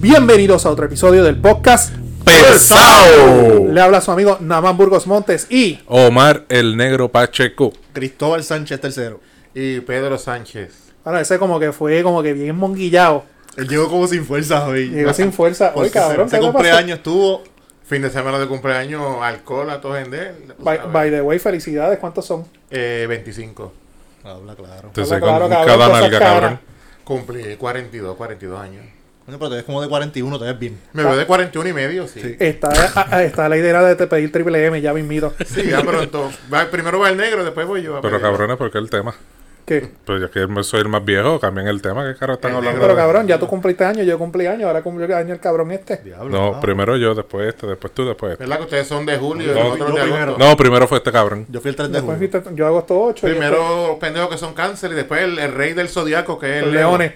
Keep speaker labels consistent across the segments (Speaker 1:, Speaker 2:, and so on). Speaker 1: Bienvenidos a otro episodio del podcast.
Speaker 2: pesado.
Speaker 1: Le habla su amigo Namán Burgos Montes y
Speaker 2: Omar el Negro Pacheco.
Speaker 3: Cristóbal Sánchez III.
Speaker 4: Y Pedro Sánchez.
Speaker 1: ahora ese como que fue como que bien monguillado.
Speaker 3: Él llegó como sin fuerzas hoy.
Speaker 1: Llegó sin fuerza.
Speaker 3: Por
Speaker 1: Oye,
Speaker 3: su
Speaker 1: cabrón, ¿qué
Speaker 3: sexto
Speaker 1: te pasó?
Speaker 3: cumpleaños tuvo.
Speaker 4: Fin de semana de cumpleaños, alcohol a todos en él.
Speaker 1: By, by the way, felicidades, ¿cuántos son?
Speaker 4: Eh, 25.
Speaker 3: Habla claro.
Speaker 2: Te
Speaker 1: Habla
Speaker 2: sé
Speaker 1: claro,
Speaker 2: con
Speaker 1: cabrón,
Speaker 2: cada
Speaker 1: cosas
Speaker 2: nalga,
Speaker 1: caras.
Speaker 2: cabrón.
Speaker 4: Cumplí 42, 42 años.
Speaker 3: Bueno, pero te ves como de 41, te ves bien.
Speaker 4: Me veo de 41 y medio, sí.
Speaker 3: Ah. Sí.
Speaker 4: Sí,
Speaker 1: Está, a- a- está la idea de te pedir triple M, ya me invito.
Speaker 4: ya pronto. Va- primero va el negro, después voy yo. a
Speaker 2: Pero
Speaker 4: pedir.
Speaker 2: cabrones, ¿por qué el tema?
Speaker 1: ¿Qué?
Speaker 2: Pues yo que yo soy el más viejo, cambien el tema. ¿Qué caro están
Speaker 4: El
Speaker 2: hablando?
Speaker 1: Pero cabrón, ya tú cumpliste años, yo cumplí años, ahora cumplió año el cabrón este.
Speaker 3: Diablo.
Speaker 2: No,
Speaker 3: ah.
Speaker 2: primero yo, después este, después tú, después este.
Speaker 4: ¿Verdad que ustedes son de julio y
Speaker 2: No,
Speaker 4: nosotros
Speaker 3: yo
Speaker 4: de
Speaker 3: primero.
Speaker 4: agosto?
Speaker 2: No, primero fue este cabrón.
Speaker 3: Yo fui el 3 de
Speaker 1: Después
Speaker 3: julio.
Speaker 1: fuiste- yo agosto 8. y después-
Speaker 4: Primero los pendejos que son cáncer y después el, el rey del zodiaco que es
Speaker 1: los
Speaker 4: el
Speaker 1: leones.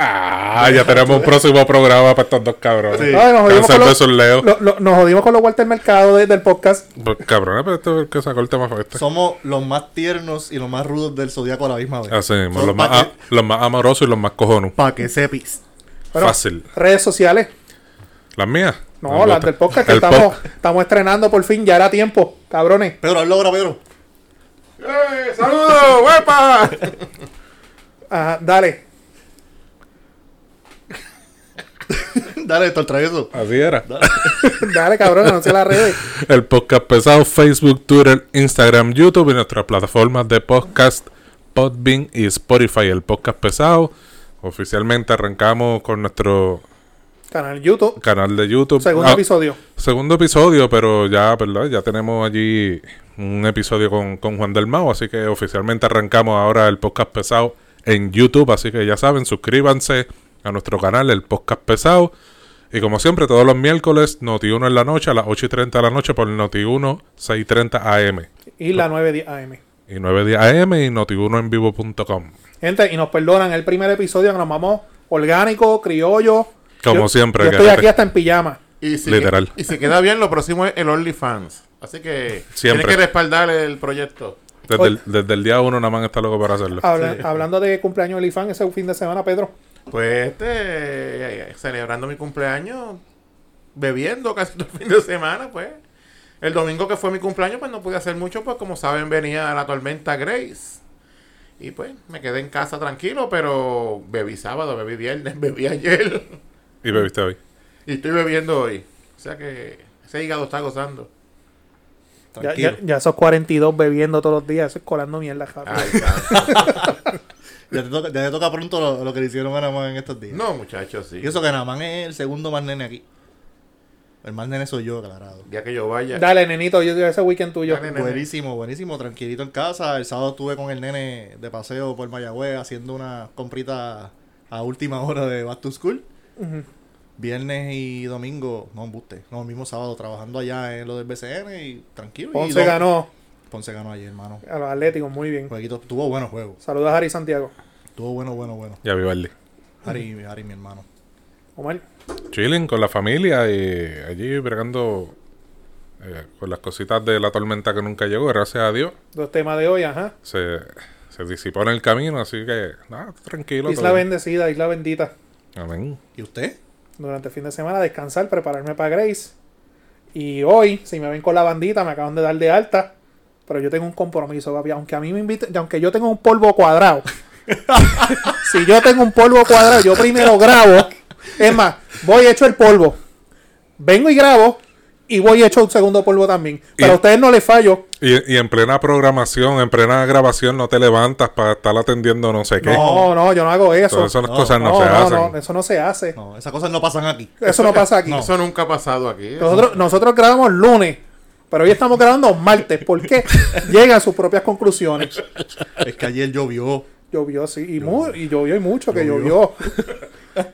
Speaker 2: Ah, ya tenemos un próximo programa para estos dos cabrones.
Speaker 3: Sí.
Speaker 1: Ay, nos, jodimos
Speaker 2: Cáncer
Speaker 1: con los,
Speaker 2: versus Leo.
Speaker 1: lo- lo- nos jodimos con los Walter Mercado de- del podcast.
Speaker 2: Pues, Cabrones, pero este es el que sacó el tema fue este.
Speaker 3: Somos los más tiernos y los más rudos del zodiaco a la misma vez.
Speaker 2: Así mismo, Ah, los más,
Speaker 3: Para
Speaker 2: a- los más amorosos y los más cojones.
Speaker 3: pa que sepis.
Speaker 1: Bueno,
Speaker 2: Fácil.
Speaker 1: Redes sociales.
Speaker 2: ¿Las mías?
Speaker 1: No, las
Speaker 2: botas.
Speaker 1: del podcast que
Speaker 2: El
Speaker 1: estamos,
Speaker 2: pod-
Speaker 1: estamos estrenando por fin, ya era tiempo, cabrones.
Speaker 3: Pedro, hazlo ahora, Pedro.
Speaker 4: ¡Eh, ¡Saludos! ¡Huepa!
Speaker 1: Ajá, dale.
Speaker 3: Dale, esto al travieso.
Speaker 2: Así era.
Speaker 1: Dale, cabrón, anuncia las redes.
Speaker 2: El podcast pesado, Facebook, Twitter, Instagram, YouTube y nuestras plataformas de podcast, Podbean y Spotify. El podcast pesado. Oficialmente arrancamos con nuestro
Speaker 1: Canal YouTube.
Speaker 2: canal de YouTube.
Speaker 1: Segundo
Speaker 2: Ah,
Speaker 1: episodio.
Speaker 2: Segundo episodio, pero ya, ¿verdad? Ya tenemos allí un episodio con, con Juan del Mau, así que oficialmente arrancamos ahora el podcast pesado en YouTube, así que ya saben, suscríbanse a nuestro canal, el podcast pesado. Y como siempre, todos los miércoles, Noti1 en la noche, a las 8 y 30 de la noche por Noti1, 6.30 AM.
Speaker 1: Y la 910 AM.
Speaker 2: Y 9.10 AM y Noti1 en vivo.com.
Speaker 1: Gente, y nos perdonan el primer episodio que nos vamos orgánico, criollo.
Speaker 2: Como
Speaker 1: Yo-
Speaker 2: siempre,
Speaker 1: Yo
Speaker 2: que
Speaker 1: estoy
Speaker 2: no te-
Speaker 1: aquí hasta en pijama.
Speaker 4: Y si,
Speaker 2: Literal.
Speaker 4: Y si queda bien, lo próximo es el OnlyFans. Así que
Speaker 2: Siempre.
Speaker 4: tienen que respaldar el proyecto.
Speaker 2: Desde el, desde el día 1 nada más está loco para hacerlo.
Speaker 1: Habla- Hablando de cumpleaños de Ifan, ese fin de semana, Pedro.
Speaker 4: Pues este, eh, celebrando mi cumpleaños, bebiendo casi todo el fin de semana, pues. El domingo que fue mi cumpleaños, pues no pude hacer mucho, pues como saben venía la tormenta Grace. Y pues me quedé en casa tranquilo, pero bebí sábado, bebí viernes, bebí ayer.
Speaker 2: Y bebiste hoy.
Speaker 4: Y estoy bebiendo hoy. O sea que ese hígado está gozando.
Speaker 1: Ya,
Speaker 3: Tranquilo.
Speaker 1: ya- ya esos 42 bebiendo todos los días, eso es colando mierda. cabrón.
Speaker 2: Ah,
Speaker 4: Ay, santo.
Speaker 3: Ya te toca, ya te toca pronto lo, lo que le hicieron a Namán en estos días.
Speaker 4: no, muchachos, sí.
Speaker 3: Y eso que Namán es el segundo más nene aquí. El más nene soy yo, aclarado.
Speaker 4: Ya que yo vaya.
Speaker 1: Dale, nenito, yo, yo ese weekend tuyo.
Speaker 4: Dale, nene.
Speaker 3: Buenísimo, buenísimo, tranquilito en casa. El sábado estuve con el nene de paseo por Mayagüez haciendo una comprita a última hora de Back to School.
Speaker 1: Ujú.
Speaker 3: Viernes y domingo, no embuste, no, el mismo sábado trabajando allá en lo del BCN y tranquilo. y
Speaker 1: Ponce
Speaker 3: lo-
Speaker 1: ganó
Speaker 3: Ponce ganó ayer, hermano.
Speaker 1: a los Atléticos, muy bien.
Speaker 3: Jueguito, estuvo bueno el juego.
Speaker 1: Saludos a Ari Santiago.
Speaker 3: Estuvo bueno, bueno, bueno.
Speaker 2: Ya vivarle.
Speaker 3: Ari, Ari, mi hermano.
Speaker 1: Omar.
Speaker 2: chilling con la familia y allí bregando eh, con las cositas de la tormenta que nunca llegó, gracias a Dios.
Speaker 1: Dos temas de hoy, ajá.
Speaker 2: Se, se disipó en el camino, así que nada, tranquilo.
Speaker 1: Isla
Speaker 2: todo bien.
Speaker 1: bendecida, isla bendita.
Speaker 2: Amén.
Speaker 3: ¿Y usted?
Speaker 1: Durante el fin de semana descansar, prepararme para Grace. Y hoy, si me ven con la bandita, me acaban de dar de alta. Pero yo tengo un compromiso, papi. Aunque a mí me inviten, aunque yo tenga un polvo cuadrado. si yo tengo un polvo cuadrado, yo primero grabo. Es más, voy hecho el polvo. Vengo y grabo. Y voy hecho un segundo polvo también. Pero
Speaker 2: Y-
Speaker 1: a ustedes no les fallo.
Speaker 2: Y, y en plena programación, en plena grabación, no te levantas para estar atendiendo no sé qué.
Speaker 1: No, no, yo no hago eso.
Speaker 2: Todas esas
Speaker 3: No,
Speaker 2: cosas no,
Speaker 1: no,
Speaker 2: se
Speaker 1: no,
Speaker 2: hacen.
Speaker 1: no, eso no se hace.
Speaker 3: No, esas cosas no pasan aquí.
Speaker 1: Eso no pasa aquí.
Speaker 4: Eso nunca ha pasado aquí.
Speaker 1: Nosotros, nosotros grabamos lunes, pero hoy estamos grabando martes. ¿Por qué? Llegan a sus propias conclusiones.
Speaker 3: Es que ayer oh, llovió.
Speaker 1: Llovió, sí, y, mu- y llovió y mucho que llovió.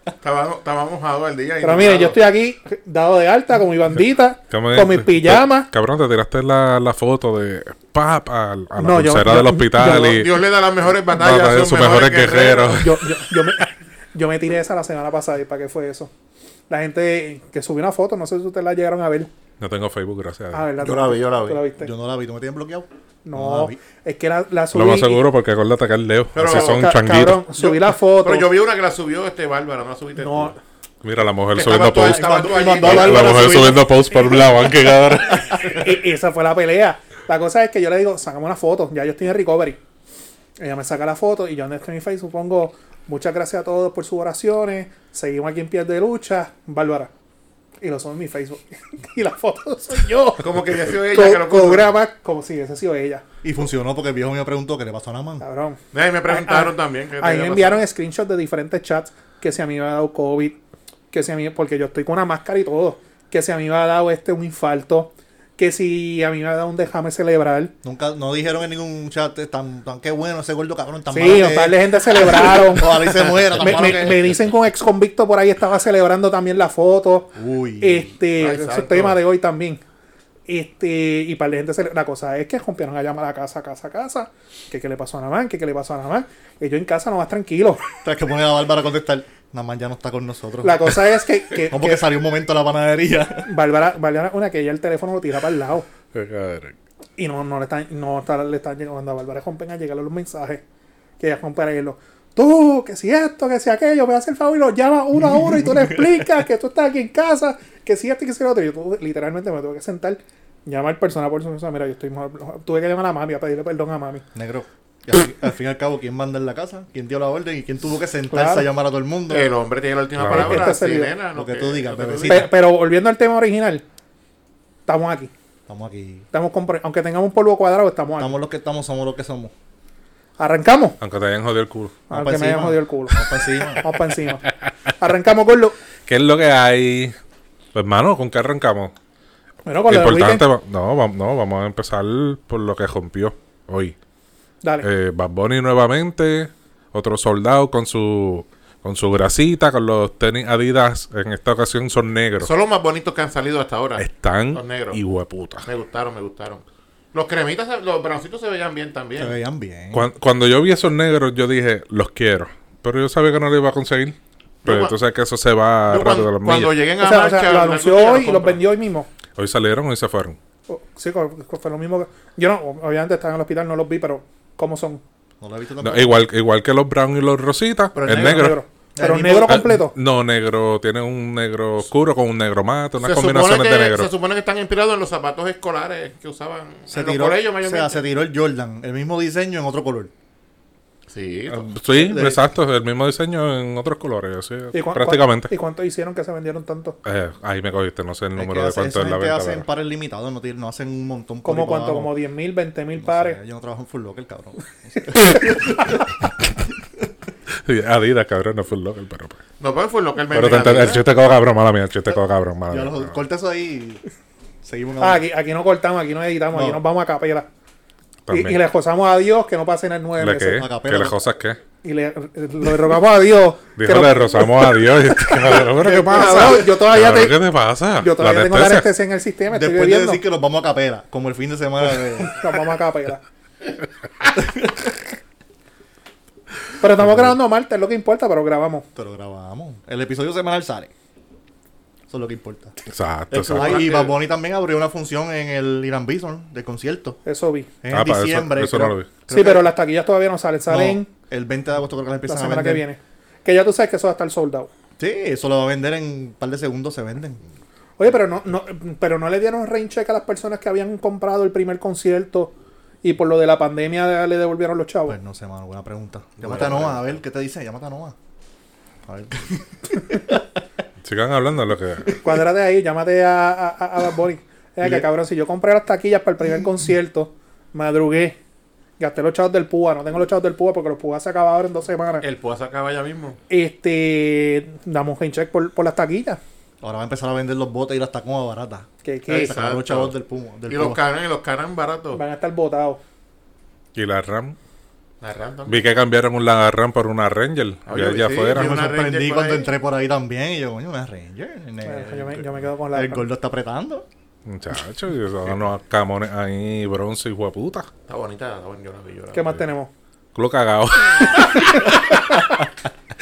Speaker 4: Estábamos, estábamos mojados el día. y
Speaker 1: Pero
Speaker 4: no
Speaker 1: miren, yo
Speaker 4: estaba.
Speaker 1: estoy aquí dado de alta con mi bandita,
Speaker 2: ¿Cómo es?
Speaker 1: con mis pijamas.
Speaker 2: Te- Cabrón, te tiraste la, la foto de pap a, a la
Speaker 1: No, yo-
Speaker 2: pulsera
Speaker 1: yo-
Speaker 2: del hospital
Speaker 1: yo-
Speaker 2: y
Speaker 4: Dios le da las mejores batallas
Speaker 2: batalla de
Speaker 4: sus
Speaker 2: sus mejores guerreros.
Speaker 1: Yo, yo, yo, me, yo me tiré esa la semana pasada y para qué fue eso. La gente que subió una foto, no sé si ustedes la llegaron a ver.
Speaker 2: No tengo Facebook, gracias.
Speaker 1: Ah,
Speaker 2: A Dios.
Speaker 1: ¿verdad?
Speaker 4: Yo la vi, yo la
Speaker 1: ¿Tú
Speaker 4: vi.
Speaker 1: viste?
Speaker 3: Yo no la vi, ¿tú me tienes bloqueado? no la
Speaker 1: no,
Speaker 3: vi.
Speaker 1: es que la, la subí.
Speaker 2: Lo más
Speaker 1: y-
Speaker 2: seguro porque acuérdate que es Leo.
Speaker 4: Pero-
Speaker 2: Así son
Speaker 1: ca-
Speaker 2: changuitos.
Speaker 1: cabrón, subí la foto.
Speaker 4: Pero yo vi una que la subió este Bárbara, no la subiste
Speaker 1: No,
Speaker 4: tú.
Speaker 2: Mira, la mujer
Speaker 4: Que
Speaker 2: subiendo
Speaker 4: estaba tú-
Speaker 2: posts.
Speaker 4: estaba tú allí.
Speaker 3: mandó a
Speaker 2: La
Speaker 3: Bárbara
Speaker 2: mujer
Speaker 3: subiendo-
Speaker 2: subiendo posts por un lado, que cabrón.
Speaker 1: E- esa fue la pelea. La cosa es que yo le digo, sacame una foto. Ya yo estoy en recovery. Ella me saca la foto y yo en mi Facebook pongo muchas gracias a todos por sus oraciones. Seguimos aquí en pie de lucha. Bárbara. Y lo son en mi Facebook. y la foto soy yo.
Speaker 4: Como que había sido ella
Speaker 1: Co-
Speaker 4: que lo puso.
Speaker 1: programa como si hubiese sido ella.
Speaker 3: Y funcionó porque el viejo me preguntó qué le pasó a la mano.
Speaker 1: Cabrón.
Speaker 4: Ahí me preguntaron
Speaker 1: Ah,
Speaker 4: también. que
Speaker 1: Ahí
Speaker 4: tenía
Speaker 1: me enviaron screenshots de diferentes chats que si a mí me ha dado COVID, que si a mí, porque yo estoy con una máscara y todo, que si a mí me ha dado este un infarto, que si a mí me ha dado un déjame celebrar.
Speaker 3: Nunca, no dijeron en ningún chat, eh, tan, tan qué bueno ese gordo cabrón, tan malo
Speaker 1: Sí,
Speaker 3: que
Speaker 1: un par
Speaker 3: es.
Speaker 1: de gente celebraron.
Speaker 3: Ojalá y se muera, tan
Speaker 1: me,
Speaker 3: malo
Speaker 1: me-
Speaker 3: que es. este.
Speaker 1: me dicen con ex convicto por ahí estaba celebrando también la foto.
Speaker 3: Uy.
Speaker 1: Este,
Speaker 3: Ah,
Speaker 4: Ay,
Speaker 1: eso es
Speaker 4: santo.
Speaker 1: tema de hoy también. Este, y para la gente, cele- la cosa es que rompieron a llamar a casa, casa, casa. Que qué le pasó a Namán, que qué le pasó a Namán. Y yo en casa nomás tranquilo.
Speaker 3: Tienes que poner a Bárbara a contestar. Namán ya no está con nosotros.
Speaker 1: La cosa es que, que-
Speaker 3: No, porque salió un momento a la panadería.
Speaker 1: Bárbara, Bárbara, una que ella el teléfono lo tira para el lado.
Speaker 2: Qué cabrón.
Speaker 1: Y no, no le están, no está- le están llegando. Cuando a Bárbara rompen a llegarle los mensajes. Que ella rompe a leerlo. Tú, que si esto, que si aquello, me hace el favor y lo llama uno a uno y tú le explicas que tú estás aquí en casa, que si esto y que si lo otro. Yo tuve- literalmente me tuve que sentar, llamar persona por persona. Mira, yo estoy mejor. Tuve que llamar a mami a pedirle perdón a mami.
Speaker 3: Negro. Y al, al fin y al cabo, ¿quién manda en la casa? ¿Quién dio la orden? ¿Y quién tuvo que sentarse
Speaker 1: Claro.
Speaker 3: a llamar a todo el mundo?
Speaker 4: El hombre tiene la última
Speaker 2: Claro.
Speaker 4: palabra.
Speaker 1: Este es
Speaker 4: sí,
Speaker 1: el-
Speaker 4: nena,
Speaker 3: lo que tú digas,
Speaker 4: lo que
Speaker 3: bebecita.
Speaker 1: Pero, pero volviendo al tema original, estamos aquí.
Speaker 3: Estamos aquí.
Speaker 1: Estamos compro- Aunque tengamos un polvo cuadrado, estamos aquí.
Speaker 3: Estamos los que estamos, somos los que somos.
Speaker 1: Arrancamos.
Speaker 2: Aunque te hayan jodido el culo.
Speaker 3: Vamos pa'
Speaker 1: Aunque me hayan
Speaker 3: encima.
Speaker 1: jodido el culo.
Speaker 3: Vamos pa' encima.
Speaker 1: Vamos para encima. Arrancamos con lo.
Speaker 2: ¿Qué es lo que hay? Pues, hermano, ¿con qué arrancamos?
Speaker 1: Bueno, con lo del
Speaker 2: Importante,
Speaker 1: weekend.
Speaker 2: va- no, va- no, vamos a empezar por lo que rompió hoy.
Speaker 1: Dale.
Speaker 2: Eh, Bad Bunny nuevamente, otro soldado con su con su grasita, con los tenis Adidas, en esta ocasión son negros.
Speaker 4: Son los más bonitos que han salido hasta ahora.
Speaker 2: Están
Speaker 4: Los negros.
Speaker 2: y hueputa.
Speaker 4: Me gustaron, me gustaron. Los cremitas, se- los broncitos se veían bien también.
Speaker 3: Se veían bien.
Speaker 2: Cuan- Cuando, yo vi esos negros, yo dije, los quiero. Pero yo sabía que no los iba a conseguir. Pero
Speaker 4: Yo cua-
Speaker 2: tú sabes que eso se va
Speaker 4: Yo
Speaker 2: rápido
Speaker 4: cuando,
Speaker 2: de las
Speaker 4: cuando
Speaker 2: millas.
Speaker 4: lleguen a
Speaker 1: o sea, o sea,
Speaker 4: marcha,
Speaker 1: lo
Speaker 4: la
Speaker 1: anunció
Speaker 4: lucha ya
Speaker 1: hoy y los
Speaker 4: compro.
Speaker 1: vendió hoy mismo.
Speaker 2: Hoy salieron, hoy se fueron.
Speaker 1: Oh, Sí, co- co- fue lo mismo que. Yo no, obviamente estaba en el hospital, no los vi, pero ¿cómo son?
Speaker 3: No lo he visto
Speaker 2: No,
Speaker 3: tampoco.
Speaker 2: igual, igual que los brown y los rositas,
Speaker 4: Pero
Speaker 2: el,
Speaker 4: el
Speaker 2: negro.
Speaker 1: Pero
Speaker 3: El mismo-
Speaker 1: negro
Speaker 2: Ah,
Speaker 1: completo.
Speaker 2: no, negro. Tiene un negro oscuro con un negro mate, unas
Speaker 4: Se supone,
Speaker 2: combinaciones
Speaker 4: que,
Speaker 2: de negro.
Speaker 4: se supone que están inspirados en los zapatos escolares que usaban
Speaker 3: Se
Speaker 4: en los
Speaker 3: tiró,
Speaker 4: colegios
Speaker 3: o sea,
Speaker 4: mayormente.
Speaker 3: se tiró el Jordan, el mismo diseño en otro color.
Speaker 4: sí,
Speaker 2: Ah,
Speaker 4: to-
Speaker 2: Sí,
Speaker 3: de-
Speaker 2: exacto. El mismo diseño en otros colores. así,
Speaker 1: ¿Y cuán-
Speaker 2: prácticamente.
Speaker 1: cuán- ¿Y cuánto hicieron que se vendieron tanto?
Speaker 2: Eh, ahí me cogiste. No sé el número de
Speaker 3: hace-
Speaker 2: cuánto es
Speaker 3: esa
Speaker 2: la
Speaker 3: gente
Speaker 2: venta.
Speaker 3: hacen
Speaker 2: pero-
Speaker 3: pares limitados, no, tienen- no hacen un montón por
Speaker 1: ¿Como
Speaker 3: ahí
Speaker 1: cuánto?
Speaker 3: para
Speaker 1: ¿Como
Speaker 3: abajo.
Speaker 1: 10 mil, 20 mil
Speaker 3: No sé,
Speaker 1: pares?
Speaker 3: yo no trabajo en Full Locker, cabrón.
Speaker 2: Adidas, cabrón. No fue loco el perro. pues.
Speaker 4: no pues fue lo que él me
Speaker 2: Pero te enter- el chiste quedó cabrón, mala mía. El chiste quedó cabrón, mala
Speaker 3: Ya
Speaker 2: mía.
Speaker 3: los corta eso ahí. y Seguimos
Speaker 1: Ah, aquí, aquí no cortamos, aquí no editamos, aquí
Speaker 3: No.
Speaker 1: nos vamos a capela. Y,
Speaker 2: También.
Speaker 1: y le josamos a Dios que no pasen el 9
Speaker 2: ¿La qué?
Speaker 1: meses.
Speaker 3: acapela.
Speaker 2: ¿Que las cosas qué?
Speaker 1: Y le, le rogamos a Dios. que
Speaker 2: Dijo,
Speaker 1: no-
Speaker 2: le rozamos a Dios. y este cabrón, ¿Pero qué pasa?
Speaker 1: Cabrón, yo todavía
Speaker 2: Cabrón,
Speaker 1: te-
Speaker 2: ¿Qué te pasa?
Speaker 1: Yo todavía tengo la
Speaker 2: anestesia.
Speaker 1: anestesia en el sistema, estoy
Speaker 3: Después de
Speaker 1: bebiendo.
Speaker 3: decir que nos vamos a capela, como el fin de semana de.
Speaker 1: Nos vamos a capela. pero estamos grabando martes, es lo que importa, pero grabamos.
Speaker 3: Pero grabamos. El episodio semanal sale. Eso es lo que importa.
Speaker 2: Exacto,
Speaker 3: Eso,
Speaker 2: exacto.
Speaker 3: y Bad Bunny también abrió una función en el Irán Bison del concierto.
Speaker 1: Eso vi.
Speaker 3: En
Speaker 2: Ah, pa, eso-
Speaker 3: diciembre.
Speaker 2: eso
Speaker 3: creo-
Speaker 2: no lo vi.
Speaker 1: sí,
Speaker 3: creo que-
Speaker 1: pero las taquillas todavía no salen.
Speaker 3: no,
Speaker 1: Salen
Speaker 3: el 20 de agosto creo que la
Speaker 1: la
Speaker 3: empiezan
Speaker 1: semana
Speaker 3: a
Speaker 1: que
Speaker 3: vender.
Speaker 1: viene. Que ya tú sabes que eso va a estar soldado.
Speaker 3: Sí, eso lo va a vender en un par de segundos. Se venden.
Speaker 1: Oye, pero no, no, pero no le dieron rain check a las personas que habían comprado el primer concierto y por lo de la pandemia le devolvieron los chavos.
Speaker 3: Pues no sé, mano. Buena pregunta. Llámate a Noah, a ver qué te dice. Llámate a Noah. A ver.
Speaker 2: Sigan hablando de lo que...
Speaker 1: Cuadrate ahí, llámate a, a, a- a Bad Bunny. Mira que
Speaker 3: Le-
Speaker 1: cabrón, si yo compré las taquillas para el primer concierto, madrugué, gasté los chavos del PUA, no tengo los chavos del PUA porque los PUA se acaban ahora en dos semanas.
Speaker 4: el púa se acaba ya mismo.
Speaker 1: Este, damos un check por, por las taquillas.
Speaker 3: Ahora va a empezar a vender los botes y las tacomas baratas.
Speaker 1: Que, que
Speaker 4: Exacto.
Speaker 3: Sacar los chavos del pumo. Del
Speaker 4: y los
Speaker 3: Puma.
Speaker 4: caran, y los caran baratos.
Speaker 1: van a estar botados.
Speaker 2: Y la RAM.
Speaker 4: La random.
Speaker 2: Vi que cambiaron un- la RAM por una Ranger.
Speaker 4: Oye,
Speaker 2: Ya allá
Speaker 4: sí,
Speaker 2: afuera.
Speaker 4: vi
Speaker 3: Yo me
Speaker 4: una
Speaker 3: sorprendí
Speaker 4: Ranger por
Speaker 3: cuando
Speaker 4: ahí.
Speaker 3: entré por ahí también. Y yo, coño, una Ranger. El-
Speaker 1: Bueno, yo, me, yo me quedo con la.
Speaker 3: El gordo está apretando.
Speaker 2: Muchachos, y esos son unos camones ahí, bronce y hueputa.
Speaker 4: Está bonita, está bonita. Yo la vi, yo la
Speaker 1: ¿Qué
Speaker 4: vi.
Speaker 1: más tenemos?
Speaker 2: Culo cagado.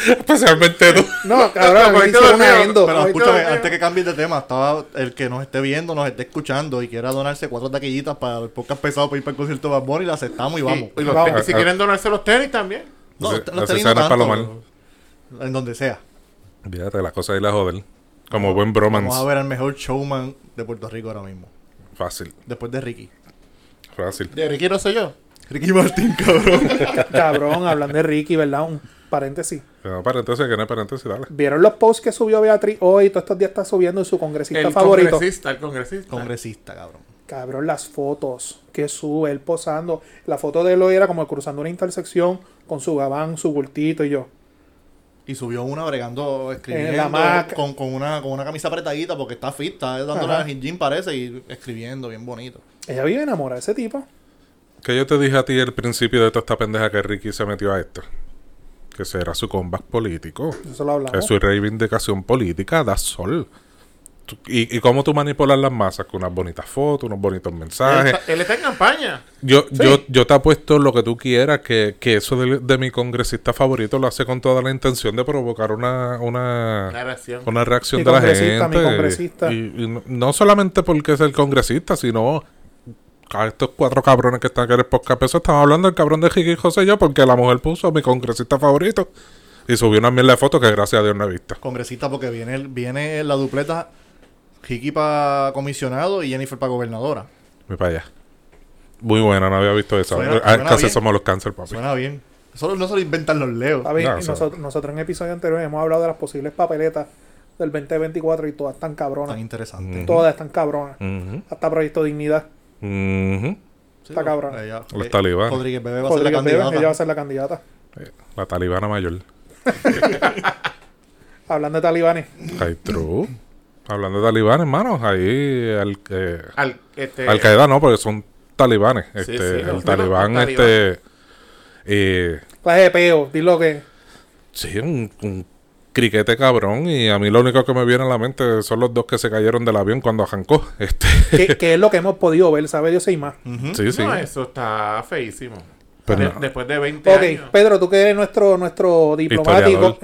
Speaker 2: Especialmente tú.
Speaker 1: No, cabrón, me
Speaker 4: Pero
Speaker 1: hicieron
Speaker 4: ahorita
Speaker 1: una
Speaker 4: lo
Speaker 1: endo.
Speaker 4: veo,
Speaker 3: Pero
Speaker 4: Ahorita
Speaker 3: escúchame,
Speaker 4: lo veo.
Speaker 3: antes que cambies de tema, estaba el que nos esté viendo, nos esté escuchando y quiera donarse cuatro taquillitas para el podcast pesado para ir para el concierto de Bad Bunny, la aceptamos y vamos.
Speaker 4: Y, y los
Speaker 1: Vamos.
Speaker 2: Ah,
Speaker 4: tenis, si quieren donarse los tenis también.
Speaker 3: No,
Speaker 2: Así- así
Speaker 3: no está
Speaker 2: sea en el
Speaker 3: tanto,
Speaker 2: Palomar.
Speaker 3: En donde sea.
Speaker 2: Fíjate, las cosas ahí la joder. Como buen bromance.
Speaker 3: Vamos a ver al mejor showman de Puerto Rico ahora mismo.
Speaker 2: Fácil,
Speaker 3: Después de Ricky.
Speaker 2: fácil.
Speaker 4: De Ricky no soy yo.
Speaker 3: Ricky Martín, cabrón.
Speaker 1: Cabrón, hablando de Ricky, ¿verdad? Un paréntesis.
Speaker 2: No, Eh, paréntesis, que no es paréntesis, dale.
Speaker 1: ¿Vieron los posts que subió Beatriz hoy? Todos estos días está subiendo su congresista
Speaker 4: El
Speaker 1: favorito.
Speaker 4: congresista, el congresista.
Speaker 3: Congresista, cabrón.
Speaker 1: Cabrón, las fotos que sube él posando. La foto de él hoy era como cruzando una intersección con su gabán, su bultito y yo.
Speaker 3: Y subió una bregando, escribiendo.
Speaker 1: En la hamaca.
Speaker 3: con, con una, con una camisa apretadita porque está fit, está dándole
Speaker 1: Ajá.
Speaker 3: al gym, parece, y escribiendo, bien bonito.
Speaker 1: Ella vive enamorada de ese tipo.
Speaker 2: Que yo te dije a ti al principio de toda esta pendeja que Ricky se metió a esto. Que será su comeback político.
Speaker 1: Eso lo hablamos.
Speaker 2: Es su reivindicación política, da sol. Tú- Y, y cómo tú manipulas las masas con unas bonitas fotos, unos bonitos
Speaker 4: Él
Speaker 2: mensajes.
Speaker 4: está, él está en campaña.
Speaker 2: Yo, yo, yo te apuesto lo que tú quieras, que, que eso de, de mi congresista favorito lo hace con toda la intención de provocar una,
Speaker 4: Una
Speaker 2: una,
Speaker 4: reacción.
Speaker 2: una reacción
Speaker 1: Mi
Speaker 2: de la gente.
Speaker 1: congresista, mi congresista.
Speaker 2: Y, y no, no solamente porque es el congresista, sino a estos cuatro cabrones que están aquí en el podcast. Peso, estamos hablando del cabrón de Jiqui José y yo, porque la mujer puso a mi congresista favorito y subió una mierda de fotos que gracias a Dios no he visto.
Speaker 3: Congresista porque viene, el- viene la dupleta Ricky para comisionado y Jennifer para gobernadora.
Speaker 2: Voy para allá. Muy buena, no había visto eso.
Speaker 3: Suena-
Speaker 2: Ah,
Speaker 3: suena
Speaker 2: casi
Speaker 3: bien.
Speaker 2: somos los cáncer, papi.
Speaker 3: Suena bien. Solo, no se lo inventan los leos.
Speaker 1: Papi,
Speaker 2: No,
Speaker 1: y
Speaker 2: eso-
Speaker 1: nosotros, nosotros en episodios anteriores hemos hablado de las posibles papeletas del 2024 y todas están cabronas.
Speaker 3: Tan interesante.
Speaker 2: Mm.
Speaker 1: Todas están cabronas.
Speaker 2: Ujú.
Speaker 1: Hasta Proyecto Dignidad.
Speaker 2: Ujú.
Speaker 3: Sí,
Speaker 1: Está cabrón.
Speaker 3: ella-
Speaker 2: Los
Speaker 3: eh,
Speaker 2: talibanes.
Speaker 3: Rodríguez Bebe va a ser la
Speaker 1: Rodríguez Bebe,
Speaker 3: candidata.
Speaker 1: ella va a ser la candidata.
Speaker 2: Eh, La talibana mayor.
Speaker 1: Hablando de talibanes,
Speaker 2: Ay, true. Hablando de talibanes, hermano, ahí al, eh,
Speaker 4: Al, este,
Speaker 2: Al Qaeda no, porque son talibanes.
Speaker 4: Sí,
Speaker 2: Este,
Speaker 4: sí,
Speaker 2: el
Speaker 4: no, no,
Speaker 2: talibán,
Speaker 4: no, no,
Speaker 2: este. eh,
Speaker 1: clase de peo, dilo que.
Speaker 2: sí, un, un criquete cabrón. Y a mí lo único que me viene a la mente son los dos que se cayeron del avión cuando arrancó. Este,
Speaker 1: que, que es lo que hemos podido ver, sabe Dios y más.
Speaker 3: Ujú.
Speaker 2: sí, sí.
Speaker 4: Mm,
Speaker 2: Ah.
Speaker 4: No, eso está feísimo.
Speaker 2: Pero
Speaker 4: De-
Speaker 2: no.
Speaker 4: Después de 20 años.
Speaker 1: Ok, Pedro, tú que eres nuestro, nuestro diplomático,
Speaker 3: Historiador.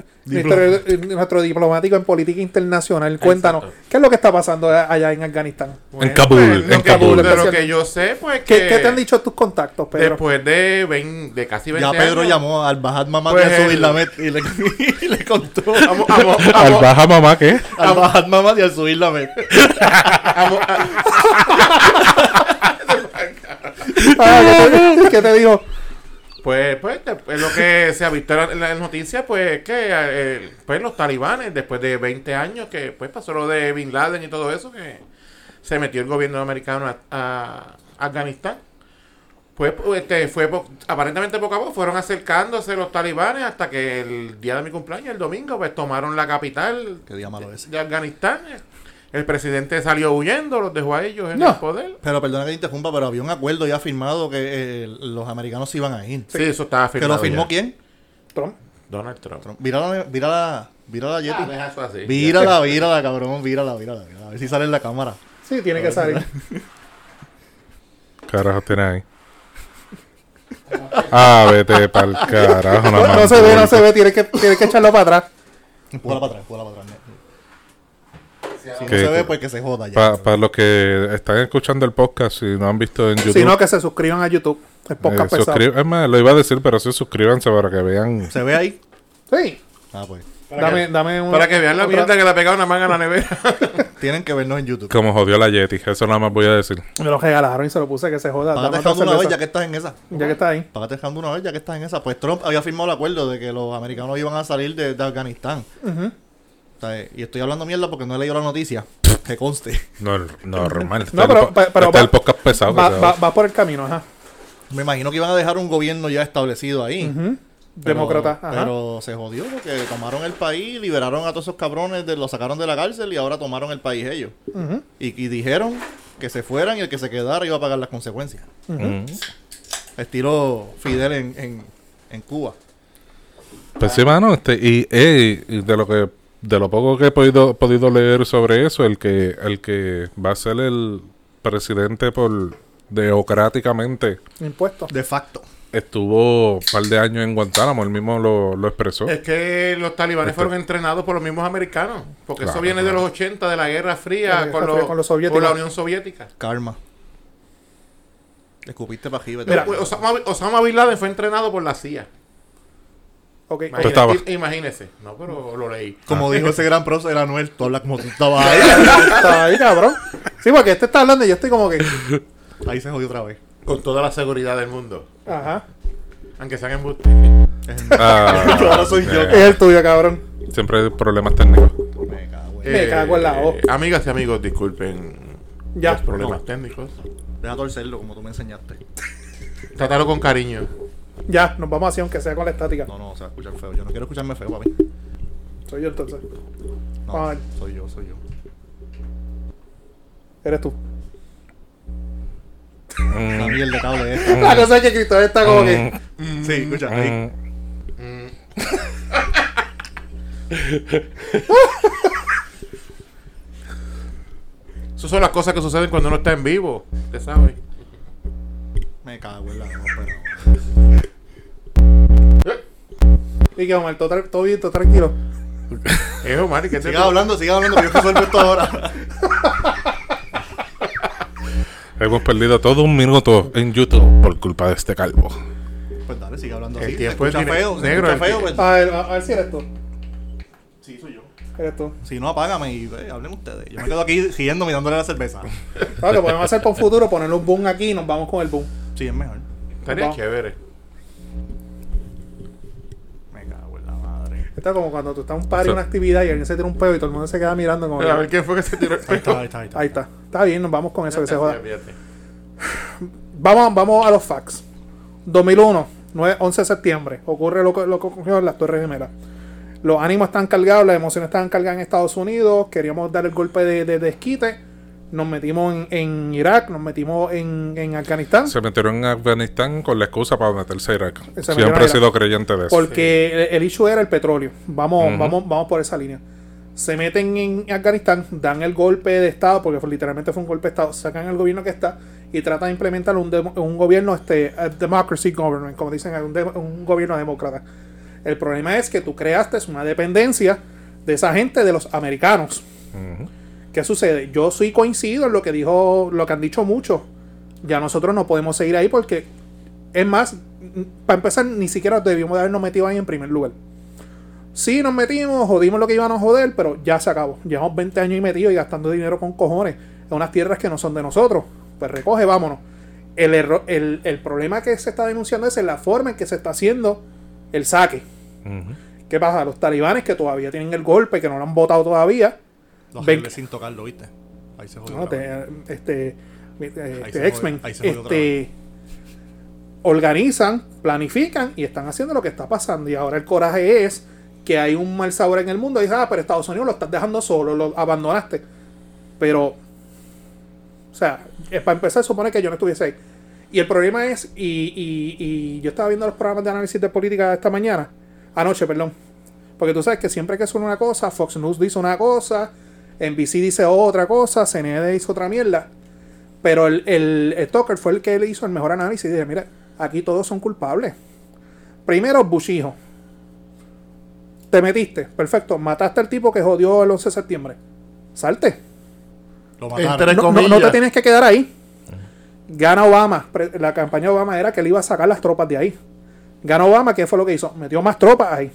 Speaker 1: nuestro, eh, nuestro diplomático en política internacional, cuéntanos,
Speaker 4: Exacto.
Speaker 1: ¿qué es lo que está pasando a- allá en Afganistán?
Speaker 2: En Kabul,
Speaker 4: pues,
Speaker 2: en
Speaker 4: lo que-
Speaker 2: Kabul.
Speaker 4: De lo que yo sé, pues
Speaker 1: ¿Qué,
Speaker 4: que
Speaker 1: qué te han dicho tus contactos, Pedro?
Speaker 4: después de, vein- de casi
Speaker 3: Ya
Speaker 4: 20
Speaker 3: Pedro
Speaker 4: años,
Speaker 3: llamó al Bajad Mamá
Speaker 4: Pues
Speaker 3: y,
Speaker 4: el-
Speaker 3: la met- y, le, y le contó.
Speaker 4: Amo- amo-
Speaker 2: Al
Speaker 4: amo-
Speaker 2: baja mamá, ¿qué?
Speaker 3: Al Bajad Mamá y al subir la met.
Speaker 4: amo- a-
Speaker 1: Ah, ¿qué, te, qué te dijo?
Speaker 4: Pues, pues, de- pues, lo que se ha visto en la- en las noticias, pues que eh, pues, los talibanes, después de 20 años, que pues pasó lo de Bin Laden y todo eso, que se metió el gobierno americano a, a Afganistán. Pues, pues, este, fue po- aparentemente poco a poco fueron acercándose los talibanes hasta que el día de mi cumpleaños, el domingo, pues tomaron la capital
Speaker 3: Qué día malo ese.
Speaker 4: de Afganistán. El presidente salió huyendo, los dejó a ellos en
Speaker 1: No.
Speaker 4: el poder.
Speaker 3: Pero perdona que te interrumpa, pero había un acuerdo ya firmado que eh, los americanos se iban a ir.
Speaker 4: Sí, eso estaba
Speaker 3: ¿Que
Speaker 4: firmado.
Speaker 3: lo firmó
Speaker 4: ya.
Speaker 3: quién?
Speaker 1: Trump.
Speaker 4: Donald Trump.
Speaker 3: Trump. Mira la, mira la, mira la
Speaker 4: Ah,
Speaker 3: Yeti.
Speaker 4: deja eso así.
Speaker 3: Vírala, vírala, cabrón, vírala, vírala, vírala. A ver si sale en la cámara.
Speaker 1: Sí, tiene que salir.
Speaker 2: Carajo, tiene ahí. Ah, vete pa'l carajo,
Speaker 1: No,
Speaker 2: no,
Speaker 1: no se ve, no se ve, tiene que, tiene que echarlo para atrás.
Speaker 3: Pújala para atrás, pújala para atrás. Si no
Speaker 2: ¿Qué-
Speaker 3: se ve,
Speaker 2: qué?
Speaker 3: pues que se joda ya.
Speaker 2: Para los que están escuchando el podcast y no han visto en YouTube.
Speaker 1: Sino que se suscriban a YouTube. Es
Speaker 2: eh,
Speaker 1: podcast pesado.
Speaker 2: suscri- es más, lo iba a decir, pero sí suscríbanse para que vean.
Speaker 3: ¿Se ve ahí?
Speaker 1: Sí.
Speaker 3: Ah, pues.
Speaker 1: Dame, dame un,
Speaker 4: Para que vean la
Speaker 1: otra-
Speaker 4: mierda que le ha pegado una manga a la nevera.
Speaker 3: Tienen que vernos en YouTube.
Speaker 2: Como jodió la Yeti, eso nada más voy a decir.
Speaker 1: Me lo regalaron y se lo puse que se joda.
Speaker 3: Págate
Speaker 1: Dame otra
Speaker 3: dejando una vez
Speaker 1: cerveza.
Speaker 3: ya que estás en esa.
Speaker 1: Ya que está ahí.
Speaker 3: Págate dejando una vez ya que estás en esa. Pues Trump había firmado el acuerdo de que los americanos iban a salir de, de Afganistán. O sea, eh, Y estoy hablando mierda porque no he leído la noticia. Que conste.
Speaker 2: No, no, normal. Está,
Speaker 1: No, pero-
Speaker 2: el, po-
Speaker 1: pe- pero
Speaker 2: está
Speaker 1: va-
Speaker 2: el podcast pesado. que
Speaker 1: Va,
Speaker 2: se
Speaker 1: va-
Speaker 2: va.
Speaker 1: va por el camino, ajá.
Speaker 3: Me imagino que iban a dejar un gobierno ya establecido ahí.
Speaker 1: Ujú.
Speaker 3: Pero-
Speaker 1: Demócrata, ajá.
Speaker 3: Pero se jodió porque tomaron el país, liberaron a todos esos cabrones, de, los sacaron de la cárcel y ahora tomaron el país ellos.
Speaker 1: Ujú.
Speaker 3: Y, y dijeron que se fueran y el que se quedara iba a pagar las consecuencias.
Speaker 2: Mm.
Speaker 3: Estilo Fidel en, en, en Cuba.
Speaker 2: Pues sí, mano. Este, y, eh, y de lo que de lo poco que he podido, podido leer sobre eso, el que el que va a ser el presidente por democráticamente
Speaker 1: Impuestos.
Speaker 3: De facto.
Speaker 2: estuvo un par de años en Guantánamo, él mismo lo, lo expresó.
Speaker 4: Es que los talibanes
Speaker 2: Esto-
Speaker 4: fueron entrenados por los mismos americanos. Porque
Speaker 2: Claro,
Speaker 4: eso viene
Speaker 2: claro.
Speaker 4: de los 80, de la Guerra Fría,
Speaker 1: De la Guerra
Speaker 4: con,
Speaker 1: Fría
Speaker 4: los-
Speaker 1: con los soviéticos.
Speaker 4: con la Unión Soviética.
Speaker 3: Karma. Escupiste para arriba. y te-
Speaker 4: Mira, Osama, Osama Bin Laden fue entrenado por la CIA.
Speaker 1: Ok.
Speaker 2: Tú
Speaker 4: Imagínese,
Speaker 2: estabas.
Speaker 4: imagínese. No, pero lo leí.
Speaker 3: Como dijo ese gran profe era Anuel, tú hablas como tú estabas ahí.
Speaker 1: Está ahí, cabrón. Sí, porque este está hablando y yo estoy como que.
Speaker 3: Ahí se jodió otra vez.
Speaker 4: Con toda la seguridad del mundo.
Speaker 1: Ajá.
Speaker 4: Aunque sean embustes.
Speaker 2: Ah,
Speaker 3: Ahora soy yo.
Speaker 1: Es el tuyo, cabrón.
Speaker 2: Siempre hay problemas técnicos.
Speaker 3: Me cago
Speaker 4: Eh.
Speaker 3: en-
Speaker 1: Me cago en la O.
Speaker 4: Amigas y amigos, disculpen
Speaker 1: Ya.
Speaker 4: los problemas técnicos.
Speaker 3: Deja torcerlo como tú me enseñaste.
Speaker 4: Trátalo con cariño.
Speaker 1: Ya, nos vamos así, aunque sea con la estática.
Speaker 3: No, no, se va a escuchar feo. Yo no quiero escucharme feo, papi.
Speaker 1: Soy yo entonces.
Speaker 3: No,
Speaker 1: Ay.
Speaker 3: soy yo, soy yo.
Speaker 1: Eres tú.
Speaker 3: La mierda de cable es.
Speaker 1: La cosa es que Cristóbal está como que.
Speaker 3: Sí, escucha.
Speaker 4: Ah.
Speaker 3: ahí.
Speaker 4: Esas son las cosas que suceden cuando uno está en vivo. Usted sabe.
Speaker 3: Me cago en la pero.
Speaker 1: Y que Omar, todo, tra- todo bien, todo tranquilo.
Speaker 4: Es Eh, Omar, ¿y ¿qué te
Speaker 3: Siga hablando, siga hablando, que yo resuelvo esto ahora.
Speaker 2: Hemos perdido todo un minuto en YouTube por culpa de este calvo.
Speaker 3: Pues dale, siga hablando
Speaker 4: El
Speaker 3: así. Se
Speaker 4: tiempo es
Speaker 3: escucha
Speaker 4: dinero.
Speaker 3: feo, se
Speaker 4: Negro,
Speaker 3: escucha
Speaker 4: el
Speaker 3: feo,
Speaker 4: tiempo.
Speaker 3: pues.
Speaker 1: A ver, a, a ver si eres tú.
Speaker 3: Sí, soy yo.
Speaker 1: Eres tú.
Speaker 3: Si no, apágame y eh, hablen ustedes. Yo me quedo aquí riendo mirándole la cerveza.
Speaker 1: Claro, Ah, lo que podemos hacer para un futuro, ponerle un boom aquí y nos vamos con el boom.
Speaker 3: Sí, es mejor.
Speaker 4: Estaría
Speaker 1: No.
Speaker 4: chévere.
Speaker 3: Me cago en la madre.
Speaker 1: Está como cuando tú estás en un party,
Speaker 2: Sí.
Speaker 1: una actividad y alguien se tira un pedo y todo el mundo se queda mirando como
Speaker 4: Pero a
Speaker 1: que-
Speaker 4: ver quién fue que se tiró el
Speaker 3: Ahí
Speaker 4: pecho.
Speaker 3: está, ahí está, ahí está.
Speaker 1: Ahí está. Está bien, nos vamos con eso que se joda.
Speaker 4: Fíjate.
Speaker 1: Vamos, vamos a los facts. 2001, 9, 11 de septiembre. Ocurre lo, que- lo que ocurrió en las Torres Gemelas. Los ánimos están cargados, las emociones están cargadas en Estados Unidos. Queríamos dar el golpe de, de, de esquite. Nos metimos en, en Irak, nos metimos en, en Afganistán.
Speaker 2: Se metieron en Afganistán con la excusa para meterse a Irak.
Speaker 1: metieron
Speaker 2: Siempre
Speaker 1: a
Speaker 2: he
Speaker 1: Irak.
Speaker 2: sido creyente de eso.
Speaker 1: Porque el- el issue era el petróleo. Vamos,
Speaker 2: Ujú.
Speaker 1: vamos, vamos por esa línea. Se meten en Afganistán, dan el golpe de Estado, porque fue- literalmente fue un golpe de Estado, sacan el gobierno que está y tratan de implementar un, demo- un gobierno, este, a democracy government, como dicen, un, de- un gobierno demócrata. El problema es que tú creaste una dependencia de esa gente, de los americanos.
Speaker 2: Ujú.
Speaker 1: ¿Qué sucede? Yo sí coincido en lo que dijo, lo que han dicho muchos. Ya nosotros no podemos seguir ahí porque, es más, n- para empezar, ni siquiera debimos de habernos metido ahí en primer lugar. Sí, nos metimos, jodimos lo que iban a joder, pero ya se acabó. Llevamos 20 años y metidos y gastando dinero con cojones en unas tierras que no son de nosotros. Pues recoge, vámonos. El, error, el, el problema que se está denunciando es en la forma en que se está haciendo el saque.
Speaker 2: Ujú.
Speaker 1: ¿Qué pasa? Los talibanes que todavía tienen el golpe, que no lo han votado todavía,
Speaker 3: Los
Speaker 1: Ven-
Speaker 3: arreglé sin tocarlo, ¿viste? Ahí se jodió.
Speaker 1: No,
Speaker 3: otra
Speaker 1: te-
Speaker 3: vez.
Speaker 1: este, este,
Speaker 3: se jode-
Speaker 1: X-Men
Speaker 3: ahí se jode otra
Speaker 1: este, organizan, planifican y están haciendo lo que está pasando. Y ahora el coraje es que hay un mal sabor en el mundo. Dices, ah, pero Estados Unidos lo estás dejando solo, lo abandonaste. Pero, o sea, eh, para empezar, supone que yo no estuviese ahí. Y el problema es, y, y- y yo estaba viendo los programas de análisis de política esta mañana, anoche, perdón. Porque tú sabes que siempre que suena una cosa, Fox News dice una cosa, NBC dice otra cosa, CNN dice otra mierda. Pero el, el, el Tucker fue el que le hizo el mejor análisis y dije, mira, aquí todos son culpables. Primero, Bush hijo. Te metiste, perfecto. Mataste al tipo que jodió el 11 de septiembre. Salte.
Speaker 3: Lo
Speaker 4: Entre
Speaker 3: mataron.
Speaker 1: No, no- no
Speaker 4: comillas.
Speaker 1: te tienes que quedar ahí. Gana Obama. Pre- La campaña de Obama era que le iba a sacar las tropas de ahí. Gana Obama, ¿qué fue lo que hizo? Metió más tropas ahí.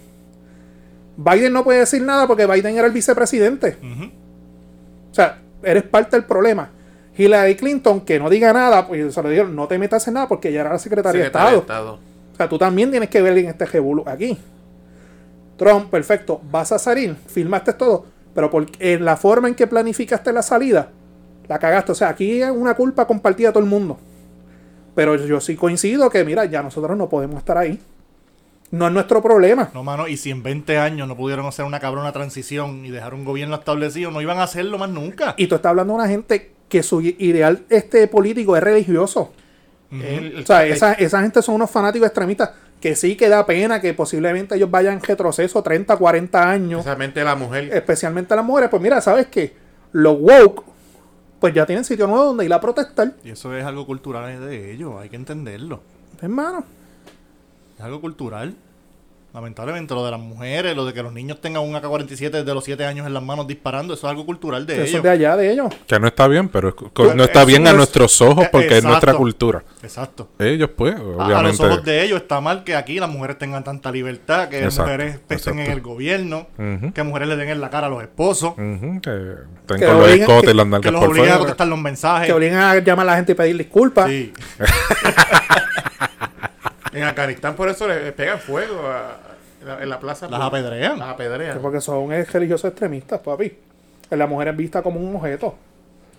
Speaker 1: Biden no puede decir nada porque Biden era el vicepresidente.
Speaker 3: Ujú.
Speaker 1: O sea, eres parte del problema. Hillary Clinton, que no diga nada, pues se lo dijeron, no te metas en nada porque ella era la secretaria,
Speaker 4: Secretario
Speaker 1: de
Speaker 4: de
Speaker 1: Estado. O sea, tú también tienes que ver en este revuelo aquí. Trump, perfecto, vas a salir, filmaste todo, pero por en la forma en que planificaste la salida, la cagaste. O sea, aquí es una culpa compartida a todo el mundo. Pero yo sí coincido que, mira, ya nosotros no podemos estar ahí. No es nuestro problema.
Speaker 3: No, mano, y si en 20 años no pudieron hacer una cabrona transición y dejar un gobierno establecido, no iban a hacerlo más nunca.
Speaker 1: Y tú estás hablando de una gente que su ideal este político es religioso.
Speaker 4: El-
Speaker 1: O sea, esa, esa gente son unos fanáticos extremistas que sí que da pena que posiblemente ellos vayan en retroceso 30, 40 años.
Speaker 4: Especialmente la
Speaker 1: Eh.
Speaker 4: mujer.
Speaker 1: especialmente a las mujeres, pues mira, ¿sabes qué? Los woke, pues ya tienen sitio nuevo donde ir a protestar,
Speaker 3: Y eso es algo cultural de ellos, hay que entenderlo.
Speaker 1: hermano.
Speaker 3: Es algo cultural. Lamentablemente, lo de las mujeres, lo de que los niños tengan un AK-47 desde los 7 años en las manos disparando, eso es algo cultural de
Speaker 1: Eso
Speaker 3: ellos.
Speaker 1: es de allá, de ellos.
Speaker 2: Que no está bien, pero es- co- no está
Speaker 3: eso
Speaker 2: bien
Speaker 3: no
Speaker 2: a
Speaker 3: es-
Speaker 2: nuestros ojos
Speaker 3: eh,
Speaker 2: porque es nuestra
Speaker 3: exacto.
Speaker 2: cultura.
Speaker 3: Exacto.
Speaker 2: Ellos, pues,
Speaker 3: Ah, A- A los
Speaker 2: obviamente.
Speaker 3: ojos de ellos está mal que aquí las mujeres tengan tanta libertad, que
Speaker 2: Exacto,
Speaker 3: mujeres estén en
Speaker 2: exacto.
Speaker 3: el gobierno,
Speaker 2: Ujú.
Speaker 3: que mujeres le den en la cara a los esposos,
Speaker 2: Ujú, que estén
Speaker 1: Que
Speaker 2: con los
Speaker 1: obliguen-
Speaker 2: escotes y las
Speaker 3: que
Speaker 2: nalgas
Speaker 3: los
Speaker 2: por
Speaker 3: obliguen a
Speaker 2: fuera.
Speaker 3: contestar los mensajes.
Speaker 1: Que obligan a llamar a la gente y pedir disculpas.
Speaker 3: Sí.
Speaker 4: En Afganistán por eso le pegan fuego a- en, la, en la plaza.
Speaker 3: Las
Speaker 4: pública.
Speaker 3: apedrean.
Speaker 4: Las
Speaker 1: Que
Speaker 4: apedrean.
Speaker 1: Porque son eh, religiosos extremistas, papi. Que La mujer es vista como un objeto.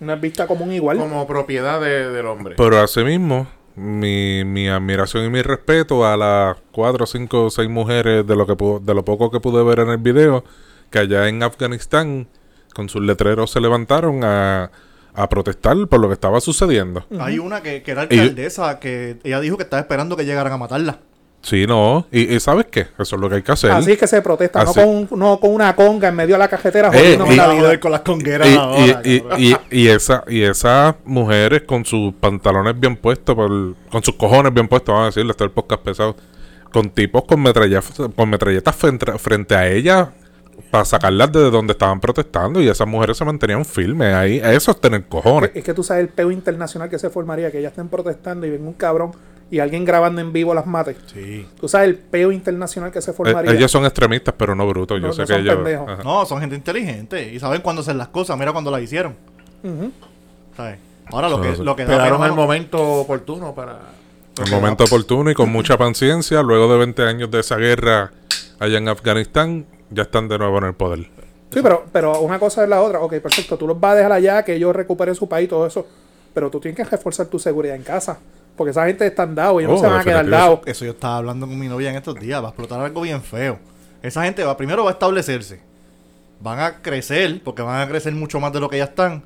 Speaker 1: No es vista como un igual.
Speaker 4: Como propiedad de- del hombre.
Speaker 2: Pero asimismo, mi, mi admiración y mi respeto a las cuatro, cinco, seis mujeres de lo, que pu- de lo poco que pude ver en el video, que allá en Afganistán con sus letreros se levantaron a, a protestar por lo que estaba sucediendo.
Speaker 3: Hay una que, que era
Speaker 2: Y yo-
Speaker 3: alcaldesa que ella dijo que estaba esperando que llegaran a matarla.
Speaker 2: Sí, no. Y, y ¿sabes qué? Eso es lo que hay que hacer.
Speaker 1: Así es que se protesta, no
Speaker 2: Así-
Speaker 1: con, un- no con una conga en medio de la cajetera
Speaker 2: Eh,
Speaker 1: jodiéndonos
Speaker 2: y-
Speaker 1: la
Speaker 3: Vamos a
Speaker 1: vida.
Speaker 3: joder con las congueras
Speaker 2: Y,
Speaker 3: ahora,
Speaker 2: y- y-
Speaker 3: cabrón.
Speaker 2: y- y esa, y esas mujeres con sus pantalones bien puestos, por- con sus cojones bien puestos, vamos a decirle, está el podcast pesado, con tipos con, metralla, con metralletas frente, frente a ellas para sacarlas de donde estaban protestando y esas mujeres se mantenían firmes ahí. Eso es tener cojones.
Speaker 1: Es que tú sabes el peo internacional que se formaría, que ya estén protestando y ven un cabrón y alguien grabando en vivo las mates.
Speaker 3: Sí.
Speaker 1: Tú sabes el peo internacional que se
Speaker 2: Eh,
Speaker 1: formaría.
Speaker 2: ellos son extremistas, pero no brutos. Yo
Speaker 1: No,
Speaker 2: sé
Speaker 1: no
Speaker 2: que
Speaker 1: son
Speaker 2: ellos...
Speaker 1: pendejos.
Speaker 2: ajá.
Speaker 3: No, son gente inteligente y saben cuándo hacer las cosas. Mira cuando las hicieron.
Speaker 1: Ujú.
Speaker 3: ¿sabes? Ahora lo que,
Speaker 2: Sí, sí.
Speaker 3: lo que da
Speaker 4: Esperaron
Speaker 3: pena,
Speaker 4: el
Speaker 3: mano,
Speaker 4: momento oportuno para.
Speaker 2: El momento oportuno y con mucha paciencia, luego de 20 años de esa guerra allá en Afganistán, ya están de nuevo en el poder.
Speaker 1: Sí, pero, pero una cosa es la otra. Ok, perfecto, tú los vas a dejar allá, que ellos recuperen su país y todo eso. Pero tú tienes que reforzar tu seguridad en casa. Porque esa gente están dados, ellos
Speaker 2: Oh,
Speaker 1: no se van a quedar
Speaker 2: definitivo.
Speaker 1: dados.
Speaker 3: Eso yo estaba hablando con mi novia en estos días. Va a explotar algo bien feo. Esa gente va primero va a establecerse. Van a crecer, porque van a crecer mucho más de lo que ya están.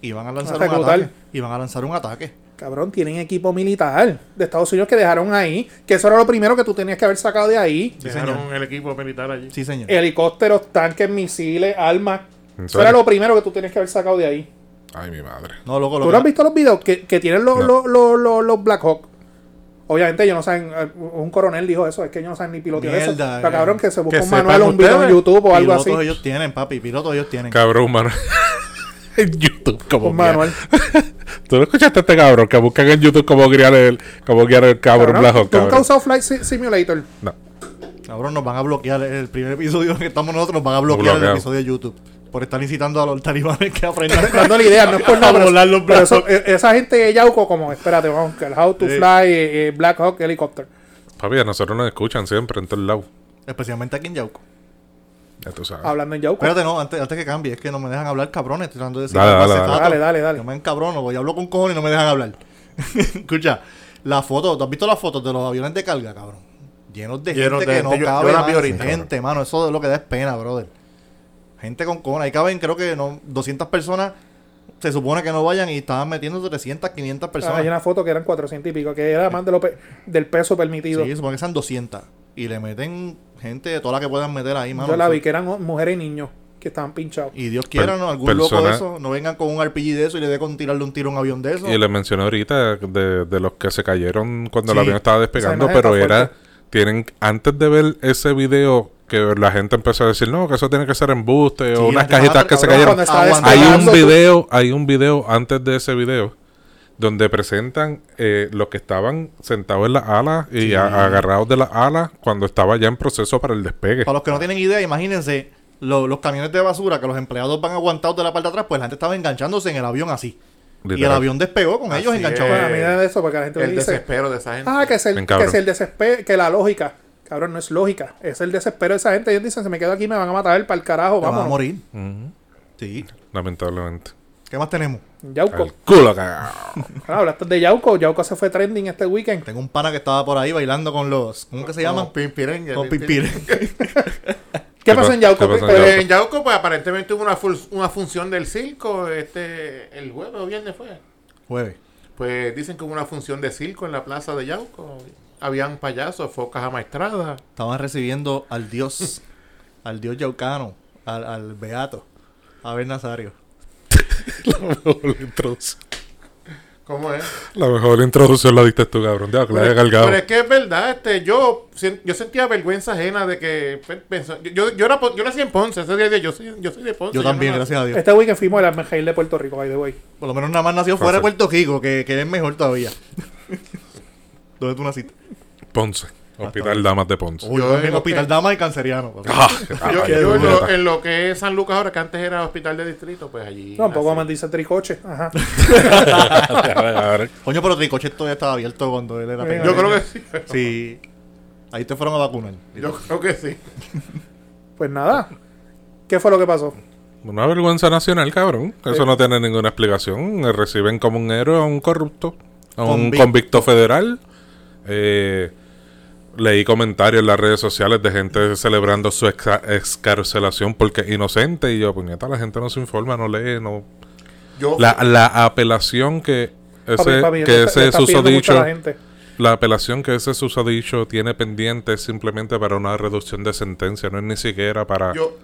Speaker 3: Y van a lanzar
Speaker 1: a
Speaker 3: un
Speaker 1: reclutar.
Speaker 3: ataque. Y van a lanzar un ataque.
Speaker 1: Cabrón, tienen equipo militar de Estados Unidos que dejaron ahí. Que eso era lo primero que tú tenías que haber sacado de ahí.
Speaker 3: Sí,
Speaker 4: Dejaron
Speaker 3: señor.
Speaker 4: el equipo militar allí.
Speaker 3: Sí, señor.
Speaker 1: Helicópteros, tanques, misiles, armas.
Speaker 2: ¿En
Speaker 1: Eso era
Speaker 2: serio?
Speaker 1: lo primero que tú tenías que haber sacado de ahí.
Speaker 2: Ay, mi madre.
Speaker 3: No, loco, lo
Speaker 1: ¿Tú
Speaker 3: que-
Speaker 1: no has visto los videos que, que tienen los,
Speaker 2: No.
Speaker 1: los, los, los- los Black Hawk? Obviamente ellos no saben, eh, un coronel dijo eso, es que ellos no saben ni pilotear eso.
Speaker 3: Mierda, eh,
Speaker 1: Pero cabrón, que se busca
Speaker 4: que
Speaker 1: un manual,
Speaker 4: sepan
Speaker 1: un video en
Speaker 4: ustedes,
Speaker 1: YouTube o algo
Speaker 3: pilotos
Speaker 1: así.
Speaker 3: ellos tienen, papi. Pilotos ellos tienen.
Speaker 2: Cabrón, mano. en YouTube, como
Speaker 1: Un
Speaker 2: quiera.
Speaker 1: manual.
Speaker 2: ¿Tú no escuchaste a este cabrón que buscan en YouTube como guiar el, como guiar el cabrón,
Speaker 1: Cabrón,
Speaker 2: blajo,
Speaker 1: ¿Tú nunca has
Speaker 2: cabrón?
Speaker 1: usado Flight Si- Simulator?
Speaker 2: No.
Speaker 3: Cabrón, nos van a bloquear el primer episodio que estamos nosotros, nos van a bloquear el
Speaker 2: Bloqueado.
Speaker 3: episodio de YouTube. Por estar incitando a los talibanes que aprendan.
Speaker 1: Dando la idea, no es por
Speaker 3: A
Speaker 1: nada. pero-
Speaker 3: volar los
Speaker 1: pero
Speaker 3: Black
Speaker 1: eso-
Speaker 3: Hawk.
Speaker 1: e- esa gente de Yauco como, espérate, vamos, que el How to
Speaker 3: Sí.
Speaker 1: Fly, eh, eh, Black Hawk, Helicopter.
Speaker 2: Papi, a nosotros nos escuchan siempre en todos lados.
Speaker 3: Especialmente aquí en Yauco.
Speaker 2: Ya tú sabes.
Speaker 1: Hablando en Yauco. Ah,
Speaker 3: Espérate, no, antes, antes que cambie, es que no me dejan hablar, cabrones. Estoy tratando de decir
Speaker 2: Dale,
Speaker 3: algo
Speaker 2: dale,
Speaker 3: hace
Speaker 2: dale.
Speaker 3: rato.
Speaker 1: Dale, dale, dale.
Speaker 3: Yo me encabrono, voy hablo con cojones y no me dejan hablar. Escucha, la foto, ¿tú has visto las fotos de los aviones de carga, cabrón? Llenos de
Speaker 4: Llenos
Speaker 3: gente
Speaker 4: de
Speaker 3: que no
Speaker 4: gente, yo- yo
Speaker 3: cabe
Speaker 4: las
Speaker 3: más
Speaker 4: vi ahorita.
Speaker 3: gente, mano. Eso es lo que da es pena, brother. Gente con cojones. Ahí caben, creo que no, 200 personas. Se supone que no vayan y estaban metiendo 300, 500
Speaker 1: Ah,
Speaker 3: personas.
Speaker 1: Hay una foto que eran 400 y pico, que era más de lo pe- del peso permitido.
Speaker 3: Sí, supone que sean 200. Y le meten gente de toda la que puedan meter ahí, mano.
Speaker 1: Yo la
Speaker 3: Eso-
Speaker 1: vi que eran oh, mujeres y niños que estaban pinchados.
Speaker 3: Y Dios quiera,
Speaker 2: Per-
Speaker 3: ¿no? Algún loco
Speaker 2: persona-
Speaker 3: de eso, no vengan con un RPG de eso y le dé con tirarle un tiro a un avión de eso.
Speaker 2: Y les mencioné ahorita de, de los que se cayeron cuando
Speaker 3: Sí.
Speaker 2: el avión estaba
Speaker 1: Esa
Speaker 2: despegando,
Speaker 1: imagen
Speaker 2: pero
Speaker 1: está fuerte.
Speaker 2: era. Tienen, antes de ver ese video, que la gente empezó a decir, no, que eso tiene que ser embuste
Speaker 3: Sí,
Speaker 2: o unas
Speaker 3: la gente
Speaker 2: cajitas
Speaker 3: va,
Speaker 2: que se cayeron.
Speaker 3: cabrón,
Speaker 1: Cuando estaba
Speaker 3: aguanta.
Speaker 2: Hay un
Speaker 1: Pedazo, tú-
Speaker 2: video, hay un video antes de ese video donde presentan eh, los que estaban sentados en las alas y a- agarrados de las alas cuando estaba ya en proceso para el despegue.
Speaker 3: Para los que no tienen idea, imagínense lo- los camiones de basura que los empleados van aguantados de la parte de atrás, pues la gente estaba enganchándose en el avión así. Y el
Speaker 2: Literal.
Speaker 3: avión despegó con ellos
Speaker 4: Así
Speaker 3: enganchados.
Speaker 1: Bueno, mira eso, porque la gente
Speaker 4: El
Speaker 1: dice,
Speaker 4: desespero de esa gente.
Speaker 1: ah, que es el,
Speaker 2: Bien,
Speaker 1: que
Speaker 2: cabrón.
Speaker 1: es el desespero, que la lógica. Cabrón, no es lógica, es el desespero de esa gente. Ellos dicen, si me quedo aquí me van a matar para el carajo,
Speaker 3: Te vas a
Speaker 1: vamos.
Speaker 3: morir.
Speaker 2: Ujú,
Speaker 3: Sí.
Speaker 2: Lamentablemente.
Speaker 3: ¿Qué más tenemos?
Speaker 1: Yauco.
Speaker 2: El culo cagado.
Speaker 1: Ah, hablaste de Yauco, Yauco se fue trending este weekend.
Speaker 3: Tengo un pana que estaba por ahí bailando con los. ¿Cómo que se llaman?
Speaker 4: Con Pimpirengue.
Speaker 3: Con pimpires.
Speaker 1: ¿Qué
Speaker 2: ¿Qué
Speaker 1: pasó
Speaker 2: pa-
Speaker 1: en Yauco? Eh,
Speaker 2: qué pasó en
Speaker 1: Pero-
Speaker 2: Yauco?
Speaker 4: En Yauco, pues aparentemente hubo una, ful- una función del circo este el jueves o viernes fue.
Speaker 3: Jueves.
Speaker 4: Pues dicen que hubo una función de circo en la plaza de Yauco. Habían payasos, focas amaestradas.
Speaker 3: Estaban recibiendo al dios. al dios yaucano. Al, al beato. A ver Nazario.
Speaker 2: La mejor introducción.
Speaker 4: ¿Cómo es?
Speaker 2: La mejor introducción la diste tú, cabrón. Ya, que la
Speaker 4: Pero,
Speaker 2: haya cargado.
Speaker 4: pero es que es verdad, este, yo, sien- yo sentía vergüenza ajena de que pe- pensó- yo, yo, yo era, po- yo nací en Ponce, ese día de- yo soy, yo soy de Ponce.
Speaker 3: Yo también,
Speaker 4: no-
Speaker 3: gracias a Dios.
Speaker 1: Este weekend fuimos a la Mejail de Puerto Rico, by the way.
Speaker 3: Por lo menos nada más nació fuera de
Speaker 2: Fácil.
Speaker 3: Puerto Rico, que, que es mejor todavía. ¿Dónde tú naciste?
Speaker 2: Ponce. Hospital Damas de Ponce.
Speaker 3: Uy,
Speaker 4: Yo
Speaker 3: en
Speaker 4: en lo
Speaker 3: Hospital
Speaker 4: que-
Speaker 3: Dama y Canceriano. papá.
Speaker 2: Ah, ah,
Speaker 4: Yo,
Speaker 2: qué
Speaker 4: yo en,
Speaker 2: duro.
Speaker 4: lo, en lo que es San Lucas ahora, que antes era hospital de distrito, pues allí.
Speaker 1: No, un poco
Speaker 4: nací.
Speaker 1: más dice tricoche. Ajá.
Speaker 3: Coño, pero Ricochet todavía estaba abierto cuando él era
Speaker 1: Venga,
Speaker 3: pequeño.
Speaker 4: Yo creo que sí.
Speaker 3: Sí. Ahí te fueron a vacunar.
Speaker 4: Yo creo que sí.
Speaker 1: Pues nada. ¿Qué fue lo que pasó?
Speaker 2: Una vergüenza nacional, cabrón. Eso no tiene ninguna explicación. Eh, Reciben como un héroe a un corrupto, a un
Speaker 3: Convicto.
Speaker 2: convicto federal. Eh, leí comentarios en las redes sociales de gente celebrando su exca- excarcelación porque es inocente. Y yo, puñeta, la gente no se informa, no lee, no.
Speaker 4: Yo,
Speaker 2: La, la apelación que ese,
Speaker 1: Oh. Papi, papi,
Speaker 2: que
Speaker 1: le está- le
Speaker 2: ese
Speaker 1: está pidiendo mucho
Speaker 2: susodicho.
Speaker 1: a la gente.
Speaker 2: La apelación que ese susodicho tiene pendiente es simplemente para una reducción de sentencia, no es ni siquiera para,
Speaker 4: yo,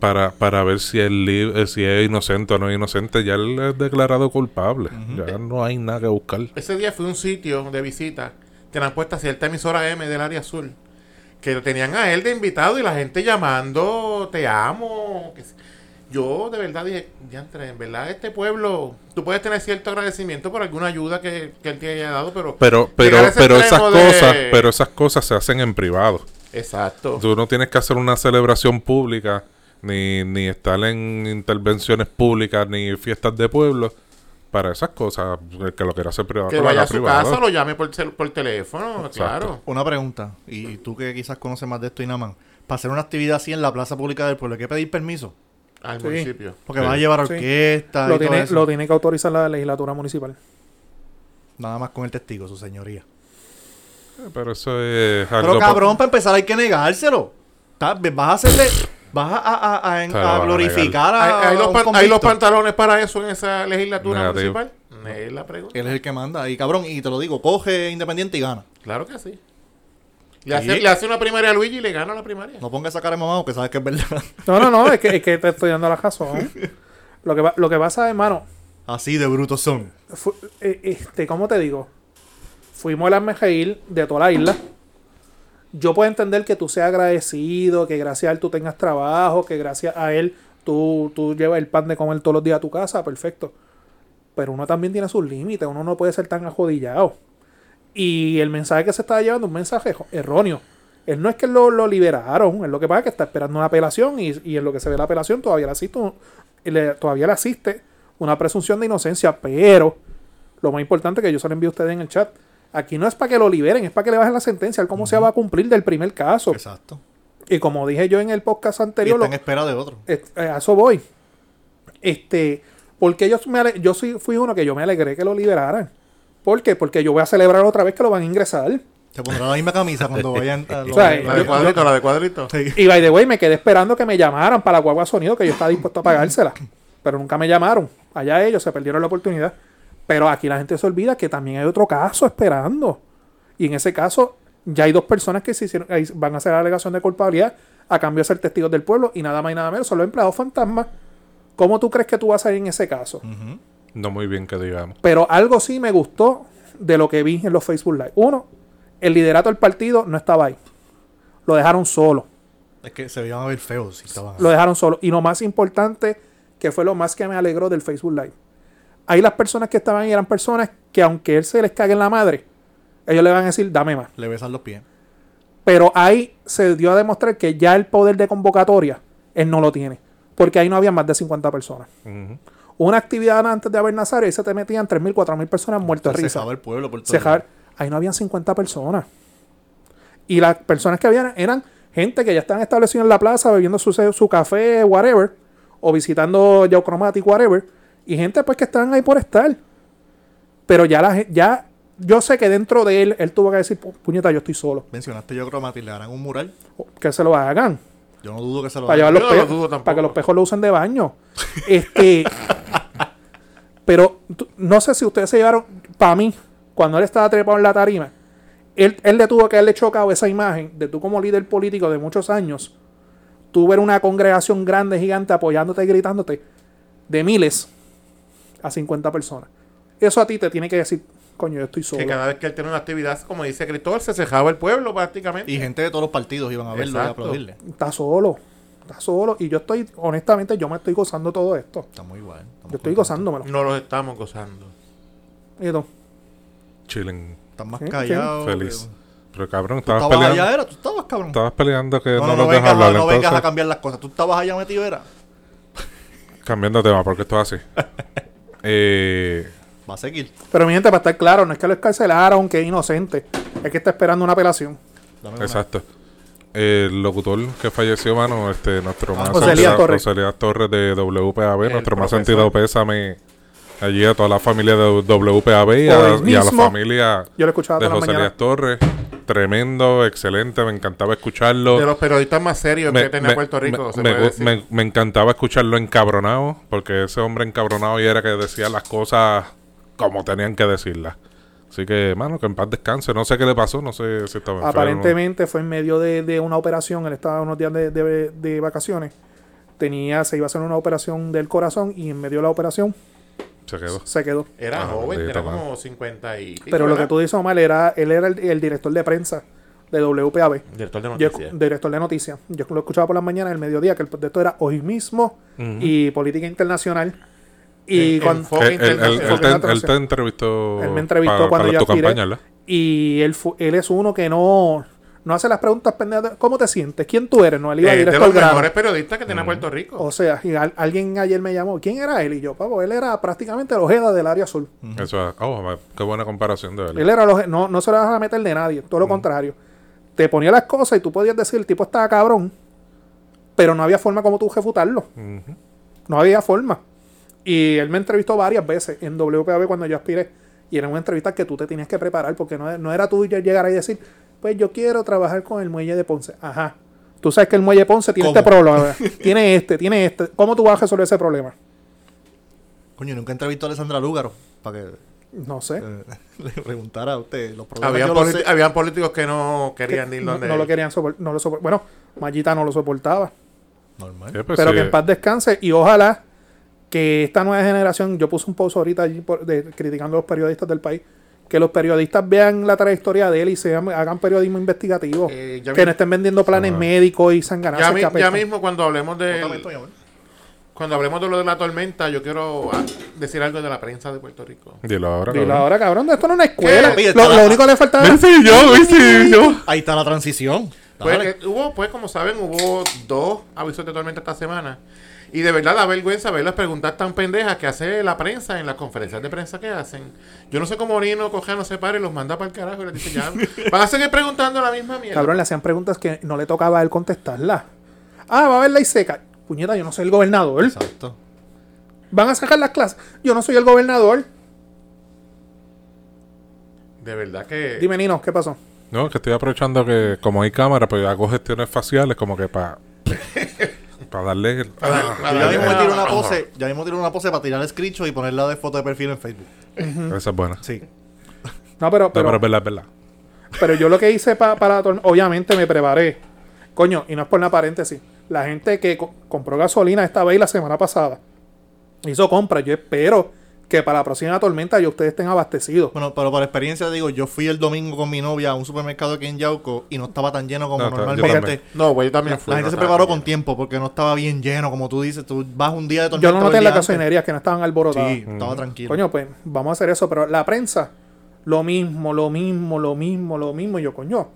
Speaker 2: para, para ver si es, lib- eh, si es inocente o no es inocente. Ya él es declarado culpable, ya no hay nada que buscar.
Speaker 4: ese día fue un sitio de visita que le han puesto a cierta emisora M del área azul. Que tenían a él de invitado y la gente llamando, te amo. que sí. Yo de verdad dije, diantre, en verdad este pueblo, tú puedes tener cierto agradecimiento por alguna ayuda que, que él te haya dado, pero...
Speaker 2: Pero, pero,
Speaker 4: llegar a ese
Speaker 2: pero esas
Speaker 4: extremo de-
Speaker 2: cosas, pero esas cosas se hacen en privado.
Speaker 4: Exacto.
Speaker 2: Tú no tienes que hacer una celebración pública, ni, ni estar en intervenciones públicas, ni fiestas de pueblo. Para esas cosas, el que lo quiera hacer privado,
Speaker 4: que
Speaker 2: que lo haga
Speaker 4: vaya a su
Speaker 2: privado.
Speaker 4: casa, lo llame por, cel- por teléfono, claro.
Speaker 3: Una pregunta, y tú que quizás conoces más de esto, Inaman. Para hacer una actividad así en la plaza pública del pueblo, ¿hay que pedir permiso?
Speaker 4: Al
Speaker 1: Sí.
Speaker 4: municipio.
Speaker 3: Porque
Speaker 2: Sí.
Speaker 3: van a llevar
Speaker 1: Sí.
Speaker 3: orquesta
Speaker 1: Lo
Speaker 3: y todo
Speaker 1: tiene,
Speaker 3: eso.
Speaker 1: lo tiene que autorizar la legislatura municipal.
Speaker 3: Nada más con el testigo, su señoría.
Speaker 2: Pero eso es
Speaker 3: Pero
Speaker 2: algo pa-
Speaker 3: cabrón, para empezar hay que negárselo. Ta- Vas a hacerle... Vas a, a- a- a- en-
Speaker 2: Te lo van
Speaker 3: a
Speaker 2: a
Speaker 3: glorificar a,
Speaker 4: ¿Hay, hay
Speaker 3: a
Speaker 4: los
Speaker 3: un
Speaker 4: pan- hay los
Speaker 3: convicto.
Speaker 4: pantalones para eso en esa legislatura
Speaker 2: Negativo.
Speaker 4: municipal? Es la pregunta.
Speaker 3: Él es el que manda. Y cabrón, y te lo digo, coge Independiente y gana.
Speaker 4: Claro que sí. Le hace,
Speaker 3: Sí.
Speaker 4: le hace una primaria a Luigi y le gana la primaria.
Speaker 3: No pongas esa cara de mamado que sabes que es verdad.
Speaker 1: No, no, no, es que, es que te estoy dando la razón. Lo que, va- lo que pasa, hermano,
Speaker 3: Así de brutos son.
Speaker 1: fu- eh, este, ¿cómo te digo? Fuimos a la Mejail de toda la isla. Yo puedo entender que tú seas agradecido, que gracias a él tú tengas trabajo, que gracias a él tú, tú llevas el pan de comer todos los días a tu casa, perfecto. Pero uno también tiene sus límites, uno no puede ser tan ajodillado. Y el mensaje que se está llevando es un mensaje jo- erróneo. Él no es que lo, lo liberaron, es lo que pasa es que está esperando una apelación y, y en lo que se ve la apelación todavía le asiste, un- le- todavía le asiste una presunción de inocencia, pero lo más importante que yo se lo envío a ustedes en el chat, aquí no es para que lo liberen, es para que le bajen la sentencia, él cómo se va a cumplir del primer caso.
Speaker 3: Exacto.
Speaker 1: Y como dije yo en el podcast
Speaker 3: Y
Speaker 1: anterior,
Speaker 3: está
Speaker 1: Oh. lo-
Speaker 3: en espera de otro.
Speaker 1: este, a eso voy. Este, porque yo, me ale- yo sí fui uno que yo me alegré que lo liberaran. ¿Por qué? Porque yo voy a celebrar otra vez que lo van a ingresar.
Speaker 3: Te pondrá la misma camisa cuando vayan a los-
Speaker 1: O sea,
Speaker 4: La de
Speaker 1: yo-
Speaker 4: cuadrito, la de cuadrito.
Speaker 3: Sí.
Speaker 1: Y by the way, me quedé esperando que me llamaran para la guagua sonido, que yo estaba dispuesto a pagársela. Pero nunca me llamaron. Allá ellos se perdieron la oportunidad. Pero aquí la gente se olvida que también hay otro caso esperando. Y en ese caso, ya hay dos personas que se hicieron, ahí van a hacer la alegación de culpabilidad a cambio de ser testigos del pueblo y nada más y nada menos. Son los empleados fantasmas. ¿Cómo tú crees que tú vas a ir en ese caso?
Speaker 3: Ujú.
Speaker 2: no muy bien que digamos.
Speaker 1: Pero algo sí me gustó de lo que vi en los Facebook Live. Uno, el liderato del partido no estaba ahí. Lo dejaron solo.
Speaker 3: Es que se veían a ver feos si estaban.
Speaker 1: Lo dejaron solo. Y lo más importante, que fue lo más que me alegró del Facebook Live. Ahí las personas que estaban ahí eran personas que aunque él se les cague en la madre, ellos le van a decir, dame más.
Speaker 3: Le besan los pies.
Speaker 1: Pero ahí se dio a demostrar que ya el poder de convocatoria, él no lo tiene. Porque ahí no había más de 50 personas.
Speaker 2: Ujú.
Speaker 1: Una actividad antes de haber Nazario, ahí se te metían 3.000, 4.000 personas muertas de
Speaker 3: Se
Speaker 1: risa.
Speaker 3: acaba el pueblo por todo.
Speaker 1: Cejar. Ahí no habían 50 personas. Y las personas que habían eran gente que ya estaban establecidas en la plaza bebiendo su, su café, whatever, o visitando Geochromatic, whatever, y gente pues que estaban ahí por estar. Pero ya la gen- ya yo sé que dentro de él, él tuvo que decir, "Pu- puñeta, yo estoy solo.
Speaker 3: Mencionaste yo creo Mati, le harán un mural.
Speaker 1: Que se lo hagan.
Speaker 3: Yo no dudo que se lo
Speaker 1: Para llevar
Speaker 4: Yo
Speaker 1: los
Speaker 4: no lo
Speaker 1: pe-
Speaker 4: dudo tampoco.
Speaker 1: para que los pejos lo usen de baño. Este. pero tú- no sé si ustedes se llevaron. Para mí, cuando él estaba trepado en la tarima, él, él le tuvo que haberle chocado esa imagen de tú como líder político de muchos años, tú ver una congregación grande, gigante, apoyándote y gritándote de miles a 50 personas. Eso a ti te tiene que decir, coño, yo estoy solo.
Speaker 4: Que cada vez que él tenía una actividad, como dice Cristóbal, se cejaba el pueblo prácticamente.
Speaker 3: Y gente de todos los partidos iban a verlo y a
Speaker 4: Exacto.
Speaker 3: aplaudirle.
Speaker 1: Está solo. Está solo. Y yo estoy, honestamente, yo me estoy gozando todo esto.
Speaker 3: Está muy igual. estamos
Speaker 1: Yo estoy
Speaker 3: contentos.
Speaker 1: gozándomelo.
Speaker 4: No los estamos gozando.
Speaker 1: Y tú,
Speaker 2: Chilling.
Speaker 3: Estás más
Speaker 1: Sí, sí.
Speaker 3: callado.
Speaker 2: Feliz.
Speaker 3: que-
Speaker 2: Pero cabrón,
Speaker 3: Tú
Speaker 2: estabas
Speaker 3: estabas
Speaker 2: peleando.
Speaker 3: allá, era. Tú estabas, cabrón.
Speaker 2: Estabas peleando que
Speaker 3: No,
Speaker 2: no,
Speaker 3: no, no,
Speaker 2: nos dejas
Speaker 3: vengas, a,
Speaker 2: hablar.
Speaker 3: no vengas a
Speaker 2: entonces,
Speaker 3: cambiar las cosas. Tú estabas allá metido, era.
Speaker 2: cambiando de tema, porque esto es así. eh,
Speaker 3: Va a seguir.
Speaker 1: Pero mi gente, para estar claro, no es que lo escarcelaron, que es inocente. Es que está esperando una apelación.
Speaker 3: Dame una.
Speaker 2: exacto. El locutor que falleció, mano, este, nuestro más
Speaker 1: Ah, José
Speaker 2: sentido-
Speaker 1: Elías Torres.
Speaker 2: José Elías Torres de WPAB,
Speaker 4: El
Speaker 2: nuestro más
Speaker 4: profesor.
Speaker 2: sentido pésame allí a toda la familia de WPAB y
Speaker 1: Por
Speaker 2: a,
Speaker 1: el
Speaker 2: y a la
Speaker 1: mismo-
Speaker 2: familia
Speaker 1: Yo lo escuchaba
Speaker 2: de
Speaker 1: todas las
Speaker 2: José
Speaker 1: mañanas.
Speaker 2: Elías Torres. Tremendo, excelente, me encantaba escucharlo.
Speaker 4: De los periodistas más serios que tenía Puerto Rico,
Speaker 2: me-
Speaker 4: se
Speaker 2: me
Speaker 4: puede
Speaker 2: gu-
Speaker 4: decir.
Speaker 2: me- me encantaba escucharlo encabronado, porque ese hombre encabronado y era que decía las cosas como tenían que decirlas. Así que, mano, que en paz descanse. No sé qué le pasó, no sé si estaba enfermo.
Speaker 1: Aparentemente fue en medio de, de una operación. Él estaba unos días de, de- de vacaciones. Tenía, se iba a hacer una operación del corazón y en medio de la operación
Speaker 2: Se quedó.
Speaker 1: se quedó.
Speaker 4: Era
Speaker 2: Ah,
Speaker 4: joven,
Speaker 2: bendito,
Speaker 4: era
Speaker 2: mano.
Speaker 4: como 50 y... pico,
Speaker 1: Pero lo que
Speaker 4: ¿verdad?
Speaker 1: tú dices, Omar, era, él era el, el director de prensa de WPAB.
Speaker 4: Director de
Speaker 1: Yo,
Speaker 4: noticias. Eh,
Speaker 1: director de noticias. Yo lo escuchaba por las mañanas, el mediodía, que el proyecto era hoy mismo y política internacional. Y
Speaker 4: En-
Speaker 1: cuando,
Speaker 4: en Fox
Speaker 2: Él, él- él- él
Speaker 4: Internacional.
Speaker 2: te,
Speaker 1: Internacional.
Speaker 2: él te entrevistó.
Speaker 1: Él me entrevistó
Speaker 2: para-
Speaker 1: cuando
Speaker 2: para
Speaker 1: yo
Speaker 2: tu
Speaker 1: aspiré.
Speaker 2: campaña, ¿verdad?
Speaker 1: Y él, fu- él es uno que no, no hace las preguntas pendejas. de, ¿Cómo te sientes? ¿Quién tú eres? No, él iba
Speaker 4: Eh, de
Speaker 1: directo
Speaker 4: los
Speaker 1: al grano.
Speaker 4: mejores periodistas que tenía
Speaker 2: Mm.
Speaker 4: Puerto Rico.
Speaker 1: O sea, y al- alguien ayer me llamó. ¿Quién era él? Y yo, papo, él era prácticamente el Ojeda del área azul.
Speaker 2: Eso es- oh, ma- qué buena comparación de verdad.
Speaker 1: Él era el Ojeda- no, no se lo dejaba meter de nadie. Todo lo contrario. Te ponía las cosas y tú podías decir, el tipo estaba cabrón. Pero no había forma como tú refutarlo.
Speaker 2: Ujú.
Speaker 1: No había forma. Y él me entrevistó varias veces en WPAB cuando yo aspiré. Y era una entrevista que tú te tenías que preparar porque no, no era tú ya llegar ahí y decir, pues yo quiero trabajar con el muelle de Ponce. Ajá. Tú sabes que el muelle de Ponce tiene
Speaker 3: ¿Cómo?
Speaker 1: este problema. tiene este, tiene este. ¿Cómo tú vas a resolver ese problema?
Speaker 3: Coño, nunca entrevistó a Alessandra Lúgaro para que
Speaker 1: No sé.
Speaker 3: eh, le preguntara a usted los problemas.
Speaker 4: Habían,
Speaker 3: yo los
Speaker 4: politi-
Speaker 3: sé.
Speaker 4: habían políticos que no querían ir
Speaker 1: No,
Speaker 4: donde
Speaker 1: no lo
Speaker 4: él.
Speaker 1: querían soportar. No lo sopor- bueno, Mallita no lo soportaba.
Speaker 3: Normal.
Speaker 2: Sí, pues
Speaker 1: pero
Speaker 2: sí,
Speaker 1: que en paz descanse y ojalá que esta nueva generación, yo puse un post ahorita allí por- de- criticando a los periodistas del país, que los periodistas vean la trayectoria de él y sean, hagan periodismo investigativo,
Speaker 4: Eh, ya
Speaker 1: que
Speaker 4: mi-
Speaker 1: no estén vendiendo planes
Speaker 2: Ah.
Speaker 1: médicos y sanganazos
Speaker 4: Ya,
Speaker 1: que
Speaker 4: mi- ya
Speaker 1: apestan.
Speaker 4: mismo cuando hablemos de
Speaker 3: Bótame esto, mi amor.
Speaker 4: cuando hablemos de lo de la tormenta, yo quiero ah, decir algo de la prensa de Puerto Rico.
Speaker 2: Dilo ahora.
Speaker 1: Dilo
Speaker 2: cabrón.
Speaker 1: ahora, cabrón, esto no es una escuela.
Speaker 3: Oye,
Speaker 1: Lo,
Speaker 3: está
Speaker 1: lo
Speaker 3: la-
Speaker 1: único que le faltaba era...
Speaker 2: Sí, yo, sí, yo.
Speaker 3: Ahí está la transición.
Speaker 4: Pues,
Speaker 3: Dale.
Speaker 4: eh, hubo, pues como saben, hubo dos avisos de tormenta esta semana. Y de verdad da vergüenza ver las preguntas tan pendejas que hace la prensa en las conferencias de prensa que hacen. Yo no sé cómo Orino coge no se para y los manda para el carajo y les dice ya. Van a seguir preguntando la misma mierda.
Speaker 1: Cabrón, le hacían preguntas que no le tocaba a él contestarlas. Ah, va a haber ley seca. Puñeta, yo no soy el gobernador.
Speaker 3: Exacto.
Speaker 1: Van a sacar las clases. Yo no soy el gobernador.
Speaker 4: De verdad que.
Speaker 1: Dime, Nino, ¿qué pasó?
Speaker 2: No, que estoy aprovechando que como hay cámara, pues hago gestiones faciales como que para para darle el-
Speaker 4: Ah,
Speaker 3: ya mismo
Speaker 4: ah,
Speaker 3: tiro una
Speaker 4: ah,
Speaker 3: pose, ya mismo tiro una pose para tirar el screenshot y ponerla de foto de perfil en Facebook.
Speaker 2: esa es buena. No,
Speaker 3: Sí.
Speaker 1: No, pero...
Speaker 2: Pero,
Speaker 1: pero
Speaker 2: es verdad, es verdad.
Speaker 1: Pero yo lo que hice pa- para la tormenta, obviamente me preparé. Coño, y no es por la paréntesis. La gente que co- compró gasolina esta vez y la semana pasada hizo compra. Yo espero que para la próxima tormenta ya ustedes estén abastecidos.
Speaker 3: Bueno, pero por experiencia digo, yo fui el domingo con mi novia a un supermercado aquí en Yauco y no estaba tan lleno como
Speaker 2: No, está- yo
Speaker 3: normalmente.
Speaker 2: también.
Speaker 4: No, güey, yo también
Speaker 3: La
Speaker 4: fui.
Speaker 3: gente
Speaker 4: no
Speaker 3: se
Speaker 4: estaba
Speaker 3: preparó con
Speaker 4: bien.
Speaker 3: tiempo porque no estaba bien lleno, como tú dices. Tú vas un día de tormenta.
Speaker 1: Yo lo noté en
Speaker 3: el
Speaker 1: las
Speaker 3: día antes.
Speaker 1: gasolinerías que no estaban alborotadas.
Speaker 3: Sí, estaba tranquilo.
Speaker 1: Coño, pues vamos a hacer eso. Pero la prensa, lo mismo, lo mismo, lo mismo, lo mismo. Y yo, coño,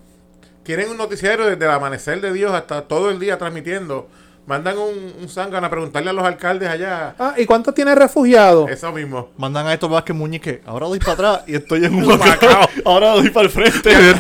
Speaker 4: Tienen un noticiero desde el amanecer de Dios hasta todo el día transmitiendo. Mandan un, un zángano a preguntarle a los alcaldes allá.
Speaker 1: ah, ¿y cuántos tiene refugiados?
Speaker 4: Eso mismo.
Speaker 3: Mandan a estos Vázquez Muñiz que ahora doy para atrás y estoy en un
Speaker 4: Macao.
Speaker 3: Macao. Ahora doy para el frente.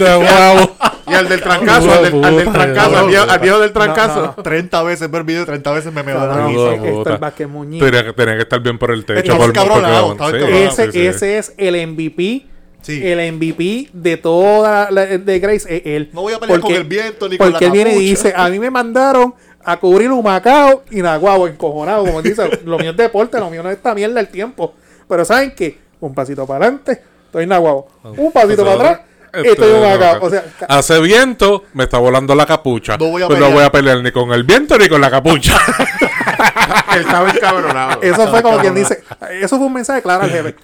Speaker 4: Y al del trancazo, al del, al del trancazo, al viejo, al viejo del
Speaker 1: No,
Speaker 4: trancazo.
Speaker 1: no.
Speaker 3: 30 veces ver video, 30 veces me me va a dar
Speaker 1: Cabrón,
Speaker 3: risa.
Speaker 2: Hijo de
Speaker 1: esto es
Speaker 2: puta.
Speaker 1: Vázquez Muñiz.
Speaker 2: Tenía que, tenía que estar bien por el techo.
Speaker 3: Estaba
Speaker 2: por-
Speaker 3: cabronado,
Speaker 2: porque-
Speaker 3: estaba
Speaker 2: sí,
Speaker 3: cabronado.
Speaker 1: ah, Ese,
Speaker 2: sí, sí.
Speaker 1: ese es el MVP.
Speaker 3: Sí.
Speaker 1: El MVP de toda la, de Grace es él.
Speaker 3: No voy a pelear con el viento ni con
Speaker 1: Porque
Speaker 3: la
Speaker 1: él viene y
Speaker 3: capucha.
Speaker 1: dice, a mí me mandaron a cubrir un Macao y nada, guau, encojonado, como dice, lo mío es deporte, lo mío no es esta mierda el tiempo. Pero ¿saben qué? Un pasito para adelante, estoy en Nahuabo.
Speaker 3: Oh.
Speaker 1: Un pasito para atrás, estoy en Macao. O sea, ca-
Speaker 2: este
Speaker 3: Ah,
Speaker 2: hace viento, me está volando la capucha.
Speaker 3: No voy a
Speaker 2: Pues no
Speaker 3: pelear.
Speaker 2: voy a pelear ni con el viento ni con la capucha.
Speaker 4: Él estaba encabronado.
Speaker 3: ah,
Speaker 1: eso fue como quien dice, eso fue un mensaje claro al jefe.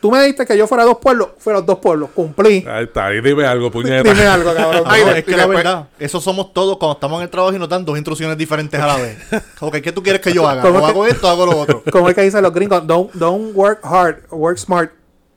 Speaker 1: Tú me dijiste que yo fuera a dos pueblos, fui a los dos pueblos, cumplí.
Speaker 2: Ahí está, ahí dime algo, puñeta.
Speaker 1: Dime algo, cabrón.
Speaker 4: Ay,
Speaker 3: Ah, No,
Speaker 4: de-
Speaker 3: es que
Speaker 4: y
Speaker 3: la
Speaker 4: después-
Speaker 3: verdad, eso somos todos cuando estamos en el trabajo y nos dan dos instrucciones diferentes a la vez. Ok, ¿qué tú quieres que yo haga?
Speaker 1: ¿Cómo
Speaker 3: ¿O
Speaker 1: que-
Speaker 3: hago esto o hago lo otro?
Speaker 1: Como es que dicen los gringos, don't, don't work hard, work smart.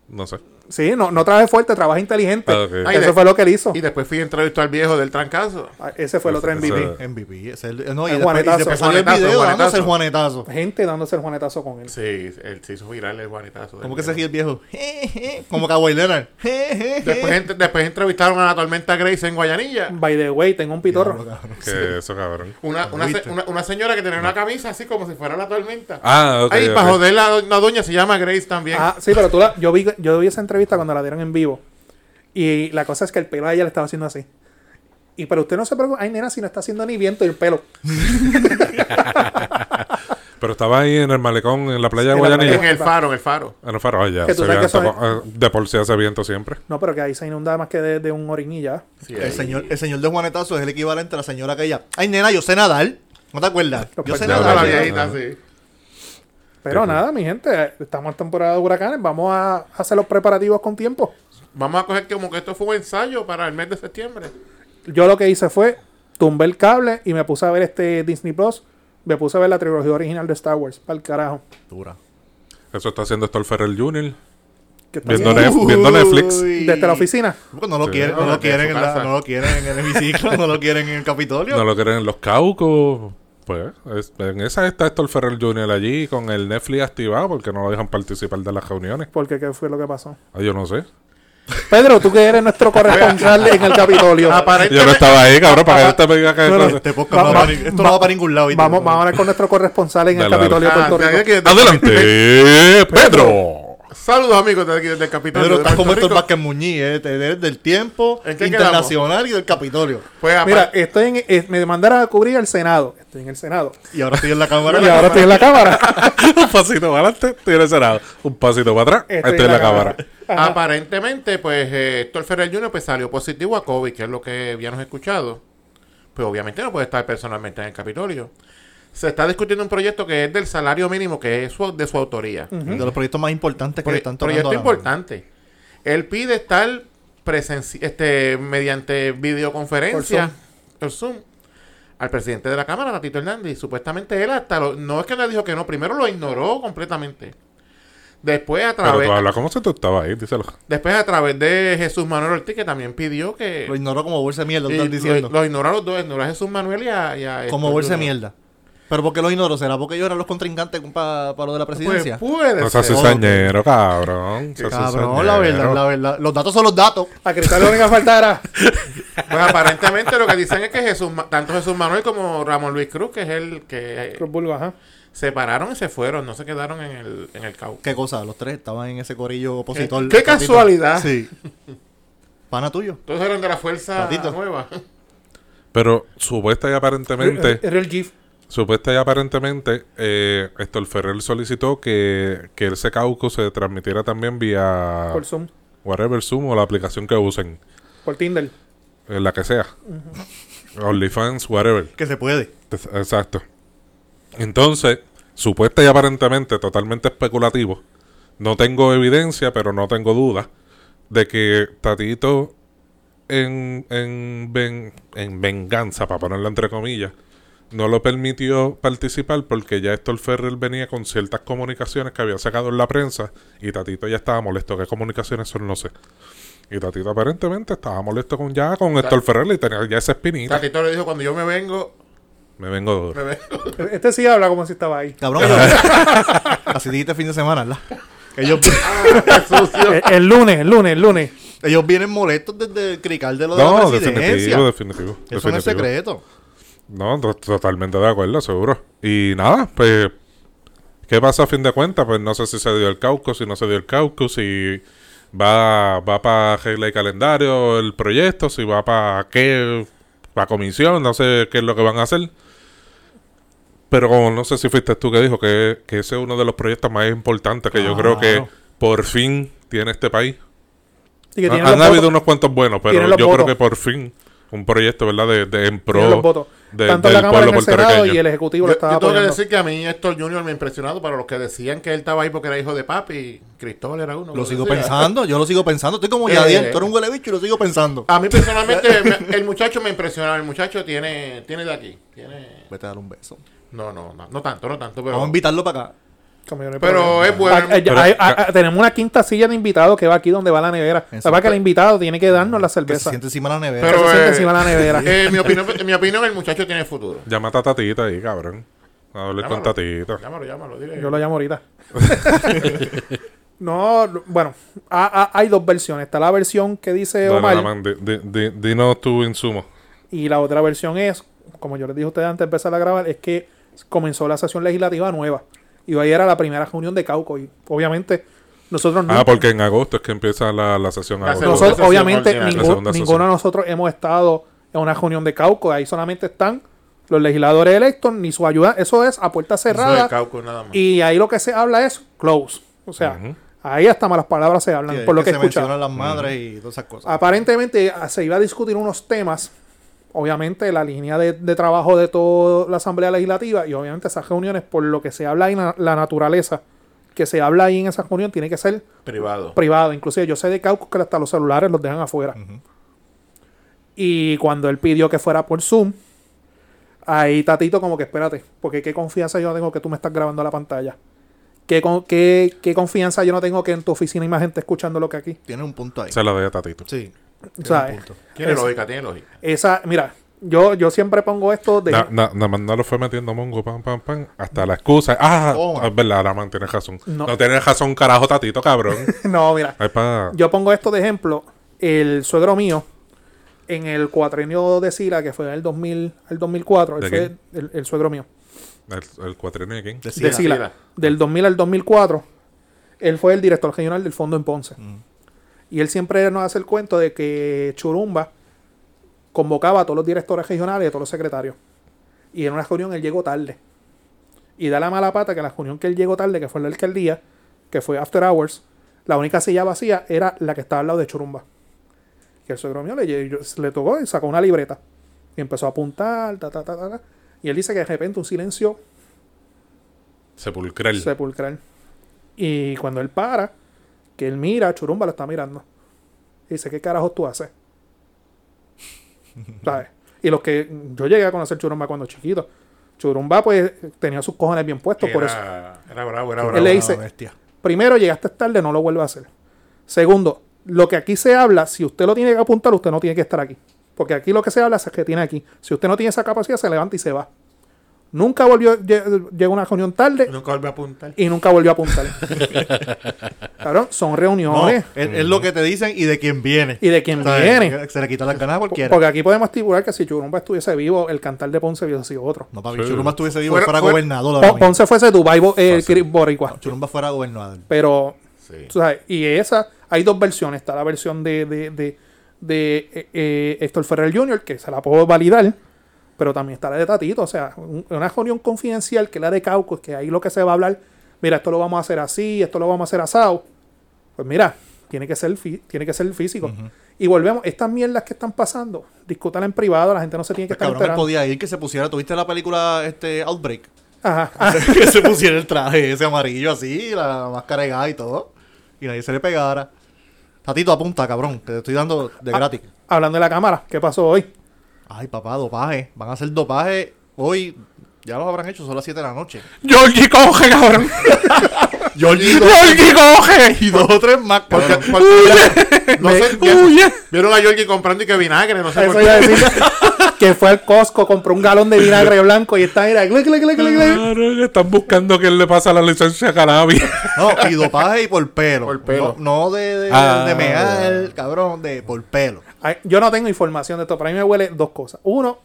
Speaker 2: No sé.
Speaker 1: Sí, no, no trabaje fuerte, trabaja inteligente.
Speaker 2: Ah, ok.
Speaker 1: Que
Speaker 4: Ay,
Speaker 1: Eso
Speaker 4: de-
Speaker 1: fue lo que él hizo.
Speaker 4: Y después fui a entrevistar al viejo del trancazo.
Speaker 1: Ah, Ese fue el otro
Speaker 2: Eso-
Speaker 1: MVP.
Speaker 3: MVP. ese es el- no, y
Speaker 1: El
Speaker 3: después, y
Speaker 1: juanetazo,
Speaker 3: después salió el
Speaker 4: juanetazo,
Speaker 3: video
Speaker 4: juanetazo.
Speaker 3: dándose el juanetazo.
Speaker 1: Gente dándose el juanetazo con él.
Speaker 4: Sí, él se hizo viral el guanetazo.
Speaker 3: ¿Cómo que se ríe el viejo? Como Kawhi Leonard.
Speaker 4: Después, ent- después entrevistaron a la tormenta Grace en Guayanilla.
Speaker 1: By the way, tengo un pitorro.
Speaker 2: Que eso, cabrón.
Speaker 4: Una, una,
Speaker 3: Ah, ¿Viste?
Speaker 4: se- una, una señora que tenía una camisa así como si fuera la tormenta.
Speaker 2: Ah, ok.
Speaker 4: Ahí,
Speaker 2: ok.
Speaker 4: para joder, la, la doña se llama Grace también.
Speaker 1: Ah, sí, pero tú la- yo, vi, yo vi esa entrevista cuando la dieron en vivo. Y la cosa es que el pelo a ella le estaba haciendo así. Y pero usted no se preocupe, ay nena, si no está haciendo ni viento y el pelo.
Speaker 2: Pero estaba ahí en el malecón, en la playa de
Speaker 1: En la
Speaker 2: Guayanilla.
Speaker 4: en el faro, en el faro.
Speaker 2: Ah, no, pero, ah, ya,
Speaker 1: Que tú
Speaker 2: se
Speaker 1: sabes que
Speaker 2: había-
Speaker 1: eso
Speaker 2: ah, De por sí hace viento siempre.
Speaker 1: No, pero que ahí se inunda más que de, de un orín y ya.
Speaker 4: Sí, ahí.
Speaker 3: El señor, el señor de Juanetazo es el equivalente a la señora que ella. Ay, nena, yo sé nadar. ¿No te acuerdas? Yo sé
Speaker 1: Ya,
Speaker 4: Ah, la
Speaker 3: nadar.
Speaker 1: ya,
Speaker 4: viejita, sí.
Speaker 1: Pero
Speaker 2: Ujú.
Speaker 1: nada, mi gente, estamos en temporada de huracanes, vamos a hacer los preparativos con tiempo.
Speaker 4: Vamos a coger como que esto fue un ensayo para el mes de septiembre.
Speaker 1: Yo lo que hice fue tumbé el cable y me puse a ver este Disney Plus. Me puse a ver la trilogía original de Star Wars, para el carajo.
Speaker 3: Dura.
Speaker 2: Eso está haciendo Stor Ferrell Jr.
Speaker 1: Que está
Speaker 2: Viendo,
Speaker 1: bien.
Speaker 2: Nef- viendo Netflix.
Speaker 3: Uy.
Speaker 1: desde la oficina.
Speaker 3: Porque Pues no lo
Speaker 2: Sí,
Speaker 3: quieren, no
Speaker 4: no,
Speaker 3: lo
Speaker 4: desde
Speaker 3: quieren
Speaker 4: su
Speaker 3: en la-
Speaker 4: casa.
Speaker 3: no lo quieren en el hemiciclo, no lo quieren en el Capitolio.
Speaker 2: No lo creen los caucos. Pues es- en esa está Héctor Ferrer Jr. allí con el Netflix activado porque no lo dejan participar de las reuniones.
Speaker 1: Porque qué fue lo que pasó.
Speaker 2: Ah, yo no sé.
Speaker 1: Pedro, tú que eres nuestro corresponsal en el Capitolio.
Speaker 4: Ah,
Speaker 2: Yo no estaba ahí, cabrón, para que usted me diga que
Speaker 1: Ah, No, no,
Speaker 2: no sé.
Speaker 3: Este podcast no
Speaker 1: Va-
Speaker 3: va
Speaker 1: va-
Speaker 3: para ni- esto no va para ningún lado. ¿viste?
Speaker 1: Vamos, vamos a hablar con nuestro corresponsal en el
Speaker 2: Dale, dale.
Speaker 1: Capitolio de
Speaker 4: Ah,
Speaker 1: Puerto
Speaker 4: de aquí,
Speaker 1: Rico.
Speaker 4: desde-
Speaker 2: ¡Adelante, Pedro!
Speaker 4: Saludos, amigos, desde aquí, desde el Capitolio.
Speaker 3: Pedro,
Speaker 4: de
Speaker 3: estás como
Speaker 4: Puerto
Speaker 3: Héctor
Speaker 4: Rico.
Speaker 3: Vázquez Muñiz, eh, te- eres del tiempo
Speaker 4: ¿En qué
Speaker 3: internacional y del Capitolio.
Speaker 4: Pues, aparte-
Speaker 1: Mira, estoy en, eh, me mandaron a cubrir el Senado. Estoy en el Senado.
Speaker 3: Y ahora estoy en la cámara.
Speaker 1: Y ahora estoy en la Cámara.
Speaker 2: Un pasito para adelante, estoy en el Senado. Un pasito para atrás,
Speaker 1: Estoy
Speaker 2: estoy,
Speaker 1: en
Speaker 2: en
Speaker 1: la
Speaker 2: la cámara.
Speaker 1: Ajá.
Speaker 4: Aparentemente, pues eh, Héctor Ferrer Jr. pues, salió positivo a COVID, que es lo que habíamos escuchado. Pues obviamente no puede estar personalmente en el Capitolio. Se está discutiendo un proyecto que es del salario mínimo, que es su- de su autoría.
Speaker 3: De los proyectos más importantes que
Speaker 4: Proye-
Speaker 3: le están tocando.
Speaker 4: proyecto
Speaker 3: ahora mismo.
Speaker 4: importante. Él pide estar presenci- este, mediante videoconferencia por Zoom. al presidente de la Cámara, a Tito Hernández. Y supuestamente él hasta lo- no es que le dijo que no, primero lo ignoró completamente. Después a
Speaker 2: Pero
Speaker 4: través
Speaker 2: tú hablas como si tú estabas ahí, díselo.
Speaker 4: Después, a través de Jesús Manuel Ortiz, que también pidió que.
Speaker 3: Lo ignoró como bolsa de mierda, lo
Speaker 4: y-
Speaker 3: están diciendo.
Speaker 4: lo- los ignoró a los dos, ignoró a Jesús Manuel y a. y a
Speaker 3: como
Speaker 4: Héctor
Speaker 3: bolsa de
Speaker 4: Junior.
Speaker 3: mierda. ¿Pero por qué lo ignoró? ¿Será porque ellos eran los contrincantes para lo de la presidencia?
Speaker 4: Pues puede
Speaker 2: No seas
Speaker 4: ser.
Speaker 2: cizañero, cabrón. seas
Speaker 3: Cabrón, la
Speaker 2: cizañero.
Speaker 3: verdad, la verdad. Los datos son los datos.
Speaker 1: A Cristal lo única falta era.
Speaker 4: Pues aparentemente lo que dicen es que Jesús, Ma- tanto Jesús Manuel como Ramón Luis Cruz, que es el que eh,
Speaker 1: Cruz Bulgo, ajá.
Speaker 4: se pararon y se fueron, no se quedaron en el, en el caucus.
Speaker 3: ¿Qué cosa? Los tres estaban en ese
Speaker 4: Eh,
Speaker 3: corillo opositor.
Speaker 4: ¿Qué, qué
Speaker 3: Tatito.
Speaker 4: casualidad?
Speaker 3: Sí. Pana tuyo.
Speaker 4: Todos eran de la fuerza
Speaker 3: Tatito.
Speaker 4: nueva.
Speaker 2: Pero supuesta y
Speaker 3: Eh,
Speaker 2: aparentemente.
Speaker 1: Era el GIF.
Speaker 2: Supuesta y aparentemente, eh, Héctor Ferrer solicitó que, que ese caucus se transmitiera también vía
Speaker 1: Por Zoom.
Speaker 2: whatever Zoom o la aplicación que usen,
Speaker 1: Por Tinder.
Speaker 2: eh, la que sea. OnlyFans, whatever.
Speaker 3: Que se puede.
Speaker 2: Ex- Exacto. Entonces, supuesta y aparentemente, totalmente especulativo, no tengo evidencia, pero no tengo duda, de que Tatito, en, en, ven- en venganza, para ponerlo entre comillas, no lo permitió participar porque ya Héctor Ferrer venía con ciertas comunicaciones que había sacado en la prensa y Tatito ya estaba molesto. ¿Qué comunicaciones son? No sé. Y Tatito aparentemente estaba molesto con ya con Héctor Ferrer y tenía ya esa espinita.
Speaker 4: Tatito le dijo: Cuando yo me vengo,
Speaker 2: Me vengo duro.
Speaker 4: me vengo.
Speaker 1: Este sí habla como si estaba ahí.
Speaker 3: Cabrón. pero- Así dijiste fin de semana, ¿verdad? Ellos,
Speaker 1: El, Eh, el lunes, el lunes, el lunes.
Speaker 3: ellos vienen molestos desde el crical de lo de
Speaker 2: No,
Speaker 3: la presidencia.
Speaker 2: definitivo, definitivo.
Speaker 3: Eso no
Speaker 2: definitivo.
Speaker 3: es secreto.
Speaker 2: No, to- totalmente de acuerdo, seguro. Y nada, pues, ¿qué pasa a fin de cuentas? Pues no sé si se dio el caucus, si no se dio el caucus, si va, va para regla y calendario el proyecto, si va para qué, para comisión, no sé qué es lo que van a hacer. Pero como no sé si fuiste tú que dijo que, que ese es uno de los proyectos más importantes que yo creo que
Speaker 3: Claro.
Speaker 2: por fin tiene este país.
Speaker 1: Y que
Speaker 2: Han,
Speaker 1: tienen
Speaker 2: han
Speaker 1: los
Speaker 2: habido
Speaker 1: votos.
Speaker 2: unos cuantos buenos, pero
Speaker 1: Tienen
Speaker 2: yo
Speaker 1: los votos.
Speaker 2: creo que por fin un proyecto, ¿verdad? De, de en
Speaker 1: Tienen los
Speaker 2: pro
Speaker 1: votos.
Speaker 2: de-
Speaker 1: tanto
Speaker 2: del
Speaker 1: la Cámara
Speaker 2: pueblo
Speaker 1: en el Senado
Speaker 2: puertorriqueño.
Speaker 1: y el Ejecutivo
Speaker 4: Yo,
Speaker 1: lo
Speaker 4: yo
Speaker 1: estaba
Speaker 4: tengo que
Speaker 1: apoyando.
Speaker 4: decir que a mí Héctor Junior me ha impresionado para los que decían que él estaba ahí porque era hijo de papi. Cristóbal era uno.
Speaker 3: Lo
Speaker 4: que
Speaker 3: sigo
Speaker 4: decía.
Speaker 3: pensando, yo lo sigo pensando. Estoy como
Speaker 4: Eh. Ah.
Speaker 3: Yadiel, tú eres un huele bicho y lo sigo pensando.
Speaker 4: A mí personalmente me- el muchacho me impresionaba. El muchacho tiene, tiene de aquí. Tiene...
Speaker 3: Vete a dar un beso.
Speaker 4: No, no, no, no tanto, no tanto. Pero,
Speaker 3: Vamos a invitarlo para acá.
Speaker 1: Como yo no hay
Speaker 4: Pero
Speaker 1: problema.
Speaker 4: es bueno.
Speaker 1: Ah, eh,
Speaker 2: Pero-
Speaker 1: hay- ah, ah, tenemos una quinta silla de invitados que va aquí donde va la nevera.
Speaker 3: Exacto.
Speaker 1: Sabes que el invitado tiene que darnos la
Speaker 3: Que se
Speaker 1: cerveza.
Speaker 3: siente encima de la nevera.
Speaker 1: Pero- se siente
Speaker 4: eh,
Speaker 1: encima de la nevera.
Speaker 4: eh, mi, opinión, mi opinión, el muchacho tiene futuro.
Speaker 2: Llama a Tatita ahí, cabrón. Hable con
Speaker 4: Llámalo.
Speaker 2: Tatita.
Speaker 4: Llámalo, llámalo, dile.
Speaker 1: Yo lo llamo ahorita. no, no, bueno, ah, ah, hay dos versiones. Está la versión que dice
Speaker 2: Dale,
Speaker 1: Omar
Speaker 2: Namán, di- di- di- dinos tu insumo.
Speaker 1: y la otra versión es, como yo les dije a ustedes antes de empezar a grabar, es que comenzó la sesión legislativa nueva. Y hoy era la primera reunión de Cauco. Y obviamente nosotros
Speaker 2: Ah,
Speaker 1: nunca-
Speaker 2: porque en agosto es que empieza la, la sesión
Speaker 4: La
Speaker 2: agosto.
Speaker 1: Nosotros,
Speaker 4: sesión
Speaker 1: obviamente,
Speaker 4: ordinaria.
Speaker 1: ningún-
Speaker 2: La segunda
Speaker 1: ninguno de
Speaker 2: sesión.
Speaker 1: nosotros hemos estado en una reunión de Cauco. Ahí solamente están los legisladores electos ni su ayuda. Eso es a puerta
Speaker 4: Eso es
Speaker 1: cerrada.
Speaker 4: cauco, nada más.
Speaker 1: y ahí lo que se habla es close. O sea,
Speaker 2: Ujú.
Speaker 1: ahí hasta malas palabras se hablan,
Speaker 3: Sí,
Speaker 1: por lo que he
Speaker 3: se
Speaker 1: escuchado.
Speaker 3: mencionan las madres y todas esas cosas.
Speaker 1: Aparentemente ah, se iba a discutir unos temas. Obviamente, la línea de, de trabajo de toda la Asamblea Legislativa y obviamente esas reuniones, por lo que se habla ahí, na- la naturaleza que se habla ahí en esa reunión, tiene que ser
Speaker 4: Privado.
Speaker 1: privado. Inclusive yo sé de Caucus que hasta los celulares los dejan afuera. Y cuando él pidió que fuera por Zoom, ahí Tatito como que espérate, porque qué confianza yo no tengo que tú me estás grabando a la pantalla. ¿Qué, con- qué, qué confianza yo no tengo que en tu oficina hay más gente escuchando lo que aquí?
Speaker 3: Tiene un punto ahí.
Speaker 2: Se la doy a Tatito.
Speaker 3: Sí.
Speaker 1: O
Speaker 3: tiene
Speaker 1: sea,
Speaker 3: un punto.
Speaker 4: Tiene
Speaker 1: Eso.
Speaker 4: lógica, tiene lógica.
Speaker 1: esa, mira, yo, yo siempre pongo esto de...
Speaker 2: Na- na- Namán no lo fue metiendo mongo, pam, pam, pam. Hasta la excusa. Ah,
Speaker 3: Toma.
Speaker 2: es verdad, Namán, tienes razón.
Speaker 1: No.
Speaker 2: No, tienes razón, carajo, Tatito, cabrón.
Speaker 1: no, mira,
Speaker 2: Ay, pa.
Speaker 1: yo pongo esto de ejemplo. El suegro mío, en el cuatrenio de Sila, que fue del 2000 al 2004, él
Speaker 2: ¿De
Speaker 1: fue
Speaker 2: quién?
Speaker 1: el- el suegro mío.
Speaker 2: El, el cuatrienio de quién.
Speaker 1: de Sila.
Speaker 4: Sila.
Speaker 1: Del 2000 al 2004, él fue el director general del fondo en Ponce. Y él siempre nos hace el cuento de que Churumba convocaba a todos los directores regionales y a todos los secretarios. Y en una reunión él llegó tarde. Y da la mala pata que en la reunión que él llegó tarde, que fue en la alcaldía, que fue After Hours, la única silla vacía era la que estaba al lado de Churumba. Y el suegro mío le, lle- le tocó y sacó una libreta. Y empezó a apuntar, ta, ta, ta, ta, ta. Y él dice que de repente un silencio
Speaker 2: Sepulcral.
Speaker 1: sepulcral. Y cuando él para, que él mira, Churumba lo está mirando. Y dice, ¿qué carajos tú haces? ¿Sabes? Y los que yo llegué a conocer Churumba cuando chiquito. Churumba pues tenía sus cojones bien puestos,
Speaker 4: Era,
Speaker 1: por eso.
Speaker 4: era bravo, era
Speaker 1: Él
Speaker 4: bravo.
Speaker 1: le
Speaker 3: Una
Speaker 1: dice-
Speaker 3: bestia.
Speaker 1: Primero, llegaste tarde, no lo vuelvas a hacer. Segundo, lo que aquí se habla, si usted lo tiene que apuntar, usted no tiene que estar aquí. Porque aquí lo que se habla es que tiene aquí. Si usted no tiene esa capacidad, se levanta y se va. Nunca volvió, lle- llegó a una reunión tarde
Speaker 4: Nunca vuelve a apuntar.
Speaker 1: y nunca volvió a apuntar. Cabrón, son
Speaker 3: No,
Speaker 1: reuniones
Speaker 3: es, es lo que te dicen y de quién viene.
Speaker 1: y de quien
Speaker 3: ¿Sabes?
Speaker 1: viene.
Speaker 3: Se le quita las ganas a cualquiera.
Speaker 1: Porque aquí podemos estipular que si Churumba estuviese vivo, el cantar de Ponce hubiese sido otro.
Speaker 3: No, papi,
Speaker 2: Sí.
Speaker 3: Churumba estuviese vivo
Speaker 4: Fuera-
Speaker 3: fuera,
Speaker 4: fuera-
Speaker 3: gobernador. ahora
Speaker 1: Po-
Speaker 3: mismo.
Speaker 1: Ponce fuese Dubai el
Speaker 2: Fácil.
Speaker 1: Boricua.
Speaker 3: Churumba fuera gobernador. Pues,
Speaker 1: Pero,
Speaker 4: Sí.
Speaker 1: tú sabes, y esa, hay dos versiones. Está la versión de, de, de, de, eh, eh, Héctor Ferrer Jr., que se la puedo validar. Pero también está la de Tatito. O sea, un- una reunión confidencial que es la de Caucus, que ahí lo que se va a hablar, mira, esto lo vamos a hacer así, esto lo vamos a hacer asado. Pues mira, tiene que ser, fí- tiene que ser físico. Y volvemos, estas mierdas que están pasando, discútanlas en privado, la gente no se tiene que
Speaker 3: El
Speaker 1: estar
Speaker 3: Pues, cabrón él
Speaker 1: enterando.
Speaker 3: podía ir que se pusiera. ¿Tuviste la película este Outbreak?
Speaker 1: Ajá. Ah,
Speaker 3: que se pusiera el traje ese amarillo así, la máscara de gas y todo. Y nadie se le pegara. Tatito, apunta, cabrón, que te estoy dando de gratis.
Speaker 1: hablando de la cámara, ¿qué pasó hoy?
Speaker 3: Ay, papá, dopaje. Van a hacer dopaje hoy. Ya los habrán hecho, son las 7 de la noche.
Speaker 2: Georgie coge, cabrón.
Speaker 3: Georgie, dos,
Speaker 2: Georgie coge.
Speaker 3: y dos o tres más,
Speaker 4: Porque,
Speaker 3: cabrón.
Speaker 4: porque- no sé, ya-
Speaker 2: Huye.
Speaker 4: vieron a Georgie comprando y que vinagre, no sé
Speaker 1: Eso
Speaker 4: por
Speaker 1: iba
Speaker 4: qué.
Speaker 1: a decir que fue al Costco, compró un galón de vinagre blanco y está, mira, clic, clic, clic, clic, clic.
Speaker 2: Cabrón, están buscando que le pasa la licencia a Cannabis.
Speaker 3: No, y dopaje y por pelo.
Speaker 4: Por pelo.
Speaker 3: No, no de, de,
Speaker 2: Ah.
Speaker 3: de mear, cabrón, de por pelo.
Speaker 1: Ay, Yo no tengo información de esto, pero a mí me huele dos cosas. Uno,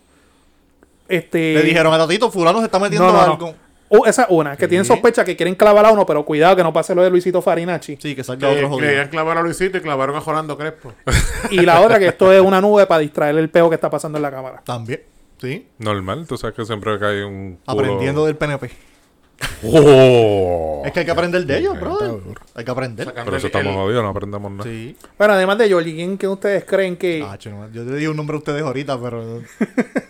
Speaker 1: este.
Speaker 4: Eh.
Speaker 3: Le dijeron a Tatito, fulano se está metiendo
Speaker 1: no, no, no.
Speaker 3: algo.
Speaker 1: U- esa es una, que tienen
Speaker 3: Sí.
Speaker 1: sospecha que quieren clavar a uno, pero cuidado que no pase lo de Luisito Farinacci.
Speaker 3: Sí, que salga otro
Speaker 4: Que
Speaker 3: jodido.
Speaker 4: querían clavar a Luisito y clavaron a Rolando Crespo.
Speaker 1: Y la otra, que esto es una nube para distraer el peo que está pasando en la cámara.
Speaker 3: También, sí.
Speaker 2: Normal, tú sabes que siempre cae un. culo-
Speaker 3: Aprendiendo del PNP.
Speaker 2: ¡Oh!
Speaker 3: Es que hay que aprender de ellos,
Speaker 2: Está
Speaker 3: brother.
Speaker 2: duro.
Speaker 3: Hay que aprender.
Speaker 4: Sacando
Speaker 2: Por eso
Speaker 4: el- el-
Speaker 2: estamos jodidos, no aprendemos nada.
Speaker 3: Sí.
Speaker 1: Bueno, además de Yoli, ¿quién que ustedes creen que.
Speaker 3: Ah, chino, yo le di un nombre a ustedes ahorita, pero.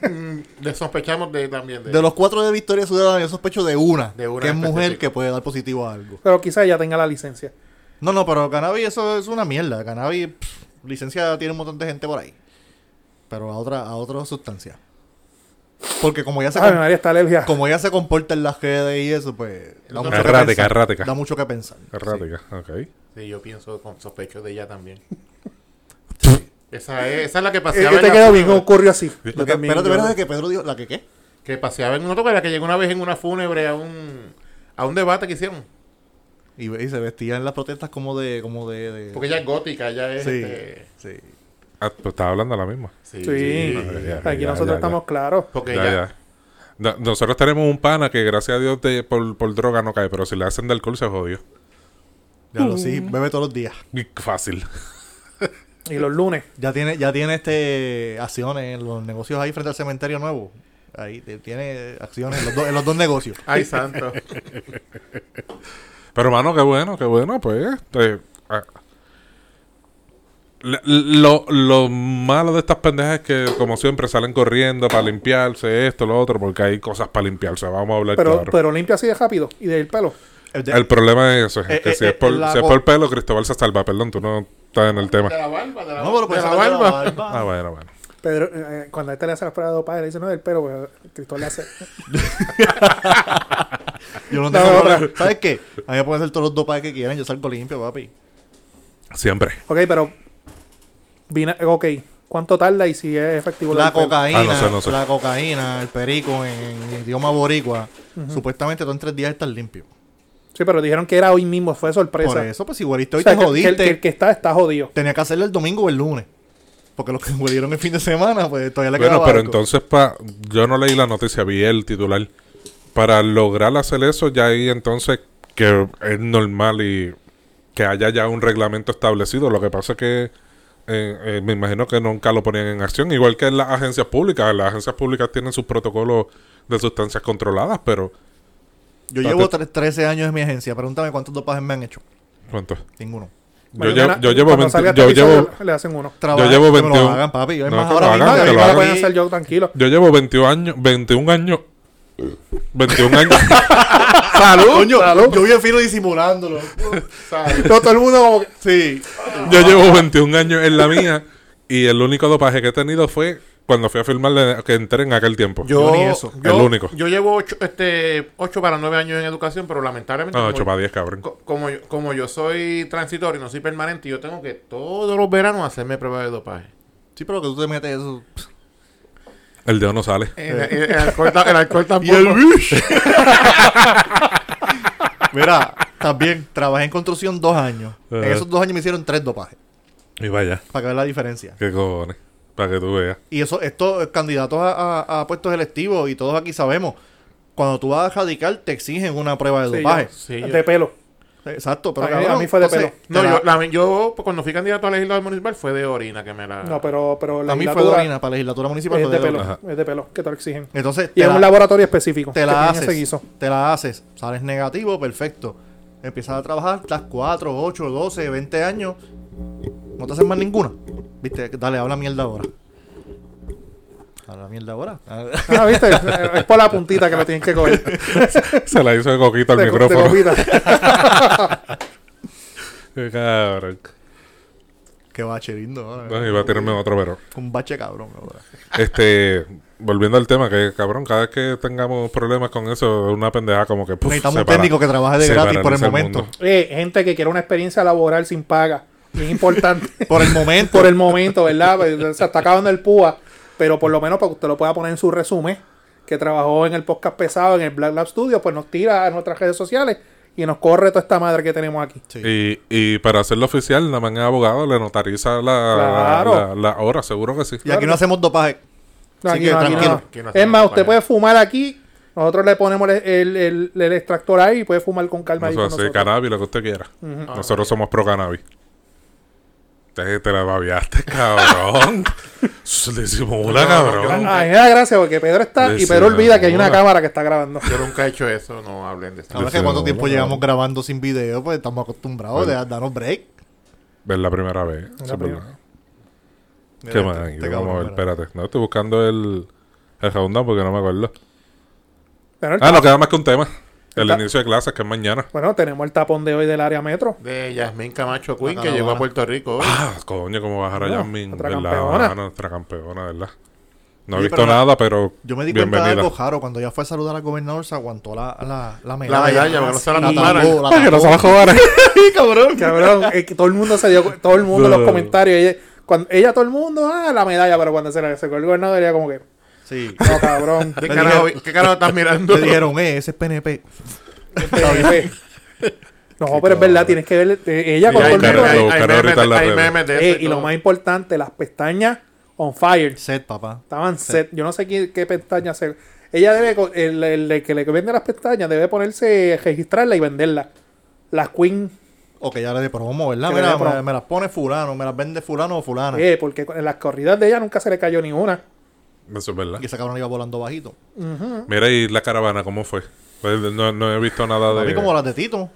Speaker 4: Mm, le sospechamos de, también de,
Speaker 3: De los cuatro de Victoria Ciudadana, yo sospecho de una.
Speaker 4: De una
Speaker 3: que es
Speaker 4: en
Speaker 3: mujer
Speaker 4: específico.
Speaker 3: que puede dar positivo a algo.
Speaker 1: Pero quizás ya tenga la licencia.
Speaker 3: No, no, pero cannabis eso es una mierda. Cannabis, pff, licencia tiene un montón de gente por ahí. Pero a otra, a otra sustancia. Porque como ya se,
Speaker 1: Ay,
Speaker 3: com-
Speaker 1: María, está alergia. Eh,
Speaker 3: como ya se comporta en las redes y eso, pues da
Speaker 4: Es
Speaker 3: mucho, que
Speaker 2: Errática,
Speaker 3: pensar,
Speaker 2: errática.
Speaker 3: da mucho que pensar.
Speaker 2: Errática, ok.
Speaker 4: Sí, yo pienso con sospecho de ella también. esa, es, esa es la que
Speaker 1: Es
Speaker 4: paseaba
Speaker 1: que
Speaker 4: en
Speaker 1: eh, te
Speaker 4: la
Speaker 1: quedó
Speaker 4: funa,
Speaker 1: bien, ocurrió así.
Speaker 3: Sí.
Speaker 1: Yo
Speaker 3: Lo que,
Speaker 1: también,
Speaker 3: espérate,
Speaker 1: yo-
Speaker 3: espérate, que Pedro dijo, ¿la que qué?
Speaker 4: Que paseaba en una toca, que llegó una vez en una fúnebre a un, a un debate que hicieron.
Speaker 3: Y, ve- y se vestía en las protestas como de... Como de, de-
Speaker 4: Porque ella es gótica, ella es...
Speaker 3: sí,
Speaker 4: este,
Speaker 3: sí.
Speaker 2: Ah, pues estaba hablando la misma.
Speaker 4: sí,
Speaker 1: Sí,
Speaker 2: Ay, ya,
Speaker 1: aquí
Speaker 2: ya,
Speaker 1: nosotros
Speaker 2: ya,
Speaker 1: estamos claros.
Speaker 4: Porque
Speaker 2: Ya,
Speaker 4: ella...
Speaker 2: ya. No- Nosotros tenemos un pana que gracias a Dios de- por, por droga no cae, pero si le hacen de alcohol se jodió.
Speaker 3: Ya lo sí, bebe todos los días.
Speaker 2: Y Fácil.
Speaker 1: Y los lunes.
Speaker 3: Ya tiene, ya tiene este acciones en los negocios ahí frente al cementerio nuevo. Ahí te- tiene acciones en los, dos- en los dos negocios.
Speaker 4: Ay, santo.
Speaker 2: Pero hermano, qué bueno, qué bueno, pues. este, ah. Le- Lo, lo malo de estas pendejas es que, como siempre, salen corriendo para limpiarse esto, lo otro, porque hay cosas para limpiarse. Vamos a hablar
Speaker 1: Pero,
Speaker 2: Pues
Speaker 1: pues,
Speaker 2: claro.
Speaker 1: pero limpia así de rápido y del pelo.
Speaker 3: El de-
Speaker 2: el problema es eso: es
Speaker 3: Eh,
Speaker 2: que
Speaker 3: eh,
Speaker 2: si, es
Speaker 3: eh,
Speaker 2: por,
Speaker 3: la
Speaker 2: si es
Speaker 3: co-
Speaker 2: por pelo, Cristóbal se salva. Perdón, tú no estás en el tema.
Speaker 4: De la barba, de la,
Speaker 3: No, pero
Speaker 4: de
Speaker 3: pues
Speaker 4: la
Speaker 3: se la
Speaker 4: barba.
Speaker 3: barba.
Speaker 2: Ah, bueno, bueno.
Speaker 1: Pedro, eh, cuando a este le hace las pruebas de dopaje, le dice, no, del pelo, pero Cristóbal le hace.
Speaker 2: Ah,
Speaker 3: Yo no
Speaker 1: No,
Speaker 3: tengo
Speaker 1: no,
Speaker 3: problema. ¿Sabes qué? A mí me pueden hacer todos los dopajes que quieran. Yo salgo limpio, papi.
Speaker 2: Siempre.
Speaker 1: Ok, pero. vina- ok, ¿cuánto tarda y si es efectivo? lo
Speaker 3: La
Speaker 1: del pelo?
Speaker 3: cocaína,
Speaker 2: Ah, no sé, no sé.
Speaker 3: la cocaína, el perico en idioma boricua. Supuestamente tú en tres días estás limpio.
Speaker 1: Sí, pero dijeron que era hoy mismo, fue sorpresa.
Speaker 3: Por eso, pues si hueliste
Speaker 1: O
Speaker 3: hoy
Speaker 1: sea,
Speaker 3: te
Speaker 1: que- que
Speaker 3: jodiste.
Speaker 1: el- que el que está, está jodido.
Speaker 3: Tenía que hacerlo el domingo o el lunes. Porque los que huelieron el fin de semana, pues todavía le quedaba
Speaker 2: Bueno, pero
Speaker 3: algo.
Speaker 2: entonces, pa, yo no leí la noticia, vi el titular. Para lograr hacer eso, ya ahí entonces que es normal y que haya ya un reglamento establecido. Lo que pasa es que eh, eh, me imagino que nunca lo ponían en acción, igual que en las agencias públicas. Las agencias públicas tienen sus protocolos de sustancias controladas, pero
Speaker 3: Yo
Speaker 2: Tate-
Speaker 3: llevo tre- 13 años en mi agencia. Pregúntame cuántos dopajes me han hecho.
Speaker 2: ¿cuánto? Yo
Speaker 3: Ninguno.
Speaker 1: Mañana,
Speaker 2: llevo- Yo, llevo,
Speaker 1: cuando
Speaker 2: 20
Speaker 1: salga este
Speaker 2: yo,
Speaker 1: episodio,
Speaker 2: llevo,
Speaker 1: le- Le hacen uno.
Speaker 3: Trabaja-
Speaker 2: llevo
Speaker 3: que me lo
Speaker 2: 21.
Speaker 3: hagan, papi. Yo, es
Speaker 2: No,
Speaker 3: más,
Speaker 2: que
Speaker 3: ahora
Speaker 2: lo
Speaker 3: mismo
Speaker 2: hagan,
Speaker 1: No,
Speaker 3: yo
Speaker 2: que
Speaker 1: yo
Speaker 2: lo
Speaker 3: iba
Speaker 1: la
Speaker 2: hagan.
Speaker 1: voy a
Speaker 3: aquí-
Speaker 1: hacer yo tranquilo.
Speaker 2: yo llevo 21 años, 21 años, 21 años.
Speaker 3: Coño, yo bien fino disimulándolo.
Speaker 4: Sabe.
Speaker 1: Todo, todo el mundo como que-
Speaker 3: Sí.
Speaker 2: Yo llevo 21 años en la mía y el único dopaje que he tenido fue cuando fui a filmarle que entré en aquel tiempo.
Speaker 3: Yo ni eso.
Speaker 2: El único.
Speaker 4: Yo llevo 8 este, ocho para 9 años en educación, pero lamentablemente...
Speaker 2: No,
Speaker 4: como-
Speaker 2: 8 Ah, para 10, cabrón.
Speaker 4: co- como, yo- como yo soy transitorio, no soy permanente, yo tengo que todos los veranos hacerme pruebas de dopaje.
Speaker 3: Sí, pero que tú te metes eso.
Speaker 2: El dedo no sale.
Speaker 4: El, el- el alcohol, ta- el alcohol tampoco.
Speaker 3: Mira, también trabajé en construcción dos años. En
Speaker 2: Ajá.
Speaker 3: esos dos años me hicieron tres dopajes.
Speaker 2: Y vaya.
Speaker 3: Para que veas la diferencia.
Speaker 2: Qué cojones. Para que tú veas.
Speaker 3: Y eso, estos candidatos a, a- a puestos electivos y todos aquí sabemos. Cuando tú vas a radical, te exigen una prueba de
Speaker 1: Sí,
Speaker 3: dopaje. Eh,
Speaker 4: Sí, yo-
Speaker 1: de pelo.
Speaker 3: Exacto, pero
Speaker 1: A mí-
Speaker 3: cabrón,
Speaker 1: a mí fue de pelo.
Speaker 4: no,
Speaker 3: te
Speaker 4: yo,
Speaker 3: la-
Speaker 4: la- yo, pues, cuando fui candidato a legislador municipal fue de orina que me
Speaker 2: Ah.
Speaker 4: la...
Speaker 1: No, pues. pero, pero la
Speaker 3: a mí fue de
Speaker 1: legislatura
Speaker 3: orina, para la legislatura municipal
Speaker 1: es
Speaker 3: fue
Speaker 1: de
Speaker 3: de
Speaker 1: pelo.
Speaker 3: orina.
Speaker 1: Es de pelo, que te lo exigen.
Speaker 3: Entonces,
Speaker 1: Y
Speaker 3: te
Speaker 1: es
Speaker 3: la-
Speaker 1: un laboratorio específico.
Speaker 3: te
Speaker 1: que
Speaker 3: la
Speaker 1: tienen ese
Speaker 3: haces.
Speaker 1: guiso.
Speaker 3: Te la haces. Sales negativo, perfecto. Empiezas a trabajar, estás 4, 8, 12, 20 años. No te haces más ninguna. Viste, dale, habla mierda ahora. Habla mierda ahora.
Speaker 1: Ah, ¿viste? es por la puntita que le tienen que coger.
Speaker 2: Se la hizo de coquito al
Speaker 1: Te- te
Speaker 2: micrófono.
Speaker 1: copita.
Speaker 2: Qué cabrón.
Speaker 3: Qué bache lindo. ahora.
Speaker 2: No, iba a tirarme otro, pero.
Speaker 3: Un bache cabrón ahora.
Speaker 2: Este. Volviendo al tema, que cabrón, cada vez que tengamos problemas con eso, una pendeja como que. puf,
Speaker 3: Necesitamos
Speaker 2: se
Speaker 3: un
Speaker 2: para.
Speaker 3: técnico que trabaje de
Speaker 2: Se
Speaker 3: gratis por el
Speaker 2: paraliza
Speaker 3: momento.
Speaker 2: mundo.
Speaker 1: Eh, gente que quiere una experiencia laboral sin paga. Bien importante.
Speaker 3: Por el momento.
Speaker 1: por el momento, ¿verdad? Se está acabando el púa. Pero por lo menos para que usted lo pueda poner en su resumen, que trabajó en el podcast pesado, en el Black Lab Studio, pues nos tira a nuestras redes sociales y nos corre toda esta madre que tenemos aquí.
Speaker 3: Sí.
Speaker 2: Y, y para hacerlo oficial, la man es abogado, le notariza la,
Speaker 1: Claro.
Speaker 2: la, la- la hora, seguro que sí.
Speaker 3: Y aquí no hacemos dopaje.
Speaker 1: No,
Speaker 3: Así
Speaker 1: aquí
Speaker 3: que
Speaker 1: no, aquí no.
Speaker 3: tranquilo.
Speaker 4: Aquí no
Speaker 1: es
Speaker 4: hacemos
Speaker 1: más, usted
Speaker 4: campaña.
Speaker 1: puede fumar aquí. Nosotros le ponemos el, el- el- el extractor ahí y puede fumar con calma. ahí
Speaker 2: Eso
Speaker 1: con
Speaker 2: así,
Speaker 1: nosotros.
Speaker 2: cannabis, lo que usted quiera. Nosotros somos pro cannabis. Te, te la babiaste, cabrón. Disimula,
Speaker 4: No, no, no,
Speaker 2: cabrón.
Speaker 4: yo-
Speaker 1: A mí Ah, me da gracia porque Pedro está y
Speaker 2: Decía,
Speaker 1: Pedro olvida que hay una
Speaker 2: hola.
Speaker 1: cámara que está grabando.
Speaker 4: Yo nunca he hecho eso, no hablen de esa
Speaker 3: Ahora
Speaker 2: Sí,
Speaker 3: que
Speaker 2: sí,
Speaker 3: cuánto
Speaker 2: no,
Speaker 3: tiempo
Speaker 2: no,
Speaker 3: llevamos grabando sin video, pues estamos acostumbrados
Speaker 2: Bueno.
Speaker 3: de darnos break.
Speaker 2: Es la primera vez.
Speaker 1: Una
Speaker 2: eso es
Speaker 1: primera.
Speaker 2: verdad.
Speaker 3: Mira,
Speaker 2: ¿Qué
Speaker 3: este-
Speaker 2: más?
Speaker 3: este
Speaker 2: Aquí,
Speaker 3: cabrón,
Speaker 2: Vamos a ver,
Speaker 3: mira.
Speaker 2: espérate. No, estoy buscando el, el countdown porque no me acuerdo.
Speaker 1: Bueno, el
Speaker 2: Ah,
Speaker 1: ta-
Speaker 2: no queda más que un tema. El
Speaker 1: Ta-
Speaker 2: inicio de clases, que es mañana.
Speaker 1: bueno, tenemos el tapón de hoy del área metro.
Speaker 4: De Yasmín Camacho Queen,
Speaker 3: La
Speaker 4: que llegó
Speaker 3: caravana.
Speaker 4: a Puerto Rico hoy.
Speaker 2: Ah, coño, cómo bajar a
Speaker 1: No,
Speaker 2: Jasmine.
Speaker 1: otra
Speaker 2: ¿verdad?
Speaker 1: campeona.
Speaker 2: Ah, nuestra campeona, ¿verdad? No he
Speaker 3: Oye,
Speaker 2: visto
Speaker 3: pero la-
Speaker 2: nada, pero.
Speaker 3: Yo me di cuenta de
Speaker 2: bienvenida.
Speaker 3: algo raro. Cuando ella fue a saludar al gobernador, se aguantó la, la, la medalla.
Speaker 4: medalla, porque no se la
Speaker 3: tapó,
Speaker 4: tomaran.
Speaker 3: la
Speaker 1: Ay, que no
Speaker 3: tapó.
Speaker 1: se va a jugar.
Speaker 3: cabrón.
Speaker 1: Cabrón, es que todo el mundo se dio cu- todo el mundo en
Speaker 2: No.
Speaker 1: los comentarios. Ella, cuando, ella, todo el mundo, ah, la medalla, pero cuando se la secó el gobernador, ella como que,
Speaker 3: Sí.
Speaker 1: no, cabrón.
Speaker 4: ¿Qué
Speaker 3: Le
Speaker 4: carajo,
Speaker 3: dije-
Speaker 4: ¿Qué carajo estás mirando?
Speaker 3: Le dijeron, eh, ese es PNP.
Speaker 1: este, no, pero es verdad, tienes que ver eh, ella
Speaker 4: Y
Speaker 1: con todo
Speaker 4: hay
Speaker 1: el
Speaker 2: claro,
Speaker 1: mundo.
Speaker 4: memes-
Speaker 2: lo
Speaker 4: hay
Speaker 2: buscaré
Speaker 4: memes
Speaker 2: ahorita en
Speaker 4: de-
Speaker 2: las
Speaker 4: hay
Speaker 2: redes.
Speaker 4: memes de
Speaker 1: Eh,
Speaker 4: eso
Speaker 1: y lo
Speaker 4: todo.
Speaker 1: más importante, las pestañas on fire.
Speaker 3: Set, papá.
Speaker 1: Estaban set. Yo no sé qué, qué pestañas se. Ella debe. co- El, el- el que le vende las pestañas debe ponerse. Registrarla y venderla. Las Queen.
Speaker 3: O que ya le de promo, ¿verdad?
Speaker 1: Que le
Speaker 3: Mira,
Speaker 1: dé promo.
Speaker 3: me, me las pone fulano, me las vende fulano o
Speaker 2: Ah.
Speaker 3: fulana.
Speaker 1: eh, porque en las corridas de ella nunca se le cayó ni una.
Speaker 2: Eso es verdad.
Speaker 3: Y esa cabrona iba volando bajito.
Speaker 2: Mira, y la caravana, ¿cómo fue? Pues, No, no he visto nada
Speaker 3: A
Speaker 2: de.
Speaker 3: mí como las de Tito.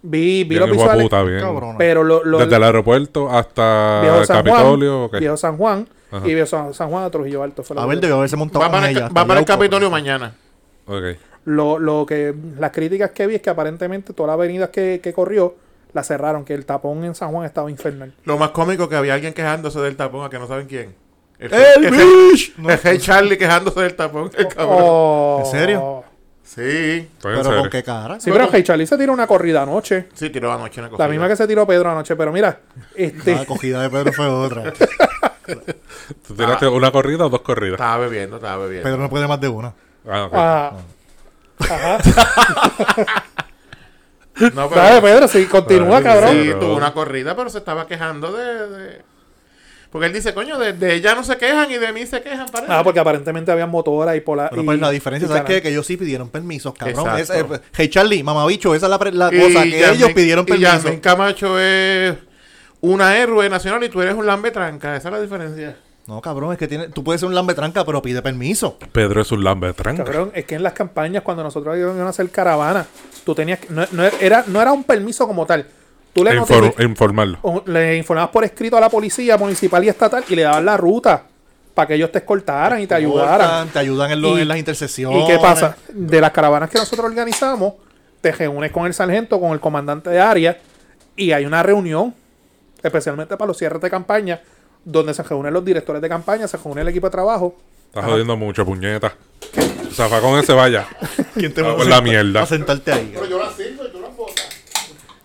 Speaker 1: Vi, vi
Speaker 2: bien
Speaker 1: los
Speaker 2: hijo de
Speaker 1: visuales.
Speaker 2: puta, bien.
Speaker 3: Cabrona.
Speaker 1: Pero lo, lo-
Speaker 2: Desde el aeropuerto hasta
Speaker 1: Viejo San
Speaker 2: Capitolio. ok.
Speaker 1: Juan. Viejo San Juan.
Speaker 2: Ajá.
Speaker 1: Y Viejo San, San Juan a Trujillo Alto. Fue lo
Speaker 3: A ver,
Speaker 1: que-
Speaker 3: debió haberse montado
Speaker 4: Va
Speaker 3: con
Speaker 4: para, el,
Speaker 3: ella.
Speaker 4: ca- va para el
Speaker 3: Estaría
Speaker 4: Capitolio
Speaker 3: loco.
Speaker 4: mañana.
Speaker 2: Ok.
Speaker 1: lo, lo que las críticas que vi es que aparentemente todas las avenidas que, que corrió la cerraron, que el tapón en San Juan estaba infernal.
Speaker 4: Lo más cómico que había alguien quejándose del tapón, a que no saben quién. El,
Speaker 3: ¡El
Speaker 4: el-
Speaker 3: bitch! ¡Eh, No,
Speaker 4: el Hey Charlie quejándose del tapón, el
Speaker 2: Ah,
Speaker 4: cabrón.
Speaker 1: Oh.
Speaker 3: ¿En serio?
Speaker 4: Sí,
Speaker 2: Estoy en
Speaker 3: pero con
Speaker 2: serio.
Speaker 3: qué cara.
Speaker 1: Sí, pero Hey Charlie se tiró una corrida anoche.
Speaker 4: sí, tiró anoche una cosa.
Speaker 1: La misma que se tiró Pedro anoche, pero mira,
Speaker 3: Ah,
Speaker 1: este,
Speaker 3: La cogida de Pedro fue otra.
Speaker 2: ¿Tú
Speaker 3: Ah.
Speaker 2: tiraste una corrida o dos corridas?
Speaker 4: Estaba bebiendo, estaba bebiendo.
Speaker 3: Pedro no puede más de una.
Speaker 2: Ah, ok.
Speaker 1: ah,
Speaker 4: No, pero-
Speaker 1: ¿sabes, Pedro? Si continúa,
Speaker 2: Ay,
Speaker 1: cabrón.
Speaker 4: Sí,
Speaker 2: Pero-
Speaker 4: tuvo una corrida, pero se estaba quejando de... de- Porque él dice, coño, de, de ella no se quejan y de mí se quejan, parece.
Speaker 1: Ah, porque aparentemente había motora y polar.
Speaker 3: Pero
Speaker 1: y-
Speaker 3: pues la diferencia,
Speaker 1: y
Speaker 3: ¿sabes
Speaker 1: canal.
Speaker 3: qué? Que ellos sí pidieron permisos, cabrón.
Speaker 4: Exacto.
Speaker 3: Es- eh, hey Charlie, mamabicho, esa es la, pre- la cosa, que
Speaker 4: Yasmín-
Speaker 3: ellos pidieron
Speaker 4: y
Speaker 3: permiso.
Speaker 4: Yasmín Camacho es una héroe nacional y tú eres un lambetranca. Esa es la diferencia.
Speaker 3: No, cabrón, es que tiene, tú puedes ser un lambe-tranca, pero pide permiso.
Speaker 2: Pedro es un lambetranca.
Speaker 1: Cabrón, es que en las campañas, cuando nosotros íbamos a hacer caravana, tú tenías que. No, no era, no era un permiso como tal. Tú le,
Speaker 2: E Inform-
Speaker 1: notific-
Speaker 2: informarlo.
Speaker 1: o- le informabas por escrito a la policía municipal y estatal y le dabas la ruta para que ellos te escoltaran y te ayudaran.
Speaker 3: Te ayudan en, los-
Speaker 1: Y-
Speaker 3: en las intersecciones.
Speaker 1: ¿Y qué pasa? De las caravanas que nosotros organizamos, te reúnes con el sargento, con el comandante de área, y hay una reunión, especialmente para los cierres de campaña, donde se reúnen los directores de campaña, se reúne el equipo de trabajo.
Speaker 2: Estás jodiendo mucho, puñeta. Zafá con ese, vaya.
Speaker 3: ¿Quién te
Speaker 2: Ah,
Speaker 3: va a
Speaker 2: pues la
Speaker 3: sentar-
Speaker 2: mierda.
Speaker 3: A sentarte ahí. cabrón?
Speaker 4: yo la sirvo y tú la botas.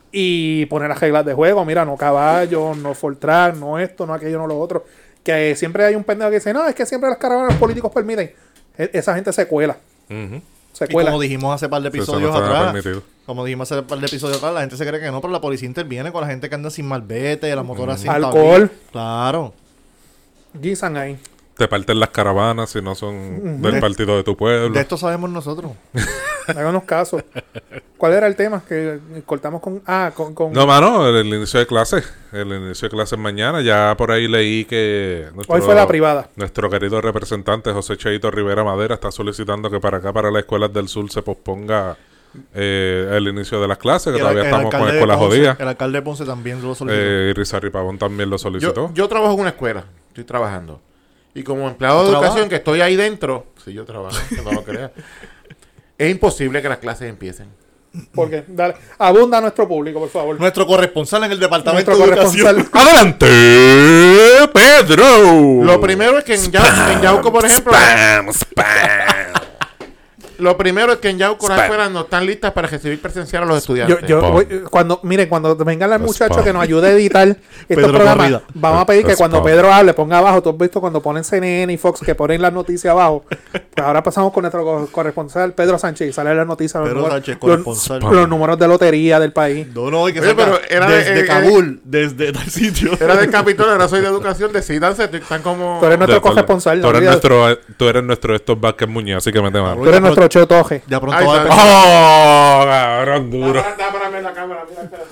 Speaker 1: Y poner las reglas de juego, mira, no caballo, no fortrar, no esto, no aquello, no lo otro. Que siempre hay un pendejo que dice, no, es que siempre las caravanas los políticos permiten. E- Esa gente se cuela,
Speaker 2: Ujú.
Speaker 1: se
Speaker 3: Y
Speaker 1: cuela.
Speaker 3: como dijimos hace par de
Speaker 2: Sí, eso no
Speaker 3: episodios
Speaker 2: estaba
Speaker 3: atrás,
Speaker 2: permitido.
Speaker 3: como dijimos hace par de episodios atrás, la gente se cree que no, pero la policía interviene con la gente que anda sin malvete, la motora
Speaker 2: Mm.
Speaker 3: sin tablilla.
Speaker 1: Alcohol.
Speaker 3: Claro.
Speaker 1: Guisan ahí.
Speaker 2: Te parten las caravanas si no son del
Speaker 3: De-
Speaker 2: partido de tu pueblo.
Speaker 3: De esto sabemos nosotros.
Speaker 1: Háganos caso. ¿Cuál era el tema? Que cortamos con... Ah, con... con-
Speaker 2: No, mano, el, el inicio de clases. El inicio de clases mañana. Ya por ahí leí que. nuestro-
Speaker 1: Hoy fue la privada.
Speaker 2: Nuestro querido representante José Cheito Rivera Madera está solicitando que para acá, para las escuelas del sur, se posponga eh, el inicio de las clases, que
Speaker 3: Y el-
Speaker 2: todavía
Speaker 3: el
Speaker 2: estamos con
Speaker 3: alcalde de
Speaker 2: escuelas
Speaker 3: Ponce-
Speaker 2: jodidas.
Speaker 3: El alcalde de Ponce también lo solicitó.
Speaker 2: Eh, Rizarri Pavón también lo solicitó.
Speaker 4: Yo, yo trabajo en una escuela, estoy trabajando. Y como empleado de
Speaker 3: ¿Tú trabajas?
Speaker 4: educación que estoy ahí dentro, si yo trabajo, que no lo creas, es imposible que las clases empiecen.
Speaker 1: Porque, dale, abunda a nuestro público, por favor.
Speaker 3: Nuestro corresponsal en el departamento
Speaker 1: Nuestro
Speaker 3: de educación.
Speaker 1: corresponsal.
Speaker 2: ¡Adelante,
Speaker 1: Uh,
Speaker 2: Pedro!
Speaker 4: Lo primero es que en, Yau- en Yauco, por ejemplo,
Speaker 2: ¡Spam! ¡Spam!
Speaker 4: lo primero es que en Yauco las
Speaker 2: Spam.
Speaker 4: escuelas no están listas para recibir presencial a los
Speaker 1: Yo,
Speaker 4: estudiantes.
Speaker 1: yo
Speaker 2: Spam.
Speaker 1: voy- eh, cuando, miren, cuando venga el
Speaker 2: Spam.
Speaker 1: muchacho que nos ayude a editar estos
Speaker 3: Pues, Pedro Pues,
Speaker 1: programas,
Speaker 3: Corrida.
Speaker 1: vamos a pedir que cuando
Speaker 2: Spam.
Speaker 1: Pedro hable ponga abajo. Tú has visto cuando ponen CNN y Fox que ponen las noticias abajo. Pues ahora pasamos con nuestro co- corresponsal Pedro Sánchez y sale las noticias.
Speaker 3: Pedro
Speaker 1: números-
Speaker 3: Sánchez, corresponsal.
Speaker 1: los, los números de lotería del país.
Speaker 3: No, no, y que
Speaker 4: Oye,
Speaker 3: saca
Speaker 4: pero era de-
Speaker 3: desde
Speaker 4: eh, eh,
Speaker 3: Kabul, desde tal sitio.
Speaker 4: Era del Capitolio, ahora soy de educación, decidanse, están como...
Speaker 1: Tú eres nuestro
Speaker 2: De acuerdo.
Speaker 1: corresponsal.
Speaker 2: Tú
Speaker 1: no
Speaker 2: eres,
Speaker 1: olvides.
Speaker 2: nuestro, tú eres nuestro Estos Vázquez Muñoz, así que me
Speaker 1: Tú
Speaker 2: mal.
Speaker 1: eres nuestro Cheo Toje.
Speaker 3: Ya pronto
Speaker 4: Ahí
Speaker 3: va a
Speaker 4: está.
Speaker 3: empezar.
Speaker 2: ¡Oh, cabrón duro!
Speaker 4: Dá para- dá para ver la cámara, mira, espérate.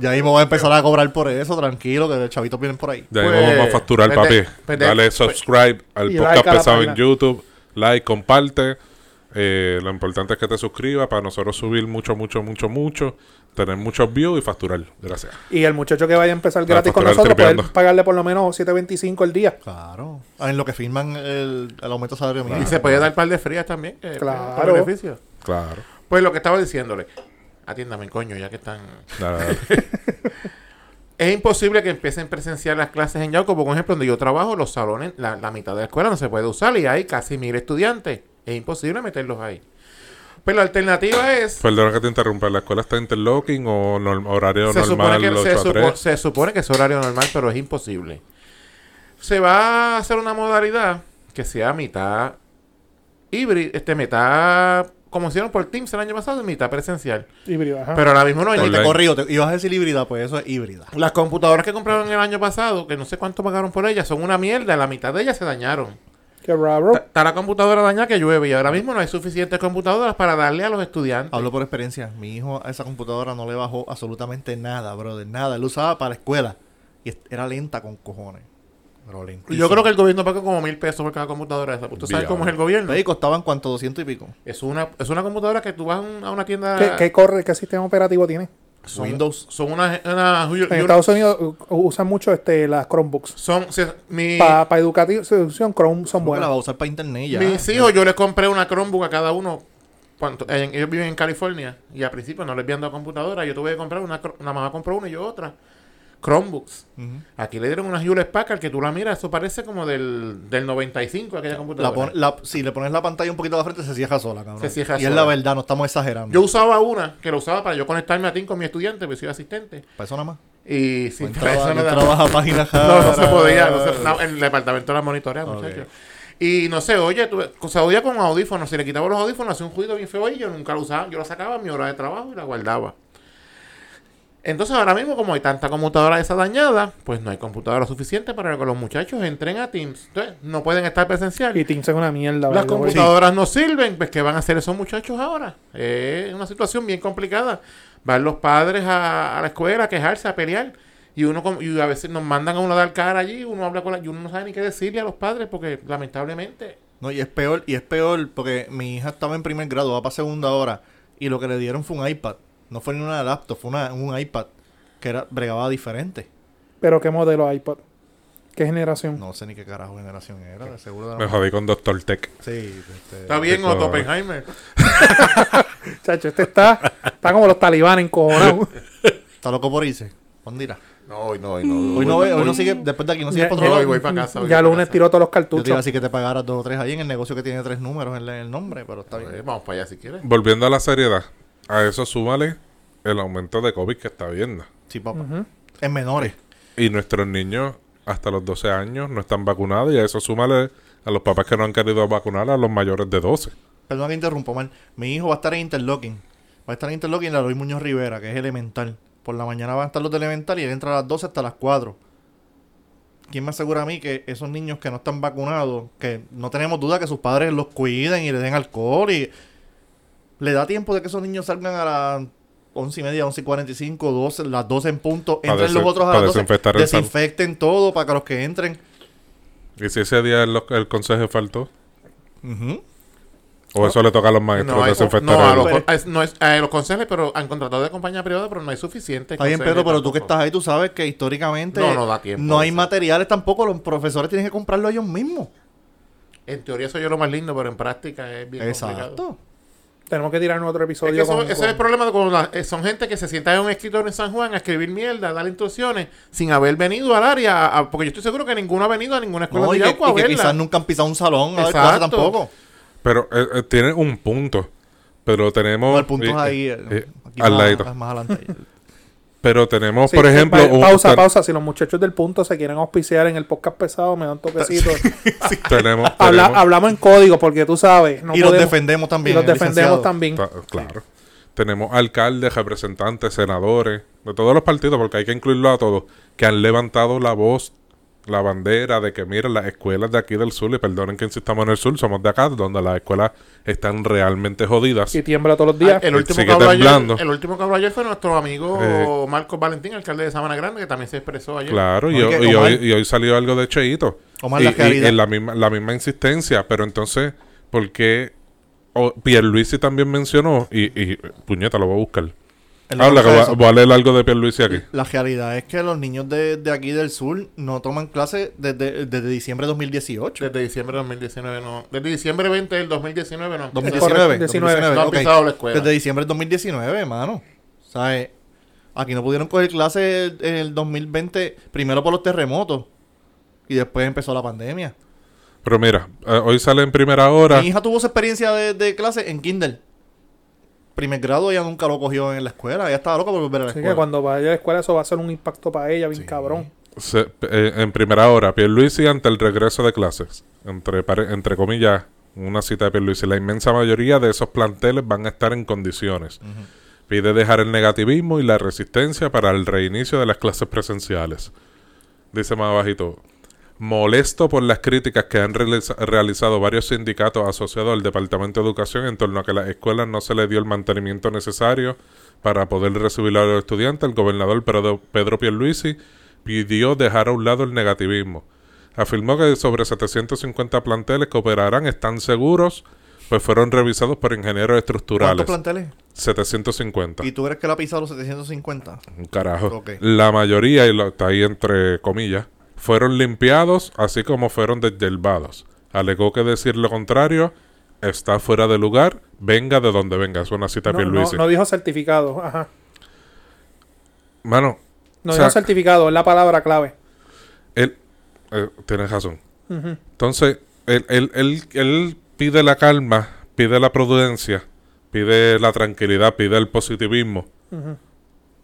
Speaker 3: Ya mismo voy a empezar a cobrar por eso, tranquilo, que los chavitos vienen por ahí.
Speaker 2: Ya
Speaker 4: Pues,
Speaker 2: mismo vamos a facturar,
Speaker 4: pues,
Speaker 2: papi.
Speaker 4: de- pues, de-
Speaker 2: Dale
Speaker 4: pues-
Speaker 2: subscribe al
Speaker 1: Y
Speaker 2: podcast
Speaker 1: like a la
Speaker 2: pesado en
Speaker 1: página.
Speaker 2: YouTube. Like, comparte. Eh, lo importante es que te suscribas para nosotros subir mucho, mucho, mucho, mucho. Tener muchos views y facturar. Gracias.
Speaker 1: Y el muchacho que vaya a empezar gratis
Speaker 3: pues,
Speaker 1: con
Speaker 2: facturar
Speaker 1: nosotros, poder
Speaker 2: tripeando.
Speaker 1: pagarle por lo menos 7.25 el día.
Speaker 3: Claro. Ah, En lo que firman el, el aumento salario mínimo.
Speaker 4: Y se puede dar par de frías también. que- que-
Speaker 1: Claro.
Speaker 4: por beneficio.
Speaker 2: Claro.
Speaker 4: Pues lo que estaba diciéndole. Atiéndame, coño, ya que están.
Speaker 2: Dale, dale.
Speaker 4: Es imposible que empiecen presenciar las clases en Yauco, porque, por ejemplo, donde yo trabajo, los salones, la, la mitad de la escuela no se puede usar y hay casi mil estudiantes. Es imposible meterlos ahí. Pues la alternativa es.
Speaker 2: Perdona que te interrumpa. ¿La escuela está interlocking o norm- horario
Speaker 4: se, supone
Speaker 2: normal?
Speaker 4: que,
Speaker 2: 8
Speaker 4: se,
Speaker 2: a
Speaker 4: supo-
Speaker 2: 3?
Speaker 4: se supone que es horario normal, pero es imposible. Se va a hacer una modalidad que sea mitad híbrida, este, mitad como hicieron por Teams el año pasado, mitad presencial.
Speaker 1: Híbrido, ajá.
Speaker 4: Pero ahora mismo no hay ni
Speaker 2: Online.
Speaker 3: Te corrijo, te- ibas a decir híbrida, pues eso es híbrida.
Speaker 4: Las computadoras que compraron el año pasado, que no sé cuánto pagaron por ellas, son una mierda. La mitad de ellas se dañaron.
Speaker 1: Qué raro.
Speaker 4: Ta- Está la computadora dañada que llueve y ahora mismo no hay suficientes computadoras para darle a los estudiantes.
Speaker 3: Hablo por experiencia. Mi hijo a esa computadora no le bajó absolutamente nada, brother. Nada. Él lo usaba para la escuela. Y es- era lenta con cojones. Pero lentísima.
Speaker 4: Yo creo que el gobierno paga como mil pesos por cada computadora esa. ¿Tú sabes
Speaker 2: Diablo.
Speaker 4: cómo es el gobierno?
Speaker 3: Ahí costaban cuánto, 200 y pico.
Speaker 4: Es una, es una computadora que tú vas a un- a una tienda...
Speaker 1: ¿Qué, qué corre, qué sistema operativo tiene?
Speaker 4: son,
Speaker 3: Windows.
Speaker 4: Son unas... unas- yo-
Speaker 1: En
Speaker 4: yo-
Speaker 1: Estados Unidos u- usan mucho este, las Chromebooks.
Speaker 4: son... se- mi-
Speaker 1: Para educación, Chrome son
Speaker 3: Bueno. La
Speaker 1: buenas.
Speaker 3: va a usar para internet y ya.
Speaker 4: mis hijos, yo les compré una Chromebook a cada uno. Cuando- eh, ellos viven en California y al principio no les habían dado computadora. Yo tuve que comprar una... cro- La mamá compró una y yo otra. Chromebooks.
Speaker 3: Ujú.
Speaker 4: Aquí le dieron unas Hewlett Packard que tú la miras, eso parece como del, del 95 aquella computadora.
Speaker 3: La pon- la- si le pones la pantalla un poquito a la frente, se cierra sola, cabrón.
Speaker 4: Se cierra
Speaker 3: y es
Speaker 4: sola.
Speaker 3: la verdad, no estamos exagerando.
Speaker 4: Yo usaba una que la usaba para yo conectarme a ti con mi estudiante, porque soy asistente.
Speaker 3: Para eso nada más. Pues
Speaker 4: Y
Speaker 3: Tú
Speaker 4: sin
Speaker 3: entrabas-
Speaker 4: eso
Speaker 3: tú
Speaker 4: no da-
Speaker 3: entrabas a páginas
Speaker 4: No, no se
Speaker 3: raras.
Speaker 4: podía. no se- no, en el departamento la monitorea,
Speaker 3: Ok.
Speaker 4: muchachos. Y no sé, oye, tú, se oía con audífonos. Si le quitaba los audífonos, hacía un ruido bien feo y yo nunca lo usaba. Yo la sacaba a mi hora de trabajo y la guardaba. Entonces, ahora mismo, como hay tanta computadora esa dañada, pues no hay computadora suficiente para que los muchachos entren a Teams. Entonces, no pueden estar presencial.
Speaker 1: Y Teams es una mierda. by
Speaker 4: Las
Speaker 1: the way.
Speaker 4: computadoras no sirven, pues ¿qué van a hacer esos muchachos ahora? Es una situación bien complicada. Van los padres a, a la escuela a quejarse, a pelear, y uno com- y a veces nos mandan a uno a dar cara allí, uno habla con la, y uno no sabe ni qué decirle a los padres, porque lamentablemente
Speaker 3: No, y es peor, y es peor porque mi hija estaba en primer grado, va para segunda hora, y lo que le dieron fue un iPad. No fue ni una laptop, fue una- un iPad que era, bregaba diferente.
Speaker 1: Pero qué modelo iPod. ¿Qué generación?
Speaker 3: No sé ni qué carajo generación era, de seguro de
Speaker 2: Me jodí con Doctor Tech.
Speaker 3: Sí, este,
Speaker 4: está bien
Speaker 2: claro.
Speaker 4: Otto Oppenheimer.
Speaker 1: Chacho, este está, está como los talibanes encojonados.
Speaker 3: está loco por irse. ¿Dónde irá?
Speaker 4: No, hoy no, hoy no.
Speaker 3: Hoy no, ve- hoy no sigue, después de aquí no sigue
Speaker 1: Ya-
Speaker 3: por
Speaker 4: Hoy
Speaker 3: otro lado.
Speaker 4: voy para casa. hoy
Speaker 1: ya
Speaker 4: voy pa'
Speaker 1: lunes
Speaker 4: casa.
Speaker 1: tiró todos los
Speaker 3: Yo te iba a
Speaker 1: cartuchos.
Speaker 3: decir que te pagaras dos o tres ahí en el negocio que tiene tres números en la- en el nombre, pero está
Speaker 4: Eh,
Speaker 3: bien.
Speaker 4: Vamos para allá si quieres.
Speaker 2: Volviendo a la seriedad. A eso súmale el aumento de COVID que está viendo.
Speaker 3: Sí, papá. En menores.
Speaker 2: Y nuestros niños hasta los 12 años no están vacunados y a eso súmale a los papás que no han querido vacunar a los mayores de 12.
Speaker 3: Perdón que interrumpo, mal. Mi hijo va a estar en Interlocking. Va a estar en Interlocking en la Luis Muñoz Rivera, que es elemental. Por la mañana van a estar los de elemental y él entra a las 12 hasta las 4. ¿Quién me asegura a mí que esos niños que no están vacunados, que no tenemos duda que sus padres los cuiden y les den alcohol y... ¿Le da tiempo de que esos niños salgan a las once y media, once y cuarenta y cinco, doce, las 12 en punto,
Speaker 2: Pa'
Speaker 3: entren
Speaker 2: desin-
Speaker 3: los otros a
Speaker 2: pa'
Speaker 3: las 12,
Speaker 2: desinfectar el sal-
Speaker 3: desinfecten todo para que los que entren...
Speaker 2: ¿Y si ese día el, el consejo faltó?
Speaker 3: Ujú.
Speaker 2: ¿O eso le toca a los maestros
Speaker 4: No, hay-
Speaker 2: desinfectar
Speaker 4: no, a
Speaker 2: el-
Speaker 4: los, a- no es- a los conserjes, pero han contratado de compañía privada, pero no hay suficiente.
Speaker 3: Está bien, Pedro, pero tú que estás ahí, tú sabes que históricamente
Speaker 4: No, no da tiempo,
Speaker 3: no hay
Speaker 4: eso.
Speaker 3: materiales tampoco. Los profesores tienen que comprarlo ellos mismos.
Speaker 4: En teoría soy yo lo más lindo, pero en práctica es bien complicado.
Speaker 3: Exacto.
Speaker 1: Tenemos que tirar otro episodio.
Speaker 4: Es que eso,
Speaker 1: con-
Speaker 4: ese es
Speaker 1: con-
Speaker 4: el problema de cuando la- eh, son gente que se sienta en un escritorio en San Juan a escribir mierda, a dar instrucciones, sin haber venido al área, a- a- porque yo estoy seguro que ninguno ha venido a ninguna escuela
Speaker 3: No,
Speaker 4: de
Speaker 3: y que,
Speaker 4: Yauco a
Speaker 3: y que
Speaker 4: verla.
Speaker 3: quizás nunca han pisado un salón a ver
Speaker 4: Exacto.
Speaker 3: clase tampoco.
Speaker 2: Pero eh, eh, tiene un punto. Pero tenemos...
Speaker 3: No, el punto
Speaker 2: y-
Speaker 3: es ahí.
Speaker 2: y-
Speaker 3: eh,
Speaker 2: y-
Speaker 3: aquí
Speaker 2: al
Speaker 3: más,
Speaker 2: ladito.
Speaker 3: más adelante.
Speaker 2: Pero tenemos,
Speaker 1: Sí,
Speaker 2: por
Speaker 1: sí,
Speaker 2: ejemplo...
Speaker 1: pa-
Speaker 2: un-
Speaker 1: pausa,
Speaker 2: ten-
Speaker 1: pausa. Si los muchachos del punto se quieren auspiciar en el podcast pesado, me dan toquecito.
Speaker 2: Tenemos...
Speaker 1: Habla-
Speaker 2: tenemos-
Speaker 1: hablamos en código porque tú sabes. No
Speaker 3: y los
Speaker 1: podemos-
Speaker 3: defendemos
Speaker 1: y
Speaker 3: también.
Speaker 1: los
Speaker 3: el licenciado.
Speaker 1: defendemos también.
Speaker 2: Ta- Claro. Tenemos alcaldes, representantes, senadores, de todos los partidos, porque hay que incluirlo a todos, que han levantado la voz la bandera de que, miren, las escuelas de aquí del sur, y perdonen que insistamos en el sur, somos de acá, donde las escuelas están realmente jodidas.
Speaker 1: Y tiembla todos los días.
Speaker 4: el, último
Speaker 2: sigue
Speaker 4: que habló ayer,
Speaker 2: temblando.
Speaker 4: el último que habló ayer fue nuestro amigo
Speaker 2: Eh.
Speaker 4: Marcos Valentín, alcalde de Sabana Grande, que también se expresó ayer.
Speaker 2: Claro, y,
Speaker 3: No, es que
Speaker 2: hoy- y
Speaker 3: Omar-
Speaker 2: hoy, y hoy salió algo de Cheito.
Speaker 3: Omar,
Speaker 2: y,
Speaker 3: la
Speaker 2: y-
Speaker 3: claridad.
Speaker 2: y la misma, la misma insistencia, pero entonces, ¿por qué? O, Pierluisi también mencionó, y, y, puñeta, lo voy a buscar.
Speaker 3: Él no
Speaker 2: Habla, que
Speaker 3: sabe
Speaker 2: voy a,
Speaker 3: eso.
Speaker 2: voy a leer algo de Pierluisi aquí.
Speaker 3: La realidad es que los niños de, de aquí del sur no toman clases desde, desde diciembre de 2018.
Speaker 4: Desde diciembre de 2019 no. Desde diciembre 20 del 2019 no. han empezado-
Speaker 3: 2019.
Speaker 1: 19.
Speaker 4: No han
Speaker 3: ok.
Speaker 4: pisado la escuela.
Speaker 3: Desde diciembre de 2019, hermano. O sea, eh, aquí no pudieron coger clases el- en el 2020, primero por los terremotos y después empezó la pandemia.
Speaker 2: Pero mira, eh, hoy sale en primera hora.
Speaker 3: Mi hija tuvo su experiencia de, de clase en Kindle. Primer grado ella nunca lo cogió en la escuela. Ella estaba loca por volver a la
Speaker 1: Así que
Speaker 3: escuela.
Speaker 1: cuando vaya a la escuela eso va a ser un impacto para ella, bien cabrón.
Speaker 2: se- eh, en primera hora, Pierluisi ante el regreso de clases. Entre, pare- entre comillas, una cita de Pierluisi. La inmensa mayoría de esos planteles van a estar en condiciones. Pide dejar el negativismo y la resistencia para el reinicio de las clases presenciales. Dice más abajito. Molesto por las críticas que han realiza- realizado varios sindicatos asociados al Departamento de Educación en torno a que a las escuelas no se le dio el mantenimiento necesario para poder recibir a los estudiantes, el gobernador Pedro, Pedro Pierluisi pidió dejar a un lado el negativismo. Afirmó que sobre 750 planteles que operarán están seguros, pues fueron revisados por ingenieros
Speaker 3: ¿Cuántos
Speaker 2: estructurales.
Speaker 3: planteles?
Speaker 2: 750.
Speaker 3: ¿Y tú crees que la ha pisado los 750?
Speaker 2: Un carajo.
Speaker 3: Ok.
Speaker 2: La mayoría, y lo está ahí entre comillas, fueron limpiados, así como fueron desdelvados. Alegó que decir lo contrario está fuera de lugar, venga de donde venga. Es una cita
Speaker 1: No,
Speaker 2: a
Speaker 1: no-
Speaker 2: Pierluisi.
Speaker 1: no dijo certificado. Ajá.
Speaker 2: Mano,
Speaker 1: No
Speaker 2: O sea-
Speaker 1: dijo certificado, es la palabra clave.
Speaker 2: él. eh, tienes razón.
Speaker 1: Ujú.
Speaker 2: Entonces, él, él- él- él pide la calma, pide la prudencia, pide la tranquilidad, pide el positivismo.
Speaker 1: Ujú.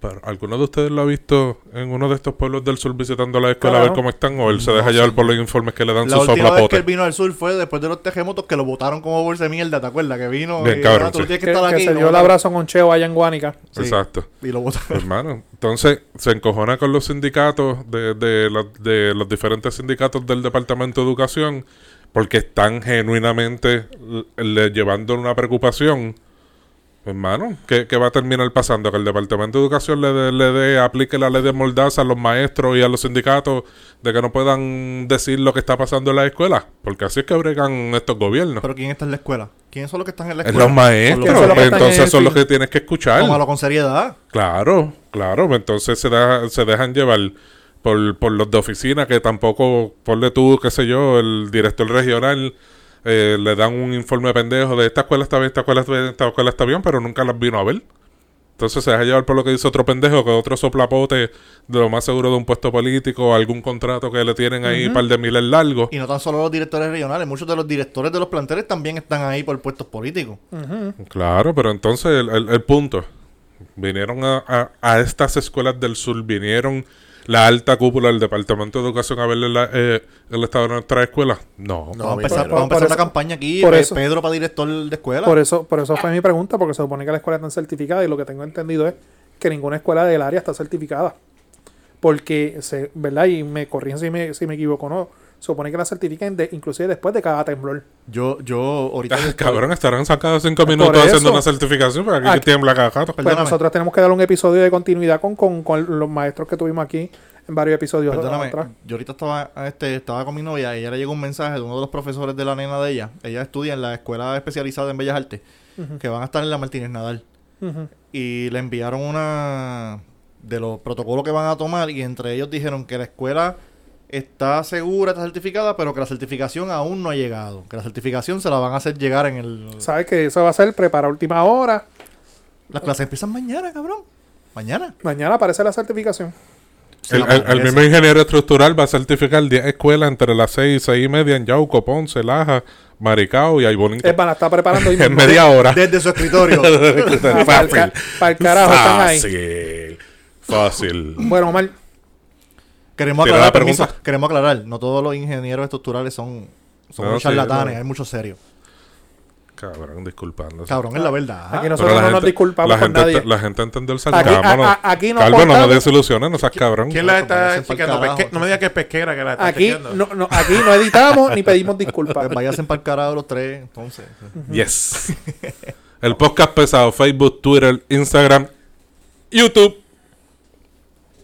Speaker 2: Pero, ¿Alguno de ustedes lo ha visto en uno de estos pueblos del sur visitando la escuela a ver
Speaker 1: Claro.
Speaker 2: cómo están? ¿O él se
Speaker 3: No,
Speaker 2: deja llevar por los informes que le dan
Speaker 3: La
Speaker 2: sus
Speaker 3: última vez que él
Speaker 2: soplapotes?
Speaker 3: vino al sur fue después de los terremotos que lo botaron como bolsa de mierda, ¿te acuerdas? Que vino
Speaker 2: Bien,
Speaker 3: y, "Ah,
Speaker 2: cabrón,
Speaker 3: tú
Speaker 2: sí.
Speaker 3: tienes
Speaker 1: Que,
Speaker 3: que estar
Speaker 1: que
Speaker 3: aquí,
Speaker 1: se
Speaker 3: lo
Speaker 1: dio el
Speaker 3: botaron.
Speaker 1: abrazo con Cheo allá en Guánica.
Speaker 3: Sí.
Speaker 2: Exacto.
Speaker 3: Y lo botaron.
Speaker 2: Hermano, Pues, entonces se encojona con los sindicatos de, de, los- de los diferentes sindicatos del Departamento de Educación porque están genuinamente le- le- llevando una preocupación. Hermano, ¿qué, qué va a terminar pasando? Que el Departamento de Educación le, dé- le dé- aplique la ley de Moldaza a los maestros y a los sindicatos de que no puedan decir lo que está pasando en las escuelas. Porque así es que bregan estos gobiernos.
Speaker 3: Pero ¿quién está en la escuela? ¿Quiénes son los que están en la
Speaker 2: Es
Speaker 3: escuela?
Speaker 2: los
Speaker 1: que
Speaker 2: maestros.
Speaker 1: son
Speaker 2: pues,
Speaker 1: los que están en
Speaker 2: entonces
Speaker 1: el
Speaker 2: son los
Speaker 1: fin.
Speaker 2: que tienes que escuchar.
Speaker 3: Tómalo con seriedad.
Speaker 2: Claro, claro, pues entonces se, deja- se dejan llevar por, por los de oficina que tampoco, ponle tú, qué sé yo, el director regional eh, le dan un informe pendejo de esta escuela está bien, esta escuela está bien, esta escuela está bien, pero nunca las vino a ver. Entonces se deja llevar por lo que dice otro pendejo, que otro soplapote de lo más seguro de un puesto político, algún contrato que le tienen ahí par de miles largos.
Speaker 3: Y no tan solo los directores regionales, muchos de los directores de los planteles también están ahí por puestos políticos.
Speaker 1: Ujú.
Speaker 2: Claro, pero entonces el, el- el punto. Vinieron a, a- a estas escuelas del sur, vinieron la alta cúpula del Departamento de Educación a verle la- eh, el estado de nuestras escuelas. No.
Speaker 4: No,
Speaker 3: vamos a empezar,
Speaker 1: pero-
Speaker 3: vamos a empezar
Speaker 1: por
Speaker 3: una
Speaker 1: eso-
Speaker 3: campaña aquí,
Speaker 1: por
Speaker 3: de
Speaker 1: eso-
Speaker 3: Pedro para director de escuela.
Speaker 1: Por eso, por eso fue mi pregunta, porque se supone que la escuela está certificada y lo que tengo entendido es que ninguna escuela del área está certificada. Porque, se, ¿verdad? Y me corrigen si me, si me equivoco, ¿no? Se supone que la certifiquen de, inclusive después de cada temblor. Pues
Speaker 3: Yo, yo ahorita...
Speaker 2: Ah, Cabrón, estarán sacados cinco minutos haciendo
Speaker 1: eso.
Speaker 2: una certificación para que
Speaker 1: Aquí-
Speaker 2: tiembla cada jato.
Speaker 1: Pues
Speaker 3: Perdóname.
Speaker 1: nosotros tenemos que dar un episodio de continuidad con, con, con los maestros que tuvimos aquí en varios episodios
Speaker 3: Perdóname,
Speaker 1: atrás.
Speaker 3: yo ahorita estaba, este, estaba con mi novia y ella le llegó un mensaje de uno de los profesores de la nena de ella. Ella estudia en la escuela especializada en Bellas Artes,
Speaker 1: Ujú.
Speaker 3: que van a estar en la Martínez Nadal.
Speaker 1: Ujú.
Speaker 3: y le enviaron una de los protocolos que van a tomar y entre ellos dijeron que la escuela está segura, está certificada, pero que la certificación aún no ha llegado, que la certificación se la van a hacer llegar en el
Speaker 1: Sabes que eso va a ser prepara última hora.
Speaker 3: las clases empiezan mañana, cabrón. Mañana.
Speaker 1: Mañana aparece la certificación.
Speaker 3: Se
Speaker 2: El,
Speaker 3: la
Speaker 2: el- el
Speaker 3: aparece.
Speaker 2: mismo ingeniero estructural va a certificar 10 escuelas entre las 6 y 6 y media en Yauco, Ponce, Laja, Maricao y Aybonito.
Speaker 1: Es van a estar preparando hoy
Speaker 2: En
Speaker 1: mismo.
Speaker 2: media hora.
Speaker 3: desde su escritorio.
Speaker 1: Ah, Para el, ca- para el carajo están ahí.
Speaker 2: Fácil. Fácil.
Speaker 1: Bueno, Omar,
Speaker 3: queremos
Speaker 2: Tira la
Speaker 3: aclarar,
Speaker 2: pregunta.
Speaker 3: permiso, queremos aclarar, no todos los ingenieros estructurales son son
Speaker 2: No, sí,
Speaker 3: charlatanes,
Speaker 2: no.
Speaker 3: hay muchos serios.
Speaker 2: Cabrón, disculpándose.
Speaker 3: Cabrón, es la verdad.
Speaker 1: Aquí
Speaker 2: Pero
Speaker 1: nosotros no
Speaker 2: la
Speaker 1: nos
Speaker 2: gente-
Speaker 1: disculpamos
Speaker 2: la
Speaker 1: con
Speaker 2: gente,
Speaker 1: nadie.
Speaker 2: La gente entendió el
Speaker 1: Aquí-
Speaker 2: sarcasmo. no-
Speaker 1: a- a- aquí no
Speaker 2: Calvo, no me
Speaker 1: cortamos.
Speaker 2: desilusiones, no seas cabrón.
Speaker 4: ¿Quién la está
Speaker 3: Váyanse pa'l
Speaker 4: chequeando?
Speaker 3: carajo.
Speaker 4: Pesque- No me digas que es pesquera que la está
Speaker 1: Aquí
Speaker 4: chequeando.
Speaker 1: no, no, aquí no editamos ni pedimos disculpas.
Speaker 3: Pues váyanse para el carajo los tres, entonces.
Speaker 2: Yes. el podcast pesado, Facebook, Twitter, Instagram, YouTube.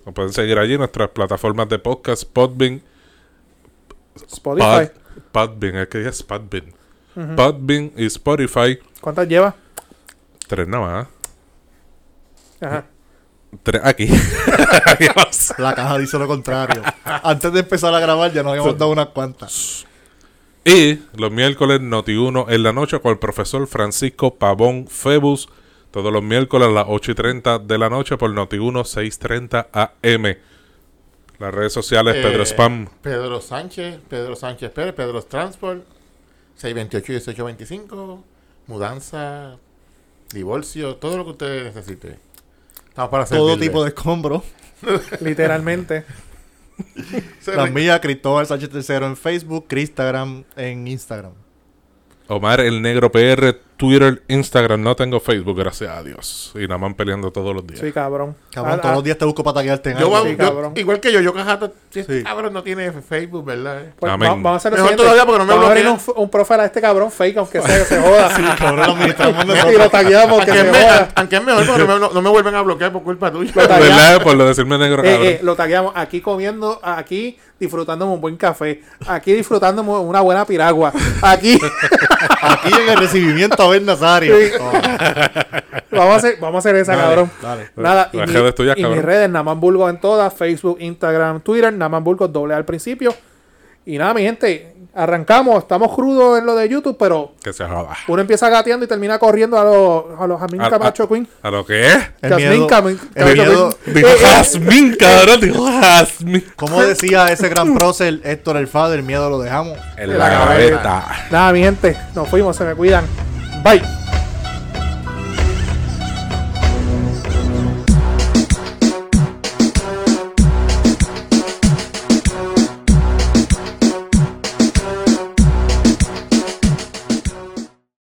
Speaker 2: Nos pueden seguir allí nuestras plataformas de podcast, Podbean, Pod,
Speaker 1: Spotify.
Speaker 2: Podbean, es que dije Podbean. Podbean y Spotify,
Speaker 1: ¿Cuántas lleva?
Speaker 2: tres nada más.
Speaker 1: Ajá.
Speaker 2: Tres aquí. Adiós.
Speaker 3: La caja dice lo contrario. Antes de empezar a grabar ya nos habíamos dado unas cuantas.
Speaker 2: Y los miércoles Noti1 en la noche con el profesor Francisco Pavón Febus. Todos los miércoles a las 8 y 30 de la noche por Noti1 630 AM. Las redes sociales
Speaker 4: Eh,
Speaker 2: Pedro Spam.
Speaker 4: Pedro Sánchez, Pedro Sánchez Pérez, Pedro Transport, 628 y 1825, mudanza, divorcio, todo lo que usted necesite. Estamos para hacer
Speaker 3: Todo tipo de escombros.
Speaker 1: Literalmente.
Speaker 3: La mía, Cristóbal Sánchez III en Facebook, Cristagram en Instagram.
Speaker 2: Omar el Negro PR, Twitter, Instagram. No tengo Facebook, gracias a Dios. Y nada más peleando todos los días.
Speaker 1: Sí, cabrón.
Speaker 3: Cabrón,
Speaker 1: Ah,
Speaker 3: todos
Speaker 1: ah,
Speaker 3: los días te busco para taguearte en
Speaker 4: Yo,
Speaker 3: algo.
Speaker 4: voy-
Speaker 1: Sí,
Speaker 4: yo-
Speaker 1: cabrón.
Speaker 4: igual que yo, yo cajato, si este
Speaker 3: Sí.
Speaker 4: cabrón no tiene Facebook, ¿verdad? eh?
Speaker 1: pues,
Speaker 2: Amén.
Speaker 1: va- vamos a hacer lo
Speaker 4: Mejor
Speaker 1: siguiente.
Speaker 4: todavía porque no me
Speaker 1: Vamos a
Speaker 4: bloquea.
Speaker 1: abrir un, f- un profile a este cabrón fake, aunque sea que se joda.
Speaker 3: Cabrón, lo administramos
Speaker 1: y lo
Speaker 3: nosotros.
Speaker 1: tagueamos, que
Speaker 4: Aunque,
Speaker 1: se
Speaker 4: es me-
Speaker 1: joda.
Speaker 4: aunque es mejor, porque no me, no- no me vuelven a bloquear por culpa tuya.
Speaker 1: Lo tagueamos.
Speaker 2: ¿Verdad? Por lo de decirme negro.
Speaker 1: Eh,
Speaker 2: cabrón.
Speaker 1: eh, lo tagueamos aquí comiendo, aquí disfrutándome un buen café, aquí disfrutándome una buena piragua, aquí
Speaker 3: Aquí en el recibimiento a ver Nazario.
Speaker 1: Sí.
Speaker 3: Oh,
Speaker 1: vamos, a hacer, vamos a hacer esa,
Speaker 3: dale,
Speaker 1: cabrón.
Speaker 3: dale.
Speaker 1: Nada, y,
Speaker 2: Las
Speaker 1: mi-
Speaker 2: Pues, redes tuyas,
Speaker 1: y
Speaker 2: cabrón.
Speaker 1: mis redes, Naman Bulgo en todas, Facebook, Instagram, Twitter, Naman Bulgo doble A al principio. Y nada, mi gente, arrancamos, estamos crudos en lo de YouTube, pero
Speaker 2: Que se joda.
Speaker 1: uno empieza gateando y termina corriendo a los a los Jamín
Speaker 2: A- a-
Speaker 1: Camacho Queen.
Speaker 2: ¿A lo que es?
Speaker 3: El
Speaker 1: Jasmine
Speaker 3: miedo-
Speaker 1: Camacho
Speaker 3: el
Speaker 1: Queen.
Speaker 3: miedo-
Speaker 2: Dijo Jasmine, cabrón. Dijo Jasmine.
Speaker 3: Como decía ese gran prócer Héctor el Fader, el miedo lo dejamos.
Speaker 2: En la
Speaker 4: la
Speaker 2: gaveta.
Speaker 1: Nada, mi gente, nos fuimos, se me cuidan. Bye.